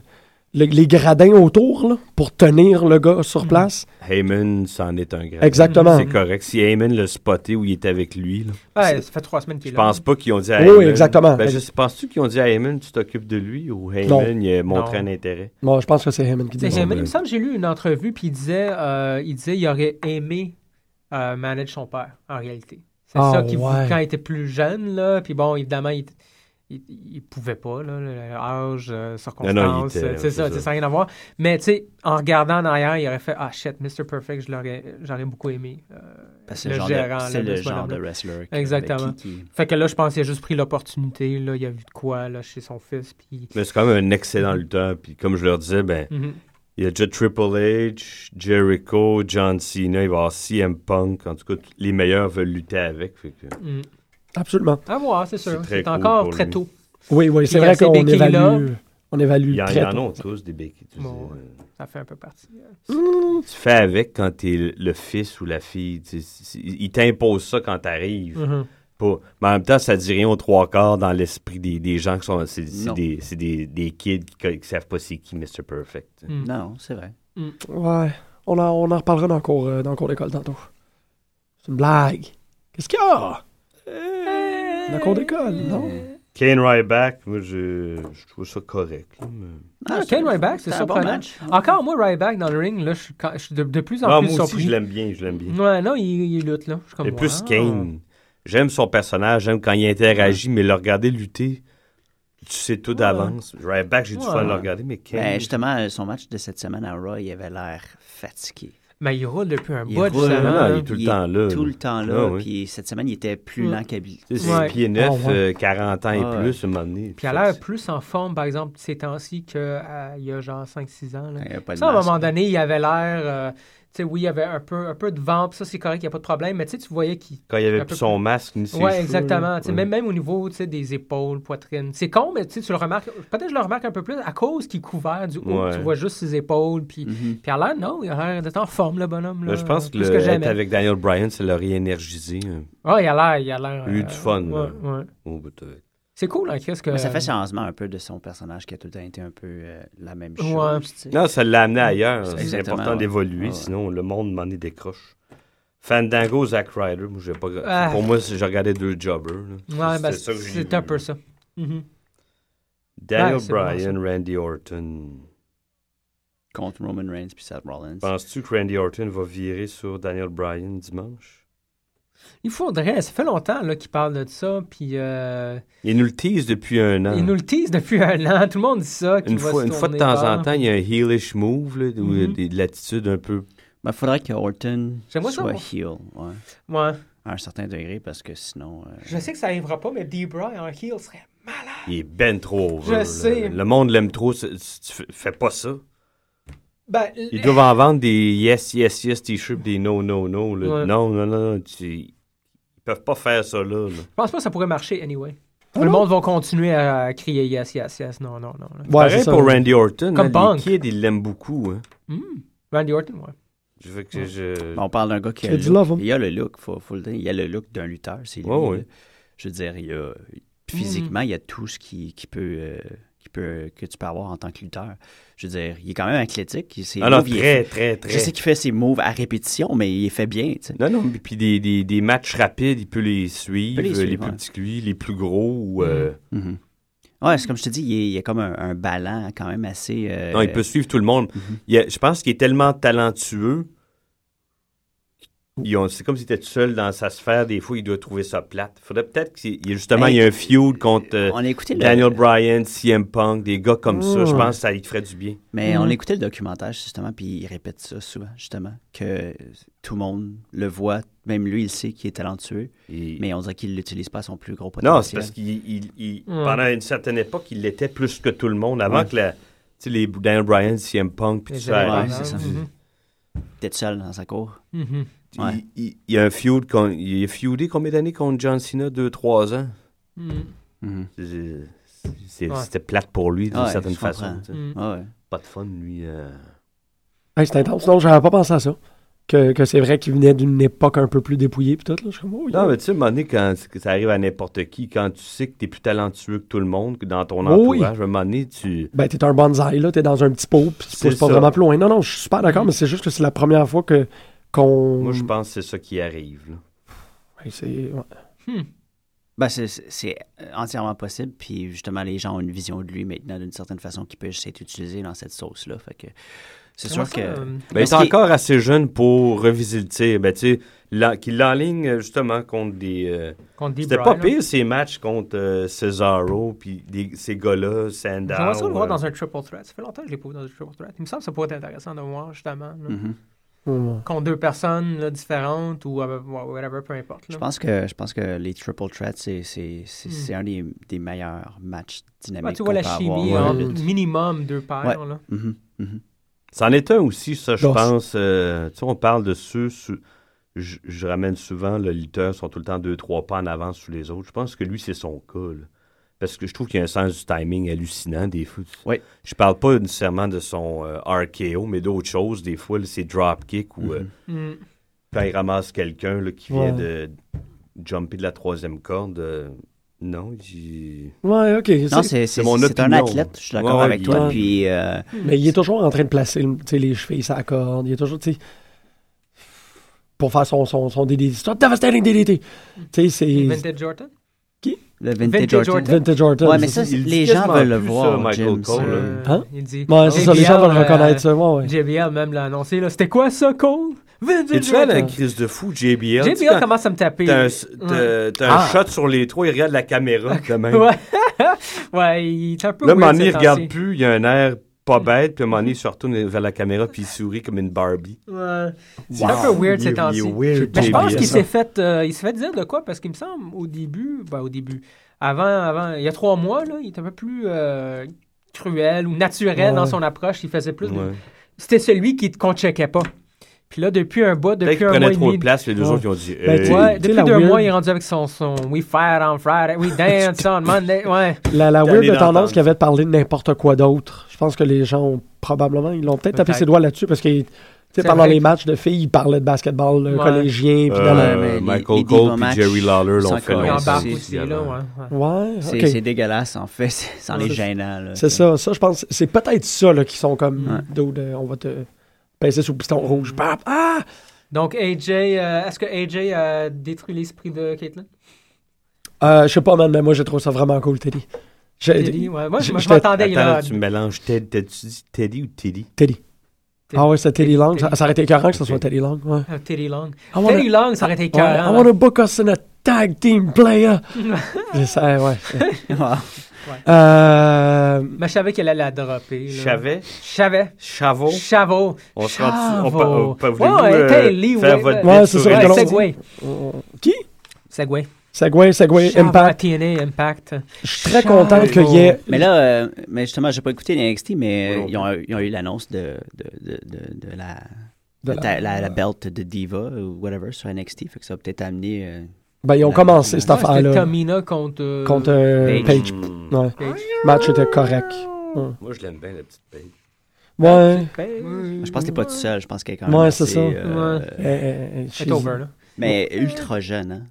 [SPEAKER 4] le- les gradins autour, là, pour tenir le gars
[SPEAKER 5] Hmm.
[SPEAKER 4] sur place.
[SPEAKER 6] Heyman, c'en est un grand.
[SPEAKER 4] Exactement.
[SPEAKER 6] C'est correct. Si Heyman l'a spoté ou il était avec lui, là,
[SPEAKER 5] Ouais, ça fait trois semaines qu'il
[SPEAKER 6] je
[SPEAKER 5] est
[SPEAKER 6] pense pas qu'ils ont dit à
[SPEAKER 4] Oui,
[SPEAKER 6] Heyman.
[SPEAKER 4] exactement.
[SPEAKER 6] Ben, je sais- penses-tu qu'ils ont dit à Heyman, tu t'occupes de lui ou Heyman,
[SPEAKER 4] Non.
[SPEAKER 6] il a montré
[SPEAKER 5] Non.
[SPEAKER 6] un intérêt?
[SPEAKER 4] Bon, je pense que c'est Heyman qui dit
[SPEAKER 5] là.
[SPEAKER 4] ça.
[SPEAKER 5] J'ai- Il
[SPEAKER 6] ben-
[SPEAKER 5] me semble que j'ai lu une entrevue, puis il disait euh, il disait il aurait aimé euh, manager son père, en réalité. C'est
[SPEAKER 4] Ah,
[SPEAKER 5] ça qu'il
[SPEAKER 4] ouais.
[SPEAKER 5] quand il était plus jeune, là. Puis bon, évidemment, il, il, il pouvait pas, là, l'âge, euh, circonstances,
[SPEAKER 6] Non, non, il était-
[SPEAKER 5] euh,
[SPEAKER 6] c'est
[SPEAKER 5] c'est ça,
[SPEAKER 6] ça.
[SPEAKER 5] tu sais, ça n'a rien à voir. Mais tu sais, en regardant en arrière, il aurait fait Ah shit, Mr. Perfect, je l'aurais- j'aurais beaucoup aimé. euh,
[SPEAKER 7] Parce que
[SPEAKER 5] Le
[SPEAKER 7] le genre
[SPEAKER 5] gérant,
[SPEAKER 7] de- C'est
[SPEAKER 5] là,
[SPEAKER 7] le
[SPEAKER 5] de ce
[SPEAKER 7] genre de
[SPEAKER 5] bonhomme-là.
[SPEAKER 7] wrestler. que-
[SPEAKER 5] Exactement.
[SPEAKER 7] qui- qui-
[SPEAKER 5] Fait que là, je pense qu'il a juste pris l'opportunité, là, il a vu de quoi, là, chez son fils, puis...
[SPEAKER 6] Mais c'est quand même un excellent
[SPEAKER 5] Mm-hmm.
[SPEAKER 6] lutteur. Puis comme je leur disais, ben, il y a déjà Triple H, Jericho, John Cena, il va y avoir CM Punk. En tout cas, tous les meilleurs veulent lutter avec. fait que-
[SPEAKER 5] Mm.
[SPEAKER 4] Absolument.
[SPEAKER 5] À voir, c'est sûr.
[SPEAKER 6] C'est très
[SPEAKER 5] C'est
[SPEAKER 6] cool
[SPEAKER 5] encore
[SPEAKER 6] pour
[SPEAKER 5] très
[SPEAKER 6] lui.
[SPEAKER 5] tôt.
[SPEAKER 4] Oui, oui, c'est
[SPEAKER 5] Puis
[SPEAKER 4] vrai
[SPEAKER 5] il y a
[SPEAKER 4] qu'on
[SPEAKER 5] ces béquilles-là.
[SPEAKER 4] évalue, on évalue
[SPEAKER 6] Il y en, il y
[SPEAKER 4] très
[SPEAKER 6] en
[SPEAKER 4] tôt.
[SPEAKER 6] a tous des béquilles. tu sais,
[SPEAKER 5] Bon,
[SPEAKER 6] euh,
[SPEAKER 5] Ça fait un peu partie. euh,
[SPEAKER 6] Tu fais avec quand t'es le- le fils ou la fille. tu sais, c'est- c'est- Il t'impose ça quand t'arrives. Pas- Mais en même temps, ça dit rien aux trois quarts dans l'esprit des, des gens qui sont. C'est c'est
[SPEAKER 7] Non.
[SPEAKER 6] des, c'est des, des kids qui, ne savent pas c'est qui Mr. Perfect.
[SPEAKER 5] Mm.
[SPEAKER 7] Non, c'est vrai.
[SPEAKER 4] Ouais. On en, on en reparlera dans le cours, euh, dans le cours d'école tantôt. C'est une blague. Qu'est-ce qu'il y a?
[SPEAKER 5] Euh.
[SPEAKER 4] Dans le cours d'école, non?
[SPEAKER 6] Kane Ryback, moi, je, je trouve ça correct. là, mais-
[SPEAKER 5] Ah,
[SPEAKER 7] c'est-
[SPEAKER 5] Kane Ryback, c'est Ah.
[SPEAKER 7] c'était un bon
[SPEAKER 5] surprenant.
[SPEAKER 7] match.
[SPEAKER 5] Encore, moi, Ryback dans le ring, là, je suis, quand- je suis de, de plus en
[SPEAKER 6] Ah,
[SPEAKER 5] plus
[SPEAKER 6] moi aussi,
[SPEAKER 5] surpris.
[SPEAKER 6] je l'aime bien. Je l'aime bien.
[SPEAKER 5] ouais, non, il, il lutte, là. Je suis comme,
[SPEAKER 6] Mais plus
[SPEAKER 5] wow.
[SPEAKER 6] Kane. J'aime son personnage, j'aime quand il interagit, mais le regarder lutter, tu sais tout d'avance. Ryback, j'ai du fun à le
[SPEAKER 5] Ouais.
[SPEAKER 6] regarder, mais Kane.
[SPEAKER 7] Ben, justement, euh, son match de cette semaine à Raw, il avait l'air fatigué.
[SPEAKER 5] Mais il roule depuis un
[SPEAKER 7] Il
[SPEAKER 5] bout,
[SPEAKER 7] roule,
[SPEAKER 5] justement.
[SPEAKER 6] non,
[SPEAKER 5] là.
[SPEAKER 6] il est tout le temps là,
[SPEAKER 7] Tout
[SPEAKER 6] là.
[SPEAKER 7] le temps
[SPEAKER 6] Ah,
[SPEAKER 7] là.
[SPEAKER 6] oui.
[SPEAKER 7] Puis cette semaine, il était plus
[SPEAKER 5] Ouais.
[SPEAKER 7] lent qu'habile.
[SPEAKER 6] Tu sais, C'est
[SPEAKER 5] Hmm. Ouais.
[SPEAKER 6] pieds neufs,
[SPEAKER 4] Ah, ouais.
[SPEAKER 6] euh, 40 ans et
[SPEAKER 7] Ah, ouais.
[SPEAKER 6] plus, à un moment donné.
[SPEAKER 5] Puis il a l'air plus en forme, par exemple, ces temps-ci qu'il y a genre 5-6 ans. Là.
[SPEAKER 7] Il y a pas de
[SPEAKER 5] Ça, à un
[SPEAKER 7] masque.
[SPEAKER 5] moment donné, il avait l'air. euh, tu sais, oui, il avait un peu, un peu de vent, puis ça, c'est correct, il n'y a pas de problème, mais tu sais, tu voyais qu'il.
[SPEAKER 6] Quand il avait
[SPEAKER 5] un peu
[SPEAKER 6] plus son masque, ni ses
[SPEAKER 5] Ouais,
[SPEAKER 6] cheveux,
[SPEAKER 5] exactement.
[SPEAKER 6] là.
[SPEAKER 5] Tu sais,
[SPEAKER 6] Ouais.
[SPEAKER 5] Même, même au niveau tu sais, des épaules, poitrine. C'est con, mais tu sais, tu le remarques. Peut-être que je le remarque un peu plus à cause qu'il est couvert du haut.
[SPEAKER 6] Ouais.
[SPEAKER 5] Tu vois juste ses épaules. Puis,
[SPEAKER 7] Mhm.
[SPEAKER 5] puis à l'air, non, il a l'air d'être en forme, le bonhomme. Là,
[SPEAKER 6] Là, Ben, je pense que,
[SPEAKER 5] euh, plus
[SPEAKER 6] le
[SPEAKER 5] que
[SPEAKER 6] être
[SPEAKER 5] jamais.
[SPEAKER 6] avec Daniel Bryan, ça l'a réénergisé. hein,
[SPEAKER 5] Ouais, il a l'air. Il a l'air. euh,
[SPEAKER 6] Eu du fun, là.
[SPEAKER 5] ouais, ouais.
[SPEAKER 6] au bout de-
[SPEAKER 5] C'est cool, hein, Chris, que.
[SPEAKER 7] Mais ça fait changement un peu de son personnage qui a tout le temps été un peu euh, la même chose.
[SPEAKER 5] Ouais.
[SPEAKER 7] tu sais.
[SPEAKER 6] Non, ça l'a amené ailleurs.
[SPEAKER 7] C'est
[SPEAKER 6] C'est
[SPEAKER 7] exactement,
[SPEAKER 6] important
[SPEAKER 7] ouais.
[SPEAKER 6] d'évoluer,
[SPEAKER 7] Ah, ouais.
[SPEAKER 6] sinon le monde m'en est décroche. Fandango, Zack Ryder, moi, j'ai pas...
[SPEAKER 5] Ah.
[SPEAKER 6] pour moi, c'est- je regardais deux jobbers. là.
[SPEAKER 5] Ouais, ben,
[SPEAKER 6] ça que j'ai
[SPEAKER 5] c'est
[SPEAKER 6] vu.
[SPEAKER 5] un peu ça. Mhm.
[SPEAKER 6] Daniel
[SPEAKER 5] Ouais, c'est
[SPEAKER 6] Bryan, Randy Orton.
[SPEAKER 7] Contre Roman Reigns puis Seth Rollins.
[SPEAKER 6] Penses-tu que Randy Orton va virer sur Daniel Bryan dimanche?
[SPEAKER 5] Il faudrait. Ça fait longtemps là, qu'il parle de ça. Puis euh,
[SPEAKER 6] Il nous le tease depuis un an.
[SPEAKER 5] il nous le tease depuis un an. Tout le monde dit ça. qu'il
[SPEAKER 6] Une
[SPEAKER 5] va
[SPEAKER 6] fois,
[SPEAKER 5] se
[SPEAKER 6] une fois de
[SPEAKER 5] tourner
[SPEAKER 6] temps en
[SPEAKER 5] vers-
[SPEAKER 6] temps, il y a un heelish move, là, où il y a
[SPEAKER 5] Mhm.
[SPEAKER 6] des- de l'attitude un peu.
[SPEAKER 7] Mais il faudrait que Orton
[SPEAKER 5] J'aimerais ça,
[SPEAKER 7] soit
[SPEAKER 5] moi.
[SPEAKER 7] heel ouais,
[SPEAKER 5] Ouais.
[SPEAKER 7] à un certain degré parce que sinon. euh,
[SPEAKER 5] Je sais que ça arrivera pas, mais Debra en heel serait malade.
[SPEAKER 6] Il est ben trop over.
[SPEAKER 5] Je
[SPEAKER 6] là.
[SPEAKER 5] sais.
[SPEAKER 6] Le monde l'aime trop. c'est- c'est- Tu fais- fais pas ça.
[SPEAKER 5] Ben,
[SPEAKER 6] Ils doivent en vendre des yes, yes, yes t-shirts, des no, no, no. là.
[SPEAKER 5] Ouais.
[SPEAKER 6] Non, non, non, non. tu- Ils peuvent pas faire ça là. là.
[SPEAKER 5] Je pense pas que ça pourrait marcher anyway.
[SPEAKER 4] Ah
[SPEAKER 5] Tout le monde va continuer à crier yes, yes, yes, non, non, non. là.
[SPEAKER 4] Ouais,
[SPEAKER 6] Pareil
[SPEAKER 4] c'est ça.
[SPEAKER 6] pour Randy Orton.
[SPEAKER 5] Comme
[SPEAKER 6] hein,
[SPEAKER 5] Punk.
[SPEAKER 6] les kids, ils l'aiment beaucoup. hein.
[SPEAKER 5] Hmm. Randy Orton, ouais.
[SPEAKER 6] Je veux que je.
[SPEAKER 7] On parle d'un gars qui a,
[SPEAKER 4] Qui a
[SPEAKER 7] le
[SPEAKER 4] du
[SPEAKER 7] look.
[SPEAKER 4] love, hein.
[SPEAKER 7] Il a le look, faut, faut le dire. Il a le look d'un lutteur, c'est lui.
[SPEAKER 6] Ouais, ouais.
[SPEAKER 7] là. Je veux dire, il a, physiquement,
[SPEAKER 4] Mm-hmm.
[SPEAKER 7] il y a tout ce qui, qui peut, euh, qui peut, que tu peux avoir en tant que lutteur. Je veux dire, il est quand même athlétique. il- ses
[SPEAKER 6] Ah non,
[SPEAKER 7] moves, il est
[SPEAKER 6] très,
[SPEAKER 7] fait-
[SPEAKER 6] très, très.
[SPEAKER 7] Je sais qu'il fait ses moves à répétition, mais il les fait bien. tu sais.
[SPEAKER 6] Non, non, mais puis des, des, des matchs rapides, il peut les suivre,
[SPEAKER 7] Il peut les suivre,
[SPEAKER 6] plus
[SPEAKER 7] ouais.
[SPEAKER 6] petits que lui, les plus gros. Ou,
[SPEAKER 5] Mm-hmm.
[SPEAKER 6] euh,
[SPEAKER 7] Mhm. Ouais, c'est comme je te dis, il, est- il a comme un, un ballon quand même assez. euh, Mhm.
[SPEAKER 6] Non, il peut suivre tout le monde. Il a- je pense qu'il est tellement talentueux. ils ont- C'est comme s'il était tout seul dans sa sphère. Des fois, il doit trouver ça plate. faudrait peut-être qu'il il y a- justement
[SPEAKER 7] Hey,
[SPEAKER 6] il y a un feud contre euh,
[SPEAKER 7] On a écouté le-
[SPEAKER 6] Daniel Bryan, CM Punk, des gars comme ça. Je pense que ça lui ferait du bien.
[SPEAKER 7] Mais on écoutait le documentaire, justement, puis il répète ça souvent, justement, que tout le monde le voit, même lui, il sait qu'il est talentueux,
[SPEAKER 6] Et-
[SPEAKER 7] mais on dirait qu'il l'utilise pas à son plus gros potentiel.
[SPEAKER 6] non, c'est parce qu'il il- il- pendant une certaine époque, il l'était plus que tout le monde. Avant que la, tu sais, les Daniel Bryan, CM Punk, puis
[SPEAKER 5] Les
[SPEAKER 6] tout ça.
[SPEAKER 7] Ouais,
[SPEAKER 5] indépendants.
[SPEAKER 7] c'est ça.
[SPEAKER 5] Mhm.
[SPEAKER 6] Mm-hmm.
[SPEAKER 7] T'es tout seul dans sa cour.
[SPEAKER 5] Mhm.
[SPEAKER 6] Il-
[SPEAKER 7] Ouais.
[SPEAKER 6] Il, il y a un feud. con- il est feudé combien d'années contre John Cena 2-3 ans
[SPEAKER 5] Mhm.
[SPEAKER 7] Mhm.
[SPEAKER 6] C'est- c'est-
[SPEAKER 5] Ouais.
[SPEAKER 6] C'était plate pour lui Mm-hmm. d'une
[SPEAKER 7] Ouais,
[SPEAKER 6] certaine
[SPEAKER 7] je
[SPEAKER 6] façon.
[SPEAKER 7] comprends.
[SPEAKER 6] tu sais.
[SPEAKER 5] Mhm.
[SPEAKER 7] Ah ouais.
[SPEAKER 6] Pas de fun, lui. euh.
[SPEAKER 4] Hey, c'est intense. Non, j'avais pas pensé à ça. Que, que c'est vrai qu'il venait d'une époque un peu plus dépouillée. Pis tout, là. Je suis comme, oh,
[SPEAKER 6] Non, mais tu sais, à un moment donné, quand c'est que ça arrive à n'importe qui, quand tu sais que t'es plus talentueux que tout le monde, que dans ton
[SPEAKER 4] Oui.
[SPEAKER 6] entourage, à un moment donné, tu.
[SPEAKER 4] Ben, t'es un bonsaï, là. T'es dans un petit pot, pis tu
[SPEAKER 6] C'est
[SPEAKER 4] pousses pas
[SPEAKER 6] ça. Mm.
[SPEAKER 4] vraiment plus loin. Non, non, je suis super d'accord, mais c'est juste que c'est la première fois que qu'on.
[SPEAKER 6] Moi, je pense que c'est ça qui arrive. là.
[SPEAKER 4] Ouais, c'est- ouais.
[SPEAKER 7] Ben, c'est- c'est c'est entièrement possible, puis justement, les gens ont une vision de lui maintenant, d'une certaine façon, qui peut juste être utilisée dans cette sauce-là. Fait que c'est
[SPEAKER 5] Comment
[SPEAKER 7] sûr
[SPEAKER 5] ça,
[SPEAKER 7] que.
[SPEAKER 5] euh,
[SPEAKER 6] Ben, il
[SPEAKER 7] Mais
[SPEAKER 6] est
[SPEAKER 7] ce qui est-
[SPEAKER 6] encore assez jeune pour reviser le tir. Ben, tu sais, là- qu'il l'enligne euh, justement contre des. euh,
[SPEAKER 5] Contre
[SPEAKER 6] C'était
[SPEAKER 5] Dee
[SPEAKER 6] pas
[SPEAKER 5] Bryan,
[SPEAKER 6] pire ces matchs contre euh, Cesaro, puis des- ces gars-là, Sandow.
[SPEAKER 5] J'aimerais ça le voir
[SPEAKER 6] euh,
[SPEAKER 5] dans un triple threat. Ça fait longtemps que je l'ai pas vu dans un triple threat. Il me semble que ça pourrait être intéressant de voir, justement. là.
[SPEAKER 7] Mhm.
[SPEAKER 4] Ouais.
[SPEAKER 5] Contre deux personnes là, différentes ou euh, whatever, peu importe. là.
[SPEAKER 7] Je pense que je pense que les triple threats, c'est c'est- c'est-
[SPEAKER 5] Mm.
[SPEAKER 7] c'est un des, des meilleurs matchs dynamiques.
[SPEAKER 5] Ouais, tu vois la
[SPEAKER 7] qu'on peut
[SPEAKER 5] chimie
[SPEAKER 7] avoir.
[SPEAKER 5] entre minimum deux paires.
[SPEAKER 7] Ouais.
[SPEAKER 5] Là.
[SPEAKER 7] Mhm, mhm.
[SPEAKER 6] C'en est un aussi, ça, je
[SPEAKER 4] Dos.
[SPEAKER 6] pense. euh, tu sais, on parle de ceux. sous- je, je ramène souvent, le lutteur sont tout le temps deux, trois pas en avance sur les autres. Je pense que lui, c'est son cas. là. Parce que je trouve qu'il y a un sens du timing hallucinant, des fois.
[SPEAKER 7] Oui.
[SPEAKER 6] Je parle pas nécessairement de son euh, RKO, mais d'autres choses. Des fois, là, c'est dropkick ou euh,
[SPEAKER 5] Mm.
[SPEAKER 6] quand il ramasse quelqu'un là, qui
[SPEAKER 4] Ouais.
[SPEAKER 6] vient de jumper de la troisième corde. euh, non, il-
[SPEAKER 4] Ouais, ok. c'est-
[SPEAKER 7] Non, c'est c'est-
[SPEAKER 6] mon
[SPEAKER 7] c'est un
[SPEAKER 6] opinion.
[SPEAKER 7] athlète, je suis d'accord
[SPEAKER 6] Ouais,
[SPEAKER 7] avec
[SPEAKER 6] il-
[SPEAKER 7] toi. Puis, euh,
[SPEAKER 4] Mais il est toujours en train de placer tu sais, les chevilles sur la corde. Il est toujours, tu sais. Pour faire son, son, son DDT. Stop devastating DDT! Tu sais, c'est.
[SPEAKER 5] Vintage Jordan.
[SPEAKER 7] le
[SPEAKER 5] Vintage
[SPEAKER 7] Vintage Jordan.
[SPEAKER 5] Jordan.
[SPEAKER 4] Vintage Orton.
[SPEAKER 7] Ouais, mais
[SPEAKER 6] ça,
[SPEAKER 7] ça,
[SPEAKER 6] il dit
[SPEAKER 7] les gens
[SPEAKER 6] quasiment
[SPEAKER 7] veulent le
[SPEAKER 6] plus, ça,
[SPEAKER 7] voir. euh,
[SPEAKER 6] Michael
[SPEAKER 7] Jim,
[SPEAKER 6] Cole,
[SPEAKER 7] c'est-
[SPEAKER 6] là.
[SPEAKER 4] Hein?
[SPEAKER 5] Euh, Il dit.
[SPEAKER 4] Ouais, c'est ça, les gens
[SPEAKER 5] JBL,
[SPEAKER 4] vont le reconnaître,
[SPEAKER 5] euh,
[SPEAKER 4] ça.
[SPEAKER 7] euh,
[SPEAKER 4] Ouais, ouais.
[SPEAKER 5] JBL même l'a annoncé. là. C'était quoi ça, Cole?
[SPEAKER 6] Et
[SPEAKER 5] Vintage
[SPEAKER 6] tu vois, la
[SPEAKER 5] Jordan.
[SPEAKER 6] crise hein, de fou, JBL. tu sais,
[SPEAKER 5] JBL
[SPEAKER 6] quand-
[SPEAKER 5] commence à me taper.
[SPEAKER 6] T'as un,
[SPEAKER 5] Ouais.
[SPEAKER 6] t'as- t'as un shot sur les trois, il regarde la caméra de même.
[SPEAKER 5] Ah. Ouais. ouais, Mm. il est un peu.
[SPEAKER 6] Là, à un
[SPEAKER 5] weird
[SPEAKER 6] moment donné,
[SPEAKER 5] ces
[SPEAKER 6] il regarde
[SPEAKER 5] temps-ci.
[SPEAKER 6] plus, il y a un air pas bête, puis à un moment donné, il se retourne vers la caméra, puis il sourit comme une Barbie.
[SPEAKER 5] Ouais. C'est un peu weird ces temps-ci. Mais je pense qu'il s'est fait, euh, il s'est fait dire de quoi parce qu'il me semble au début, ben, au début, avant, avant, il y a trois mois là, il était un peu plus euh, cruel ou naturel
[SPEAKER 4] Ouais.
[SPEAKER 5] dans son approche. Il faisait plus. de-
[SPEAKER 6] Ouais.
[SPEAKER 5] C'était celui qui qu'on checkait pas. Puis là, depuis un bout,
[SPEAKER 6] Peut-être
[SPEAKER 5] depuis
[SPEAKER 6] qu'il
[SPEAKER 5] un
[SPEAKER 6] prenait
[SPEAKER 5] mois et
[SPEAKER 6] trop de
[SPEAKER 5] demi.
[SPEAKER 6] place, les deux
[SPEAKER 4] Ouais.
[SPEAKER 6] autres, ils ont dit.
[SPEAKER 4] Ben,
[SPEAKER 6] hey.
[SPEAKER 4] tu
[SPEAKER 5] Ouais,
[SPEAKER 4] T'sais,
[SPEAKER 5] depuis
[SPEAKER 4] la
[SPEAKER 5] deux
[SPEAKER 4] weird-
[SPEAKER 5] mois, il est rendu avec son, son We Fire on Friday, We Dance on Monday. Ouais.
[SPEAKER 4] La, la
[SPEAKER 6] T'es
[SPEAKER 4] weird
[SPEAKER 6] allé
[SPEAKER 4] de tendance
[SPEAKER 6] d'entendre.
[SPEAKER 4] qu'il avait de parler de n'importe quoi d'autre. Je pense que les gens ont probablement, ils l'ont peut-être tapé
[SPEAKER 5] Peut-être.
[SPEAKER 4] ses doigts là-dessus parce que tu sais,
[SPEAKER 5] C'est
[SPEAKER 4] pendant
[SPEAKER 5] vrai
[SPEAKER 4] les
[SPEAKER 5] que-
[SPEAKER 4] matchs de filles, ils parlaient de basketball euh,
[SPEAKER 5] Ouais.
[SPEAKER 4] collégien. Puis dans
[SPEAKER 6] Euh,
[SPEAKER 4] la...
[SPEAKER 7] mais les-
[SPEAKER 6] Michael
[SPEAKER 7] les
[SPEAKER 6] Cole
[SPEAKER 7] divas
[SPEAKER 6] puis
[SPEAKER 7] matchs
[SPEAKER 6] Jerry Lawler l'ont
[SPEAKER 7] sont
[SPEAKER 5] Il
[SPEAKER 6] fait
[SPEAKER 7] Ouais, encore-
[SPEAKER 6] longtemps.
[SPEAKER 5] embarque
[SPEAKER 7] c'est-
[SPEAKER 5] aussi là.
[SPEAKER 6] évidemment.
[SPEAKER 5] ouais, ouais.
[SPEAKER 4] Ouais,
[SPEAKER 7] C'est c'est
[SPEAKER 4] ok.
[SPEAKER 7] dégueulasse, en fait. C'est- C'en est
[SPEAKER 4] C'est-
[SPEAKER 7] gênant. là.
[SPEAKER 4] C'est ça, ça, je pense. C'est peut-être ça là, qui sont comme.
[SPEAKER 7] Ouais.
[SPEAKER 4] Dude, euh, on va te pincer sous le piston rouge. Bap! Ah!
[SPEAKER 5] Donc AJ, euh, est-ce que AJ a détruit l'esprit de Caitlyn?
[SPEAKER 4] Euh, je sais pas, man, mais moi, j'ai trouvé ça vraiment cool, Teddy. J'ai-
[SPEAKER 5] Teddy, ouais. Moi, je,
[SPEAKER 4] Euh, je-
[SPEAKER 5] moi, je
[SPEAKER 4] j'étais-
[SPEAKER 5] m'attendais. il
[SPEAKER 6] Attends,
[SPEAKER 5] a-
[SPEAKER 6] tu mélanges Ted, t'as-tu dit Teddy ou Teddy?
[SPEAKER 4] Teddy. Ah ouais, c'est Teddy Long. Ça, ça aurait été écœurant que ce soit
[SPEAKER 6] Ok.
[SPEAKER 4] Teddy Long. Ouais.
[SPEAKER 5] Ah, Teddy Long.
[SPEAKER 4] I wanna-
[SPEAKER 5] Teddy Long, ça aurait été
[SPEAKER 4] I wanna- I
[SPEAKER 5] écœurant. hein.
[SPEAKER 4] wanna book us in a tag team player. C'est ça, ouais.
[SPEAKER 7] Wow.
[SPEAKER 4] Euh,
[SPEAKER 5] Mais je savais qu'elle allait la dropper. là.
[SPEAKER 6] Chavet?
[SPEAKER 5] Je savais.
[SPEAKER 6] Chavot?
[SPEAKER 5] Chavot.
[SPEAKER 6] On se rend on
[SPEAKER 5] Chavo.
[SPEAKER 6] peut- on peut- voulez-vous,
[SPEAKER 5] Ouais,
[SPEAKER 6] euh,
[SPEAKER 5] Teddy,
[SPEAKER 6] faire
[SPEAKER 5] ouais,
[SPEAKER 6] votre
[SPEAKER 5] ouais.
[SPEAKER 6] bête
[SPEAKER 4] c'est
[SPEAKER 6] sur
[SPEAKER 4] ça,
[SPEAKER 6] elle?
[SPEAKER 4] que l'on-
[SPEAKER 5] Segway.
[SPEAKER 4] qui?
[SPEAKER 5] Segway.
[SPEAKER 4] Segway, Segway,
[SPEAKER 5] Chavo à
[SPEAKER 4] Impact.
[SPEAKER 5] TNA, Impact.
[SPEAKER 4] Je suis très content qu'il y ait.
[SPEAKER 7] Mais là, euh, mais justement, j'ai pas écouté NXT, mais
[SPEAKER 6] Non.
[SPEAKER 7] euh, ils, ont, ils ont eu l'annonce de, de, de, de- de la,
[SPEAKER 4] De la-
[SPEAKER 7] ta- la- la belt de Diva ou whatever sur NXT. Fait que ça va peut-être amener. euh,
[SPEAKER 4] Ben, ils ont
[SPEAKER 7] Ouais,
[SPEAKER 4] commencé
[SPEAKER 7] ouais,
[SPEAKER 4] cette
[SPEAKER 5] Ouais, C'était
[SPEAKER 4] affaire-là.
[SPEAKER 5] Tamina contre. euh,
[SPEAKER 4] Contre euh,
[SPEAKER 7] Page.
[SPEAKER 4] Page.
[SPEAKER 6] Hmm.
[SPEAKER 4] Ouais.
[SPEAKER 5] Page.
[SPEAKER 4] Match était correct.
[SPEAKER 6] Moi, je l'aime bien, la petite Paige.
[SPEAKER 4] Ouais.
[SPEAKER 7] Je pense que t'es pas tout seul. Je pense qu'elle est quand même.
[SPEAKER 4] Ouais, c'est
[SPEAKER 7] assez,
[SPEAKER 4] ça.
[SPEAKER 7] euh,
[SPEAKER 5] Ouais.
[SPEAKER 4] Euh, euh, she's-
[SPEAKER 5] C'est over, là.
[SPEAKER 7] Mais ultra jeune, hein.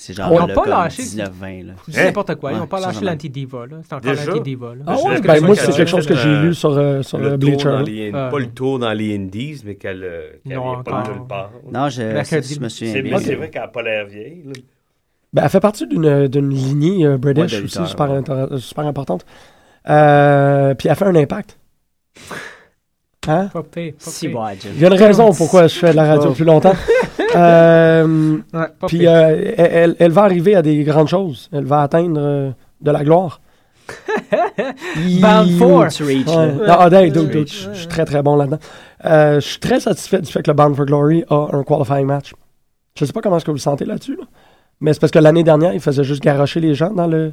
[SPEAKER 7] C'est genre.
[SPEAKER 4] Ils
[SPEAKER 7] là,
[SPEAKER 4] ont
[SPEAKER 5] pas
[SPEAKER 7] comme
[SPEAKER 5] lâché.
[SPEAKER 7] 19-20, là.
[SPEAKER 5] Je dis
[SPEAKER 6] Hein?
[SPEAKER 5] n'importe quoi. Ils
[SPEAKER 7] Ouais,
[SPEAKER 5] n'ont pas
[SPEAKER 7] ça,
[SPEAKER 5] lâché
[SPEAKER 7] j'en ai-
[SPEAKER 5] l'anti-diva, là. C'est encore
[SPEAKER 6] Déjà?
[SPEAKER 5] l'anti-diva, là.
[SPEAKER 4] Ah
[SPEAKER 6] J'ai
[SPEAKER 4] ouais,
[SPEAKER 6] l'impression
[SPEAKER 4] ben moi,
[SPEAKER 6] qu'elle
[SPEAKER 4] c'est
[SPEAKER 6] a
[SPEAKER 4] quelque chose que
[SPEAKER 6] fait,
[SPEAKER 4] j'ai
[SPEAKER 6] euh,
[SPEAKER 4] lu sur, euh, sur
[SPEAKER 6] Le
[SPEAKER 4] euh,
[SPEAKER 6] tour
[SPEAKER 4] Bleacher.
[SPEAKER 6] dans
[SPEAKER 4] là.
[SPEAKER 6] les-
[SPEAKER 5] Ah,
[SPEAKER 6] pas
[SPEAKER 5] ouais.
[SPEAKER 6] le tour dans les Indies, mais qu'elle euh, qu'elle
[SPEAKER 5] Non,
[SPEAKER 6] vient pas de
[SPEAKER 5] encore.
[SPEAKER 6] nulle part.
[SPEAKER 7] Non, je,
[SPEAKER 5] Mercredi.
[SPEAKER 7] je me souviens
[SPEAKER 6] C'est
[SPEAKER 7] bien.
[SPEAKER 6] mais c'est vrai qu'elle n'a pas l'air vieille. là.
[SPEAKER 4] Ben, elle fait partie d'une d'une lignée euh, British
[SPEAKER 7] Ouais, de
[SPEAKER 4] aussi,
[SPEAKER 7] lutteurs,
[SPEAKER 4] super,
[SPEAKER 7] ouais.
[SPEAKER 4] intér- euh, super importante. Euh, puis elle fait un impact. Hein?
[SPEAKER 5] Pas pire, pas
[SPEAKER 7] Si,
[SPEAKER 5] pire.
[SPEAKER 7] ouais, Jim.
[SPEAKER 4] Il y a une raison pourquoi je fais de la radio
[SPEAKER 5] Oh.
[SPEAKER 4] plus longtemps. Euh,
[SPEAKER 5] Ouais, pas
[SPEAKER 4] puis
[SPEAKER 5] pire.
[SPEAKER 4] euh, elle, elle- elle va arriver à des grandes choses. Elle va atteindre euh, de la gloire.
[SPEAKER 5] Bound for.
[SPEAKER 7] Tu reach,
[SPEAKER 4] Ouais.
[SPEAKER 7] là.
[SPEAKER 4] Non, ah, hey, dude,
[SPEAKER 5] Ouais.
[SPEAKER 4] dude, je je suis très très bon là-dedans. Euh, je suis très satisfait du fait que le Bound for Glory a un qualifying match. Je sais pas comment est-ce que vous le sentez là-dessus, là. mais c'est parce que l'année dernière, ils faisaient juste garrocher les gens dans le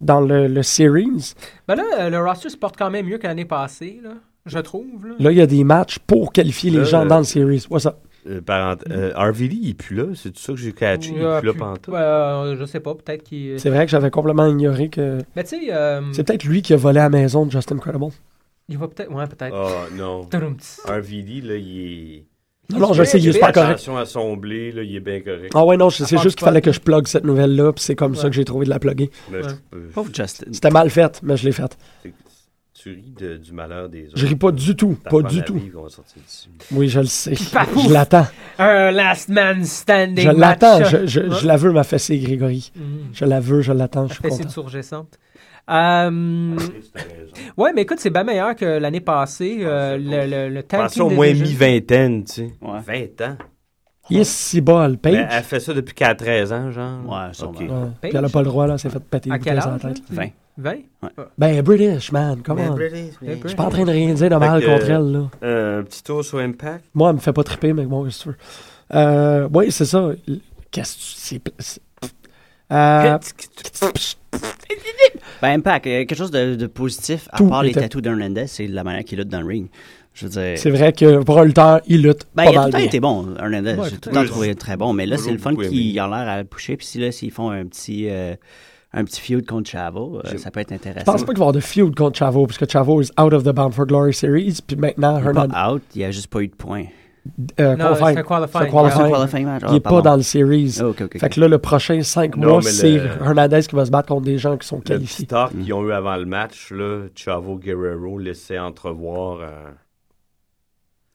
[SPEAKER 4] dans le, le series.
[SPEAKER 5] Ben là, euh, le roster se porte quand même mieux que l'année passée, là. Je trouve, là.
[SPEAKER 4] Là, il y a des matchs pour qualifier les
[SPEAKER 6] Là,
[SPEAKER 4] gens
[SPEAKER 6] le-
[SPEAKER 4] dans le series. What's up?
[SPEAKER 6] Euh, parent- euh, RVD, il est plus là. C'est tout ça que j'ai catché. Il
[SPEAKER 4] Ah,
[SPEAKER 5] Euh,
[SPEAKER 6] est plus là
[SPEAKER 5] puis-
[SPEAKER 6] pantoute.
[SPEAKER 5] euh, je sais pas, peut-être qu'il.
[SPEAKER 4] C'est vrai que j'avais complètement ignoré que
[SPEAKER 5] Mais tu sais, euh,
[SPEAKER 4] c'est peut-être lui qui a volé à la maison de Justin Credible.
[SPEAKER 5] il va peut-être. Ouais, peut-être.
[SPEAKER 6] Ah
[SPEAKER 4] Oh.
[SPEAKER 6] non.
[SPEAKER 5] Tudum, tss.
[SPEAKER 6] RVD, là, il est.
[SPEAKER 4] Non, non, je
[SPEAKER 5] Hey,
[SPEAKER 4] sais, il est
[SPEAKER 5] Chris,
[SPEAKER 4] super correct.
[SPEAKER 6] Attention à son blé, là, il est bien correct.
[SPEAKER 4] Ah ouais, non, je- c'est
[SPEAKER 5] part
[SPEAKER 4] juste
[SPEAKER 5] du
[SPEAKER 4] qu'il fallait
[SPEAKER 5] podcast.
[SPEAKER 4] que je plug cette nouvelle-là, puis c'est comme ça
[SPEAKER 5] Ouais.
[SPEAKER 4] que j'ai trouvé de la plugger.
[SPEAKER 6] Mais je-
[SPEAKER 5] Ouais.
[SPEAKER 6] euh,
[SPEAKER 4] Oh.
[SPEAKER 7] Pauvre Justin.
[SPEAKER 4] C'était mal fait, mais je l'ai faite.
[SPEAKER 6] c'est- Tu ris de- du malheur des autres.
[SPEAKER 4] Je ris pas du tout,
[SPEAKER 6] T'apprends
[SPEAKER 4] pas du
[SPEAKER 6] la
[SPEAKER 4] tout.
[SPEAKER 6] vie, on va sortir d'ici.
[SPEAKER 4] Oui, je le sais.
[SPEAKER 5] papouf!
[SPEAKER 4] Je l'attends.
[SPEAKER 5] Un last man standing.
[SPEAKER 4] Je
[SPEAKER 5] match.
[SPEAKER 4] l'attends. Je, je-
[SPEAKER 5] Ouais.
[SPEAKER 4] je la veux, ma fessée, Grégory.
[SPEAKER 5] Mm.
[SPEAKER 4] Je la veux, je l'attends, je suis
[SPEAKER 5] Fessée
[SPEAKER 4] content.
[SPEAKER 5] de surgissante. Euh, ouais, mais écoute, c'est bien meilleur que l'année passée.
[SPEAKER 4] Ah,
[SPEAKER 5] euh, le, le, le tag
[SPEAKER 6] Pensez au
[SPEAKER 5] team
[SPEAKER 6] moins
[SPEAKER 5] division.
[SPEAKER 6] mi-vingtaine, tu sais.
[SPEAKER 7] Ouais.
[SPEAKER 6] 20 ans.
[SPEAKER 4] Il est si bol, Paige.
[SPEAKER 6] Ben, elle fait ça depuis qu'elle a 13 ans, genre.
[SPEAKER 7] Ouais, sûrement.
[SPEAKER 6] Ok.
[SPEAKER 4] Ouais. Puis
[SPEAKER 5] Paige?
[SPEAKER 4] elle a pas le droit, là, c'est fait péter
[SPEAKER 5] À
[SPEAKER 4] une
[SPEAKER 5] quel
[SPEAKER 4] caisse à la
[SPEAKER 5] âge? là?
[SPEAKER 4] tête.
[SPEAKER 7] 20.
[SPEAKER 5] 20?
[SPEAKER 4] Ben, British, man, come on. Je
[SPEAKER 5] Je
[SPEAKER 4] suis pas en train de rien dire de mal
[SPEAKER 6] Ben, que-
[SPEAKER 4] contre elle, là.
[SPEAKER 6] Euh, un petit tour sur Impact.
[SPEAKER 4] Moi, elle me fait pas triper, mais bon, qu'est-ce que tu veux. Euh, oui, c'est ça. L- Qu'est-ce que tu... c'est pla- c'est- Euh,
[SPEAKER 7] Ben, Impact, euh, quelque chose de, de positif, à
[SPEAKER 4] Tout
[SPEAKER 7] part les
[SPEAKER 4] était-
[SPEAKER 7] tatous d'Hernandez, c'est la manière qu'il lutte dans le ring. Je veux dire.
[SPEAKER 4] c'est vrai que pour un lutteur, il lutte
[SPEAKER 7] Ben,
[SPEAKER 4] pas
[SPEAKER 7] il a tout
[SPEAKER 4] mal
[SPEAKER 7] le temps
[SPEAKER 4] bien.
[SPEAKER 7] été bon, Hernandez.
[SPEAKER 4] Ouais,
[SPEAKER 7] J'ai tout le
[SPEAKER 6] oui,
[SPEAKER 7] temps
[SPEAKER 6] je-
[SPEAKER 7] trouvé très bon. Mais là, c'est le fun
[SPEAKER 6] beaucoup aimé.
[SPEAKER 7] qu'il a l'air à le pusher. Puis si là, s'ils font un petit, euh, un petit feud contre Chavo, euh,
[SPEAKER 6] J'ai-
[SPEAKER 7] ça peut être
[SPEAKER 4] Je
[SPEAKER 7] intéressant.
[SPEAKER 4] pense pas qu'il va y avoir de feud contre Chavo, parce que Chavo is out of the Bound for Glory series, puis maintenant,
[SPEAKER 7] Il est
[SPEAKER 4] Hernandez
[SPEAKER 7] pas out, il a juste pas eu de points.
[SPEAKER 4] euh,
[SPEAKER 5] Non,
[SPEAKER 4] confirme.
[SPEAKER 5] c'est un
[SPEAKER 4] C'est
[SPEAKER 5] qualifying.
[SPEAKER 4] un qualifying.
[SPEAKER 7] Ah, C'est
[SPEAKER 4] Ouais.
[SPEAKER 7] le qualifying match.
[SPEAKER 4] il est pas dans le series.
[SPEAKER 7] Ah, Ok, Oh, ok.
[SPEAKER 4] Fait que là, le prochain 5
[SPEAKER 6] Non,
[SPEAKER 4] mois,
[SPEAKER 6] mais
[SPEAKER 4] c'est
[SPEAKER 6] le-
[SPEAKER 4] Hernandez qui va se battre contre des gens qui sont
[SPEAKER 6] Le petit
[SPEAKER 4] qualifiés.
[SPEAKER 6] talk
[SPEAKER 7] Mm.
[SPEAKER 6] qu'ils ont eu avant le match, là, Chavo Guerrero laissait entrevoir euh,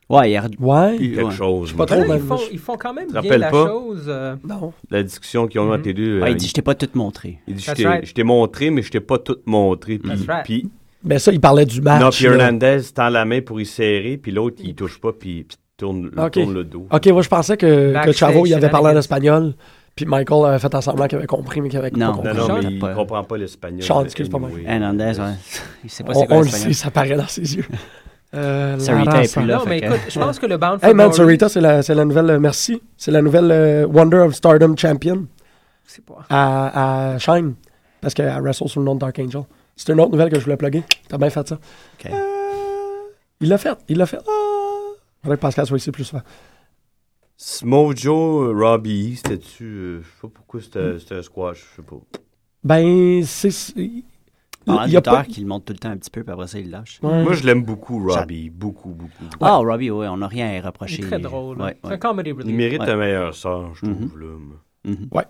[SPEAKER 7] Ouais, il a.
[SPEAKER 4] Ouais.
[SPEAKER 7] Puis-
[SPEAKER 6] quelque
[SPEAKER 7] Ouais.
[SPEAKER 6] chose.
[SPEAKER 4] pas
[SPEAKER 6] là.
[SPEAKER 4] trop
[SPEAKER 5] Là,
[SPEAKER 4] ben,
[SPEAKER 5] ils, font,
[SPEAKER 4] je-
[SPEAKER 5] ils font quand même
[SPEAKER 6] Te
[SPEAKER 5] bien
[SPEAKER 6] rappelle
[SPEAKER 5] la
[SPEAKER 6] pas?
[SPEAKER 5] chose. euh,
[SPEAKER 4] Non.
[SPEAKER 6] La discussion qu'ils ont eu à
[SPEAKER 5] Mhm.
[SPEAKER 6] télé. euh,
[SPEAKER 7] Ouais, Mm-hmm. Ah, il dit Je t'ai pas tout montré.
[SPEAKER 6] il dit, je
[SPEAKER 5] That's
[SPEAKER 6] t'ai
[SPEAKER 5] right.
[SPEAKER 6] je t'ai montré, mais je t'ai pas tout montré. Puis,
[SPEAKER 5] That's right.
[SPEAKER 6] puis-
[SPEAKER 4] Mais ça, il parlait du
[SPEAKER 6] non,
[SPEAKER 4] match.
[SPEAKER 6] puis
[SPEAKER 4] Ah, là.
[SPEAKER 6] Hernandez tend la main pour y serrer, puis l'autre, il touche pas, puis, puis tourne,
[SPEAKER 4] Ok. Ah,
[SPEAKER 6] tourne le dos.
[SPEAKER 4] Ok, moi, je pensais que, que
[SPEAKER 5] Backstage,
[SPEAKER 4] Chavo, il avait parlé en
[SPEAKER 5] shenanigans.
[SPEAKER 4] espagnol, puis Michael avait fait en semblant qu'il avait compris, mais qu'il avait
[SPEAKER 7] Non.
[SPEAKER 4] pas
[SPEAKER 6] Non,
[SPEAKER 4] compris.
[SPEAKER 6] non,
[SPEAKER 5] Sean,
[SPEAKER 6] mais
[SPEAKER 7] t'as
[SPEAKER 6] il
[SPEAKER 7] pas-
[SPEAKER 6] comprend pas l'espagnol.
[SPEAKER 4] Sean, excuse-moi.
[SPEAKER 7] Hernandez, ouais. Il sait pas
[SPEAKER 4] On,
[SPEAKER 7] c'est quoi
[SPEAKER 4] on le sait,
[SPEAKER 7] l'espagnol.
[SPEAKER 4] ça paraît dans ses yeux. Euh,
[SPEAKER 7] Sarita
[SPEAKER 4] Lara
[SPEAKER 7] est plus là.
[SPEAKER 5] non,
[SPEAKER 7] fait
[SPEAKER 5] mais
[SPEAKER 7] que-
[SPEAKER 5] écoute, je pense que le Bound for
[SPEAKER 4] Hey man,
[SPEAKER 5] Glory-
[SPEAKER 4] Sarita, c'est la, c'est la nouvelle, euh, merci. C'est la nouvelle euh, Wonder of Stardom Champion
[SPEAKER 5] C'est pas-
[SPEAKER 4] à, à Shine. Parce qu'elle wrestle sous le nom de Dark Angel. C'est une autre nouvelle que je voulais plugger. T'as bien fait ça.
[SPEAKER 7] Ok.
[SPEAKER 4] Il l'a fait, il l'a fait. Faudrait que Pascal soit ici plus souvent.
[SPEAKER 6] Smojo euh, Robbie, c'était-tu. euh, je sais pas pourquoi
[SPEAKER 7] Mm.
[SPEAKER 6] c'était c'était un squash, je sais pas.
[SPEAKER 4] Ben, c'est. c'est- Il
[SPEAKER 7] Ah,
[SPEAKER 4] y a pas.
[SPEAKER 7] qu'il monte tout le temps un petit peu, puis après ça, il lâche.
[SPEAKER 4] Ouais.
[SPEAKER 6] Moi, je l'aime beaucoup, Robbie. Beaucoup, beaucoup. beaucoup.
[SPEAKER 7] Ah, Robbie, ouais, on n'a rien à y
[SPEAKER 5] Il
[SPEAKER 7] reprocher.
[SPEAKER 5] est très drôle. là.
[SPEAKER 7] Ouais,
[SPEAKER 5] C'est
[SPEAKER 7] ouais.
[SPEAKER 5] un comedy
[SPEAKER 6] Il
[SPEAKER 5] relief.
[SPEAKER 6] mérite
[SPEAKER 7] Ouais. Mm-hmm.
[SPEAKER 6] un meilleur sort, je trouve. là.
[SPEAKER 7] Mhm.
[SPEAKER 5] Ah,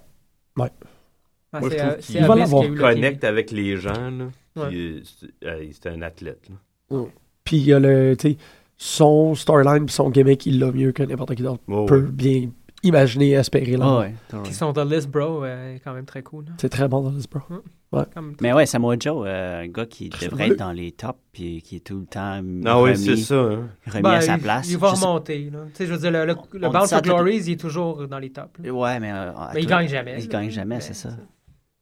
[SPEAKER 6] Moi, je
[SPEAKER 5] c'est,
[SPEAKER 6] trouve
[SPEAKER 5] euh,
[SPEAKER 6] qu'il-
[SPEAKER 5] c'est
[SPEAKER 4] Il va
[SPEAKER 5] Abyss qui a
[SPEAKER 4] l'avoir.
[SPEAKER 5] eu
[SPEAKER 6] Il
[SPEAKER 5] le
[SPEAKER 6] connecte avec les gens. Là,
[SPEAKER 5] Ouais.
[SPEAKER 6] Puis, euh, c'est- euh, c'est un athlète. là.
[SPEAKER 4] Puis il y a le. Tu sais, son storyline pis son gimmick, il l'a mieux que n'importe qui d'autre.
[SPEAKER 6] Oh,
[SPEAKER 4] peut
[SPEAKER 6] ouais.
[SPEAKER 4] bien imaginer, espérer là.
[SPEAKER 7] Ah, ouais.
[SPEAKER 5] Qui sont The List Bro, euh, est quand même très cool. là.
[SPEAKER 4] C'est très bon dans ce bro.
[SPEAKER 5] Comme-
[SPEAKER 7] Mais ouais, Samoa Joe, euh, un gars qui
[SPEAKER 4] Je
[SPEAKER 7] devrait
[SPEAKER 4] le-
[SPEAKER 7] être dans les tops, puis qui est tout le temps
[SPEAKER 5] Ah
[SPEAKER 6] Non, oui,
[SPEAKER 7] remis,
[SPEAKER 6] c'est ça. hein.
[SPEAKER 7] remis
[SPEAKER 5] Ben,
[SPEAKER 7] à sa
[SPEAKER 5] il-
[SPEAKER 7] place.
[SPEAKER 5] Il va
[SPEAKER 7] Je sais-
[SPEAKER 5] remonter. là. Tu sais, je veux dire, le, le, le
[SPEAKER 7] On dit
[SPEAKER 5] Bound
[SPEAKER 7] ça
[SPEAKER 5] for
[SPEAKER 7] à tout-
[SPEAKER 5] Glories, il est toujours dans les tops. là.
[SPEAKER 7] Ouais, mais. euh, à
[SPEAKER 5] Mais il
[SPEAKER 7] tout-
[SPEAKER 5] gagne jamais,
[SPEAKER 7] Il
[SPEAKER 5] là.
[SPEAKER 7] gagne jamais, c'est
[SPEAKER 5] Ben,
[SPEAKER 7] ça.
[SPEAKER 5] c'est-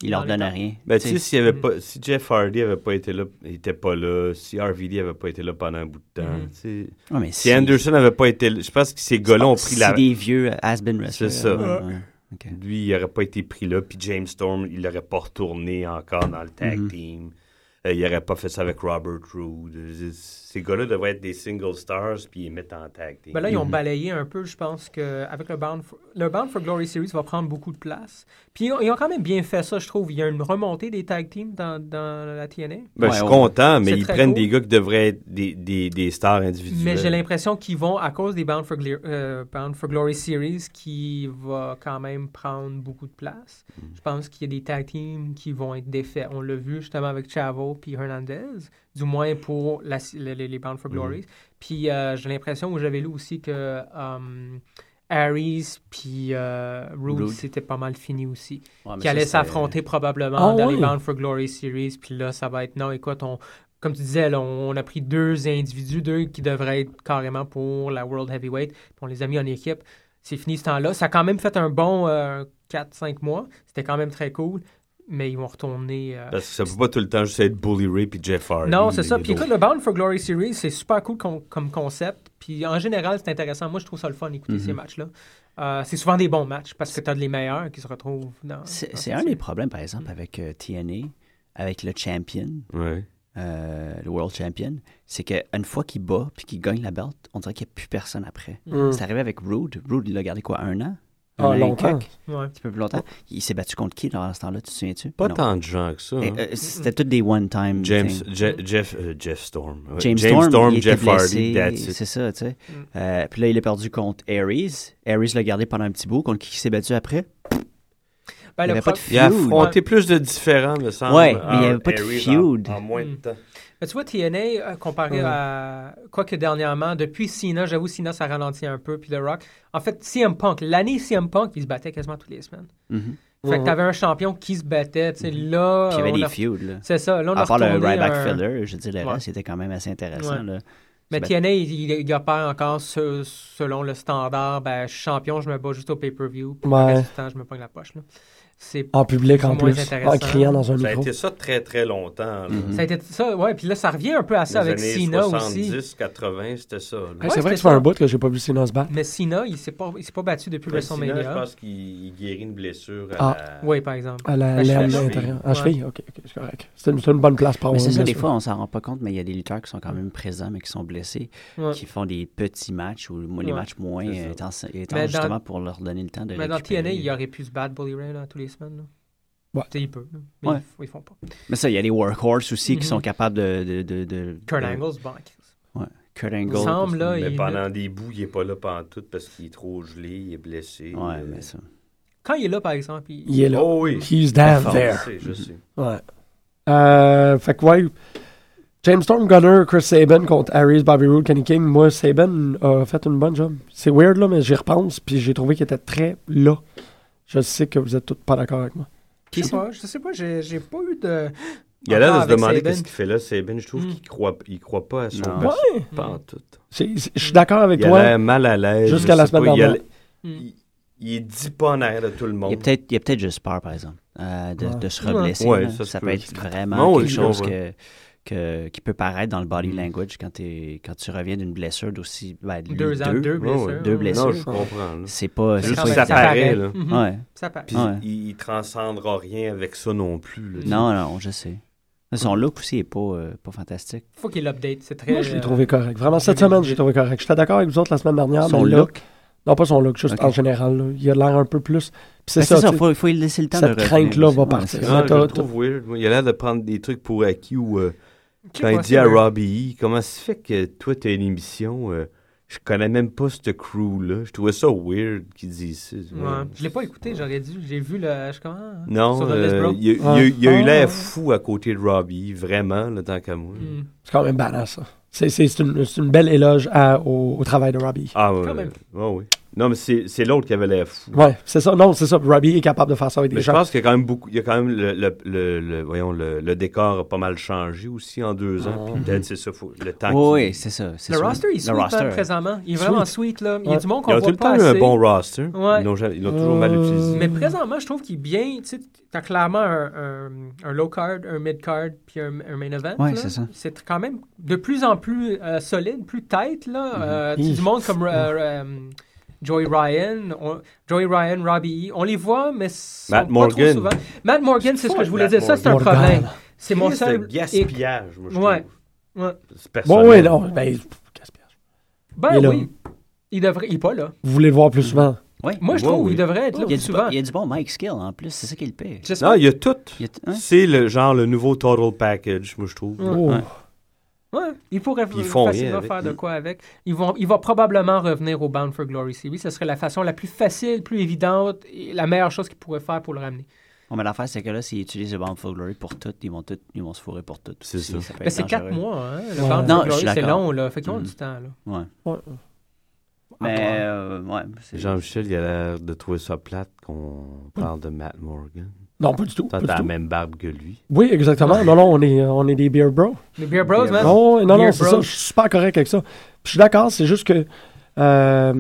[SPEAKER 7] Il
[SPEAKER 5] Dans
[SPEAKER 7] leur
[SPEAKER 5] les
[SPEAKER 7] donne
[SPEAKER 5] tops.
[SPEAKER 7] rien.
[SPEAKER 6] Ben,
[SPEAKER 7] Tu
[SPEAKER 6] tu sais,
[SPEAKER 7] sais,
[SPEAKER 6] s'il y avait
[SPEAKER 5] Mm.
[SPEAKER 6] pas, si Jeff Hardy avait pas été là, il était pas là. Si RVD avait pas été là pendant un bout de temps.
[SPEAKER 5] Mhm.
[SPEAKER 6] tu sais.
[SPEAKER 7] ouais, mais
[SPEAKER 6] Si Anderson avait pas été là, je pense que ces gars-là ont pris
[SPEAKER 7] si
[SPEAKER 6] la.
[SPEAKER 7] des vieux has-been wrestlers.
[SPEAKER 6] C'est ça.
[SPEAKER 7] ouais, euh, ouais. Ok.
[SPEAKER 6] Lui, il aurait pas été pris là. Puis James Storm, il l'aurait pas retourné encore dans le tag
[SPEAKER 7] Mhm.
[SPEAKER 6] team. Euh, il n'aurait pas fait ça avec Robert Roode. Ces gars-là devraient être des single stars, puis ils mettent en tag. team.
[SPEAKER 5] Ben là, ils ont balayé un peu, je pense, qu'avec le Bound, for, le Bound for Glory Series va prendre beaucoup de place. Puis ils ont, ils ont quand même bien fait ça, je trouve. Il y a une remontée des tag teams dans, dans la TNA.
[SPEAKER 6] Ben, je suis
[SPEAKER 7] Ouais, on-
[SPEAKER 6] content, mais
[SPEAKER 5] c'est
[SPEAKER 6] ils
[SPEAKER 5] très
[SPEAKER 6] prennent
[SPEAKER 5] cool.
[SPEAKER 6] des gars qui devraient être des, des, des stars individuelles.
[SPEAKER 5] Mais j'ai l'impression qu'ils vont, à cause des Bound for, Glo- euh, Bound for Glory Series, qui va quand même prendre beaucoup de place. Je pense qu'il y a des tag teams qui vont être défaits. On l'a vu justement avec Chavo puis Hernandez, du moins pour la- les, les- les Bound for Glory. Puis euh, j'ai l'impression où j'avais lu aussi que um, Aries puis euh, Rude,
[SPEAKER 7] Rude.
[SPEAKER 5] c'était pas mal fini aussi
[SPEAKER 7] Ouais, Ah, mais
[SPEAKER 5] qui
[SPEAKER 7] ça,
[SPEAKER 5] allait
[SPEAKER 7] c'est-
[SPEAKER 5] s'affronter probablement
[SPEAKER 4] Ah
[SPEAKER 5] dans les
[SPEAKER 4] oui.
[SPEAKER 5] Bound for Glory Series. Puis là, ça va être non, écoute, on, comme tu disais, là, on, on a pris deux individus, deux qui devraient être carrément pour la World Heavyweight. Puis on les a mis en équipe. C'est fini ce temps-là. Ça a quand même fait un bon euh, 4-5 mois. C'était quand même très cool. Mais ils vont retourner. euh,
[SPEAKER 6] Parce que ça peut pas tout le temps juste être Bully Ray puis Jeff Hardy.
[SPEAKER 5] non, c'est ça.
[SPEAKER 6] mais
[SPEAKER 5] Puis
[SPEAKER 6] il y a
[SPEAKER 5] écoute, le Bound for Glory Series, c'est super cool com- comme concept. Puis en général, c'est intéressant. Moi, je trouve ça le fun d'écouter
[SPEAKER 7] Mm-hmm.
[SPEAKER 5] ces matchs-là. Euh, c'est souvent des bons matchs parce que tu as les meilleurs qui se retrouvent dans.
[SPEAKER 7] C'est
[SPEAKER 5] dans
[SPEAKER 7] c'est
[SPEAKER 5] cette
[SPEAKER 7] un des problèmes, par exemple, avec euh, TNA, avec le champion,
[SPEAKER 6] d'autres. Ouais.
[SPEAKER 7] euh, le world champion, c'est qu'une fois qu'il bat puis qu'il gagne la belt, on dirait qu'il n'y a plus personne après.
[SPEAKER 5] Hmm.
[SPEAKER 4] Mm.
[SPEAKER 7] C'est arrivé avec Rude. Rude, il l'a gardé quoi, un an? Un an
[SPEAKER 4] Ah,
[SPEAKER 7] et
[SPEAKER 4] longtemps.
[SPEAKER 7] quelques?
[SPEAKER 5] série. Ouais.
[SPEAKER 7] Un petit peu plus longtemps. Il s'est battu contre qui dans ce temps-là, tu te souviens-tu?
[SPEAKER 6] Pas
[SPEAKER 7] Non.
[SPEAKER 6] tant de gens que ça.
[SPEAKER 7] Et,
[SPEAKER 6] hein.
[SPEAKER 7] euh, C'était tous des one-time.
[SPEAKER 6] James,
[SPEAKER 7] things.
[SPEAKER 6] Je- Jeff, euh, Jeff Storm. Ouais.
[SPEAKER 7] James, Storm, il était
[SPEAKER 6] Jeff Hardy,
[SPEAKER 7] blessé,
[SPEAKER 6] that's it.
[SPEAKER 7] c'est ça, tu sais.
[SPEAKER 5] Mm.
[SPEAKER 7] Euh, puis là, il est perdu contre Aries. Aries l'a gardé pendant un petit bout. Contre qui il s'est battu après?
[SPEAKER 5] Ben, le
[SPEAKER 7] Il y avait pas de
[SPEAKER 5] pro-
[SPEAKER 6] Il a affronté plus de différents, me semble.
[SPEAKER 7] Ouais, mais il y
[SPEAKER 6] en-
[SPEAKER 7] avait pas de
[SPEAKER 6] Aries
[SPEAKER 7] feud.
[SPEAKER 6] En, en moins de temps.
[SPEAKER 5] Mais tu vois, TNA, euh, comparé à. Quoique dernièrement, depuis Cena, j'avoue, Cena, ça ralentit un peu. Puis The Rock. En fait, CM Punk, l'année CM Punk, il se battait quasiment toutes les semaines.
[SPEAKER 6] Mm-hmm.
[SPEAKER 7] Mhm.
[SPEAKER 5] Fait que t'avais un champion qui se battait. Tu sais, là.
[SPEAKER 7] Mm-hmm. Puis il y avait
[SPEAKER 5] Ah, on
[SPEAKER 7] des
[SPEAKER 5] a-
[SPEAKER 7] feuds, là.
[SPEAKER 5] C'est ça. Là, on a
[SPEAKER 7] À part le
[SPEAKER 5] retourné
[SPEAKER 7] Ryback
[SPEAKER 5] un-
[SPEAKER 7] Filler, je dis le
[SPEAKER 5] Ouais.
[SPEAKER 7] reste, c'était quand même assez intéressant.
[SPEAKER 5] Ouais.
[SPEAKER 7] Là.
[SPEAKER 5] Mais
[SPEAKER 7] Ben-
[SPEAKER 5] TNA, il, il, il opère encore ce- selon le standard. Ben, je suis champion, je me bats juste au pay-per-view. Puis
[SPEAKER 4] Ouais.
[SPEAKER 5] le reste du temps, je me pogne la poche. Là. C'est
[SPEAKER 4] En public, en
[SPEAKER 5] C'est moins
[SPEAKER 4] plus.
[SPEAKER 5] intéressant.
[SPEAKER 4] En criant dans un
[SPEAKER 6] Ça a
[SPEAKER 4] micro.
[SPEAKER 6] été ça très, très longtemps. là.
[SPEAKER 7] Mm-hmm.
[SPEAKER 5] Ça a été ça, ouais. Puis là, ça revient un peu à ça
[SPEAKER 6] Les
[SPEAKER 5] avec
[SPEAKER 6] années
[SPEAKER 5] Cena
[SPEAKER 6] 70,
[SPEAKER 5] aussi.
[SPEAKER 6] 80, c'était ça. là.
[SPEAKER 4] Hey,
[SPEAKER 5] Ouais,
[SPEAKER 4] c'est vrai
[SPEAKER 5] c'était
[SPEAKER 4] que ça fait
[SPEAKER 5] ça.
[SPEAKER 4] un bout que j'ai pas vu Cena se battre.
[SPEAKER 5] Mais Cena, il s'est pas, il s'est pas battu depuis
[SPEAKER 6] Mais sinon,
[SPEAKER 5] WrestleMania.
[SPEAKER 6] je pense qu'il il guérit une blessure à
[SPEAKER 4] Ah.
[SPEAKER 6] la-
[SPEAKER 5] Oui, par exemple.
[SPEAKER 4] À la
[SPEAKER 5] La
[SPEAKER 4] laine
[SPEAKER 5] cheville.
[SPEAKER 4] intérieure.
[SPEAKER 5] Ouais.
[SPEAKER 4] À cheville? Ok, ok, c'est correct. C'est une, c'est une bonne place
[SPEAKER 5] euh,
[SPEAKER 4] pour
[SPEAKER 7] Mais
[SPEAKER 4] avoir
[SPEAKER 7] c'est
[SPEAKER 4] une
[SPEAKER 7] ça, des
[SPEAKER 4] blessure.
[SPEAKER 7] fois, on s'en rend pas compte, mais il y a des lutteurs qui sont quand même présents, mais qui sont blessés,
[SPEAKER 5] Ouais.
[SPEAKER 7] qui font des petits matchs ou les
[SPEAKER 5] Ouais.
[SPEAKER 7] matchs moins euh,
[SPEAKER 6] C'est ça.
[SPEAKER 7] intenses, étant
[SPEAKER 5] Mais dans-
[SPEAKER 7] justement pour leur donner le temps de
[SPEAKER 5] Mais dans
[SPEAKER 7] récupérer.
[SPEAKER 5] TNA, il aurait pu se battre Bully Ray là, tous les semaines. Là.
[SPEAKER 4] Ouais.
[SPEAKER 5] Tu sais, il peut. là. Mais
[SPEAKER 7] Ouais.
[SPEAKER 5] ils f- ils, font pas.
[SPEAKER 7] Mais ça, il y a des workhorses aussi
[SPEAKER 5] Mhm.
[SPEAKER 7] qui sont capables de... de, de, de-
[SPEAKER 5] Kurt
[SPEAKER 7] de-
[SPEAKER 5] Angle se banque.
[SPEAKER 7] Kurt
[SPEAKER 5] Il
[SPEAKER 7] Angle.
[SPEAKER 5] me semble, là,
[SPEAKER 6] Mais
[SPEAKER 5] il-
[SPEAKER 6] pendant des bouts, il n'est pas là pendant tout parce qu'il est trop gelé, il est blessé.
[SPEAKER 7] Ouais,
[SPEAKER 6] Euh,
[SPEAKER 7] mais ça...
[SPEAKER 5] Quand il est là, par exemple, il...
[SPEAKER 4] Il est là.
[SPEAKER 6] Oh oui.
[SPEAKER 4] He's down
[SPEAKER 6] Je
[SPEAKER 4] there.
[SPEAKER 6] sais, je sais.
[SPEAKER 4] Ouais. Euh, fait que ouais, James Storm, Gunner, Chris Saban contre Aries, Bobby Roode, Kenny King. Moi, Saban a fait une bonne job. C'est weird, là, mais j'y repense, puis j'ai trouvé qu'il était très là. Je sais que vous êtes tous pas d'accord avec moi.
[SPEAKER 5] je sais pas, je sais pas, j'ai j'ai pas eu de.
[SPEAKER 6] Il a l'air de
[SPEAKER 5] Avec
[SPEAKER 6] se demander
[SPEAKER 5] Saban.
[SPEAKER 6] qu'est-ce qu'il fait là, Saban. Je
[SPEAKER 4] Hmm.
[SPEAKER 6] trouve
[SPEAKER 5] Mm.
[SPEAKER 6] qu'il ne croit, il croit pas à son
[SPEAKER 7] Non.
[SPEAKER 6] perso-
[SPEAKER 4] Ouais.
[SPEAKER 6] pas en tout.
[SPEAKER 4] C'est- c'est- Je suis d'accord avec
[SPEAKER 6] Il a
[SPEAKER 4] Hmm. toi.
[SPEAKER 6] l'air mal à l'aise.
[SPEAKER 4] Jusqu'à
[SPEAKER 6] je
[SPEAKER 4] la
[SPEAKER 6] sais
[SPEAKER 4] semaine
[SPEAKER 6] pas, il a
[SPEAKER 4] dernière. Hmm.
[SPEAKER 6] l'air-
[SPEAKER 5] Mm.
[SPEAKER 6] Hmm. Il, il est dix pas en arrière de tout le
[SPEAKER 7] Il y a
[SPEAKER 6] monde.
[SPEAKER 7] peut-être peut juste peur, par exemple, euh, de,
[SPEAKER 4] Ouais.
[SPEAKER 7] de se reblesser.
[SPEAKER 6] Ouais,
[SPEAKER 7] là.
[SPEAKER 6] ça se
[SPEAKER 7] ça peut
[SPEAKER 6] peut.
[SPEAKER 7] être vraiment
[SPEAKER 6] Non, oui,
[SPEAKER 7] quelque
[SPEAKER 6] je
[SPEAKER 7] chose
[SPEAKER 6] comprends.
[SPEAKER 7] que, que- qui peut paraître dans le
[SPEAKER 6] Mm.
[SPEAKER 7] body language quand, t'es- quand tu reviens d'une blessure d'aussi... Ben, lui,
[SPEAKER 5] Deux ans, deux
[SPEAKER 6] Ouais, ouais,
[SPEAKER 5] blessures.
[SPEAKER 7] deux
[SPEAKER 5] hein.
[SPEAKER 7] blessures.
[SPEAKER 6] Non, je comprends. là.
[SPEAKER 7] C'est pas...
[SPEAKER 5] Quand
[SPEAKER 7] C'est
[SPEAKER 6] Juste
[SPEAKER 7] pas
[SPEAKER 6] que
[SPEAKER 5] même,
[SPEAKER 6] ça
[SPEAKER 7] évident.
[SPEAKER 6] paraît, là.
[SPEAKER 5] Mhm,
[SPEAKER 7] Ouais.
[SPEAKER 5] Ça paraît.
[SPEAKER 6] Puis
[SPEAKER 7] Ouais.
[SPEAKER 6] il, il transcendra rien avec ça non plus. là.
[SPEAKER 7] Non, non, je sais. Son look aussi est pas, euh, pas fantastique.
[SPEAKER 5] Faut qu'il l'update. C'est très.
[SPEAKER 4] Moi, je l'ai
[SPEAKER 5] euh,
[SPEAKER 4] trouvé correct. Vraiment, cette
[SPEAKER 5] j'ai-
[SPEAKER 4] semaine,
[SPEAKER 5] j'ai-
[SPEAKER 4] je l'ai trouvé correct. J'étais d'accord avec vous autres la semaine dernière.
[SPEAKER 7] Son
[SPEAKER 4] mais là-
[SPEAKER 7] look.
[SPEAKER 4] Non, pas son look, juste
[SPEAKER 7] Ok.
[SPEAKER 4] en général. là. Il a l'air un peu plus. Puis c'est
[SPEAKER 7] Ben,
[SPEAKER 4] ça.
[SPEAKER 7] c'est ça,
[SPEAKER 4] tu sais.
[SPEAKER 7] faut, faut lui laisser le temps
[SPEAKER 4] cette
[SPEAKER 7] de revenir
[SPEAKER 4] crainte-là
[SPEAKER 7] aussi.
[SPEAKER 4] va
[SPEAKER 7] Ouais,
[SPEAKER 4] partir.
[SPEAKER 7] c'est
[SPEAKER 6] Non,
[SPEAKER 7] ça.
[SPEAKER 4] Ouais,
[SPEAKER 6] je
[SPEAKER 4] t'as-
[SPEAKER 6] le trouve weird. moi. Il a l'air de prendre des trucs pour acquis ou euh,
[SPEAKER 5] je sais
[SPEAKER 6] quand il
[SPEAKER 5] pas,
[SPEAKER 6] dit
[SPEAKER 5] c'est
[SPEAKER 6] à
[SPEAKER 5] vrai.
[SPEAKER 6] Robbie, E, comment ça fait que toi, t'as une émission, euh, je connais même pas cette crew-là. Je trouvais ça weird qu'il dise ça.
[SPEAKER 5] Ouais. Je l'ai pas écouté, j'aurais dû. J'ai vu le. Je suis comme, ah,
[SPEAKER 6] euh, Non,
[SPEAKER 5] sur The Best
[SPEAKER 6] euh,
[SPEAKER 5] Bro.
[SPEAKER 6] il, a- il a- il a eu
[SPEAKER 4] Ah.
[SPEAKER 6] l'air fou à côté de Robbie, vraiment, là, tant qu'à moi.
[SPEAKER 5] Mm.
[SPEAKER 4] C'est quand même badass, ça. C'est, c'est- c'est une, c'est une belle éloge à- au, au travail de Robbie.
[SPEAKER 6] Ah, ouais,
[SPEAKER 5] Quand même.
[SPEAKER 6] ouais, ouais. Non, mais c'est c'est l'autre qui avait l'air fou.
[SPEAKER 4] Ouais, c'est ça. Non, c'est ça. Robbie est capable de faire ça avec des
[SPEAKER 6] Mais je
[SPEAKER 4] gens.
[SPEAKER 6] pense qu'il y a quand même beaucoup. Il y a quand même le, le, le, le- voyons, le, le décor a pas mal changé aussi en deux ans. Puis peut-être c'est ça, faut- le temps.
[SPEAKER 7] Oui,
[SPEAKER 6] qu'il-
[SPEAKER 7] oui, c'est ça. c'est
[SPEAKER 5] Le
[SPEAKER 7] sûr.
[SPEAKER 5] roster, il est sweet,
[SPEAKER 7] roster.
[SPEAKER 5] man, présentement. Il est vraiment sweet, là. Il y a
[SPEAKER 4] Ouais.
[SPEAKER 5] du monde
[SPEAKER 6] Ils
[SPEAKER 5] qu'on
[SPEAKER 6] ont tout
[SPEAKER 5] voit
[SPEAKER 6] le temps
[SPEAKER 5] pas
[SPEAKER 6] eu un
[SPEAKER 5] assez.
[SPEAKER 6] bon roster.
[SPEAKER 5] Ouais.
[SPEAKER 6] Ils l'ont jamais- Ils l'ont toujours mal
[SPEAKER 4] Euh,
[SPEAKER 6] utilisé.
[SPEAKER 5] Mais présentement, je trouve qu'il est bien. Tu sais, t'as clairement un, un- un low card, un mid card, puis un, un main event.
[SPEAKER 7] Ouais,
[SPEAKER 5] là.
[SPEAKER 7] c'est ça.
[SPEAKER 5] C'est quand même de plus en plus euh, solide, plus tight, là.
[SPEAKER 4] Mm-hmm.
[SPEAKER 5] Euh, tu sais,
[SPEAKER 4] Hi.
[SPEAKER 5] du monde comme euh, euh, Joey Ryan, on- Joey Ryan, Robbie E. On les voit, mais c'est
[SPEAKER 6] Matt Morgan.
[SPEAKER 5] Matt Morgan, c'est ce que je voulais
[SPEAKER 6] Matt
[SPEAKER 5] dire. Ça, c'est un
[SPEAKER 4] Morgan.
[SPEAKER 5] problème. C'est mon
[SPEAKER 6] C'est un
[SPEAKER 5] seul. hic.
[SPEAKER 6] gaspillage, moi, je
[SPEAKER 5] Ouais.
[SPEAKER 6] trouve.
[SPEAKER 5] Ouais.
[SPEAKER 4] Bon,
[SPEAKER 6] C'est personnel.
[SPEAKER 4] oui, non. Ben, pff, gaspillage.
[SPEAKER 5] Ben
[SPEAKER 4] Il est là.
[SPEAKER 5] oui. Il devrait. Il est pas là.
[SPEAKER 4] Vous voulez le voir plus souvent.
[SPEAKER 7] Ouais.
[SPEAKER 5] Moi, je
[SPEAKER 6] Ouais,
[SPEAKER 5] trouve
[SPEAKER 6] oui.
[SPEAKER 5] qu'il devrait être là
[SPEAKER 7] il, y a
[SPEAKER 5] plus
[SPEAKER 7] du
[SPEAKER 5] souvent.
[SPEAKER 7] bon, il y a du bon Mike Skill en plus, c'est ça qui est le pire.
[SPEAKER 6] Non,
[SPEAKER 5] J'espère-
[SPEAKER 6] il y a tout.
[SPEAKER 7] Il y a t- hein?
[SPEAKER 6] C'est le genre le nouveau total package, moi je trouve.
[SPEAKER 4] Oh.
[SPEAKER 7] Ouais.
[SPEAKER 5] Ouais, il pourrait
[SPEAKER 6] Puis ils font rien
[SPEAKER 5] facilement
[SPEAKER 6] avec.
[SPEAKER 5] faire de
[SPEAKER 6] Mm.
[SPEAKER 5] quoi avec. Ils vont, il va probablement revenir au Bound for Glory Series. Ce serait la façon la plus facile, plus évidente et la meilleure chose qu'il pourrait faire pour le ramener.
[SPEAKER 6] Ben,
[SPEAKER 7] Bon, mais l'affaire, c'est que là, s'ils utilisent le Bound for Glory pour tout, ils vont, tout, ils vont se fourrer pour tout.
[SPEAKER 6] C'est
[SPEAKER 7] aussi,
[SPEAKER 6] ça.
[SPEAKER 7] peut
[SPEAKER 5] Mais
[SPEAKER 7] être
[SPEAKER 5] c'est quatre
[SPEAKER 7] dangereux.
[SPEAKER 5] mois, hein? Le
[SPEAKER 4] Ouais.
[SPEAKER 5] Bound
[SPEAKER 7] Non,
[SPEAKER 5] for
[SPEAKER 7] je suis
[SPEAKER 5] Glory, c'est
[SPEAKER 7] d'accord.
[SPEAKER 5] long, là. Fait qu'ils ont
[SPEAKER 6] Mm.
[SPEAKER 7] Mhm.
[SPEAKER 5] du temps, là.
[SPEAKER 7] Ouais.
[SPEAKER 4] Ouais.
[SPEAKER 7] Mais, euh, ouais. c'est-
[SPEAKER 6] Jean-Michel, il a l'air de trouver ça plate qu'on parle de Matt Morgan.
[SPEAKER 4] Non, pas du tout.
[SPEAKER 6] T'as
[SPEAKER 4] pas du
[SPEAKER 6] t'as la
[SPEAKER 4] tout.
[SPEAKER 6] même barbe que lui.
[SPEAKER 4] Oui, exactement. Non, non, on est, euh, on est des beer bros.
[SPEAKER 5] Les Beer Bros, man.
[SPEAKER 4] Non, non, non,
[SPEAKER 5] Ah. Beer
[SPEAKER 4] c'est
[SPEAKER 5] bros.
[SPEAKER 4] ça. Je suis super correct avec ça. Puis je suis d'accord, c'est juste que. euh,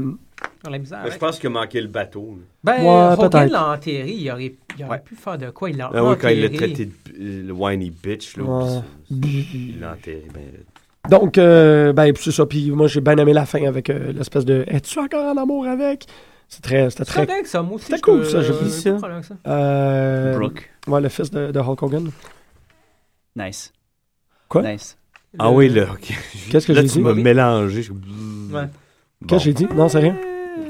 [SPEAKER 5] Dans la misère.
[SPEAKER 6] Je pense qu'il a manqué le bateau.
[SPEAKER 5] Ben,
[SPEAKER 4] Ouais,
[SPEAKER 5] Hogan
[SPEAKER 4] peut-être.
[SPEAKER 5] l'a enterré. Il aurait, il aurait pu faire de quoi. Il l'a
[SPEAKER 6] Ah oui,
[SPEAKER 5] enterré.
[SPEAKER 6] quand il l'a traité de euh, le whiny bitch, là,
[SPEAKER 4] Ouais.
[SPEAKER 6] puis c'est- il l'a enterré. Ben,
[SPEAKER 4] Donc, euh, ben, puis c'est ça. Puis moi, j'ai bien aimé la fin avec euh, l'espèce de Es-tu encore en amour avec C'était très. C'était
[SPEAKER 5] C'est très
[SPEAKER 4] très.
[SPEAKER 5] dingue, ça. Moi aussi,
[SPEAKER 4] C'était
[SPEAKER 5] je
[SPEAKER 4] cool,
[SPEAKER 5] peux-
[SPEAKER 4] ça, j'ai
[SPEAKER 5] euh,
[SPEAKER 4] vu
[SPEAKER 6] ça.
[SPEAKER 5] pas problème avec ça.
[SPEAKER 4] Euh,
[SPEAKER 7] Brooke.
[SPEAKER 4] Ouais, le fils de, de Hulk Hogan.
[SPEAKER 5] Euh,
[SPEAKER 7] Nice.
[SPEAKER 4] Quoi?
[SPEAKER 7] Nice.
[SPEAKER 6] Ah oui, là, ok.
[SPEAKER 4] Qu'est-ce que
[SPEAKER 6] là,
[SPEAKER 4] j'ai
[SPEAKER 6] tu
[SPEAKER 4] dit?
[SPEAKER 6] m'as mélangé. Je-
[SPEAKER 5] Ouais.
[SPEAKER 4] Qu'est-ce que j'ai dit Non, c'est rien.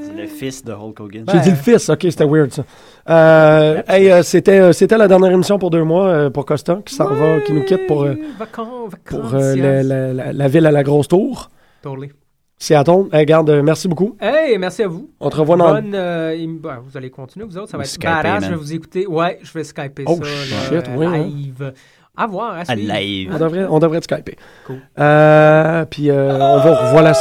[SPEAKER 7] C'est le fils de Hulk Hogan.
[SPEAKER 5] Ben,
[SPEAKER 4] J'ai
[SPEAKER 5] euh,
[SPEAKER 4] dit le fils, ok, c'était weird ça. Euh, hey, euh, c'était, euh, c'était la dernière émission pour deux mois euh, pour Costa, qui s'en va, qui nous quitte pour, euh,
[SPEAKER 5] Vacances,
[SPEAKER 4] pour euh, la, la- la- la ville à la grosse tour. Seattle, hey, garde, euh, merci beaucoup.
[SPEAKER 5] Hey, merci à vous.
[SPEAKER 4] On te revoit dans.
[SPEAKER 5] Bonne, euh, im- ben, vous allez continuer, vous autres. Ça va
[SPEAKER 7] Vous
[SPEAKER 5] être
[SPEAKER 7] skypez,
[SPEAKER 5] badass.
[SPEAKER 7] man.
[SPEAKER 5] Je vais vous écouter. Ouais, je vais skyper
[SPEAKER 4] Oh,
[SPEAKER 5] ça.
[SPEAKER 4] shit,
[SPEAKER 5] là,
[SPEAKER 4] oui, hein.
[SPEAKER 5] Live. À voir. À
[SPEAKER 7] À
[SPEAKER 5] suivre.
[SPEAKER 7] live.
[SPEAKER 4] On devrait, on devrait te skyper.
[SPEAKER 5] Cool.
[SPEAKER 4] Euh, puis euh, on va revoir la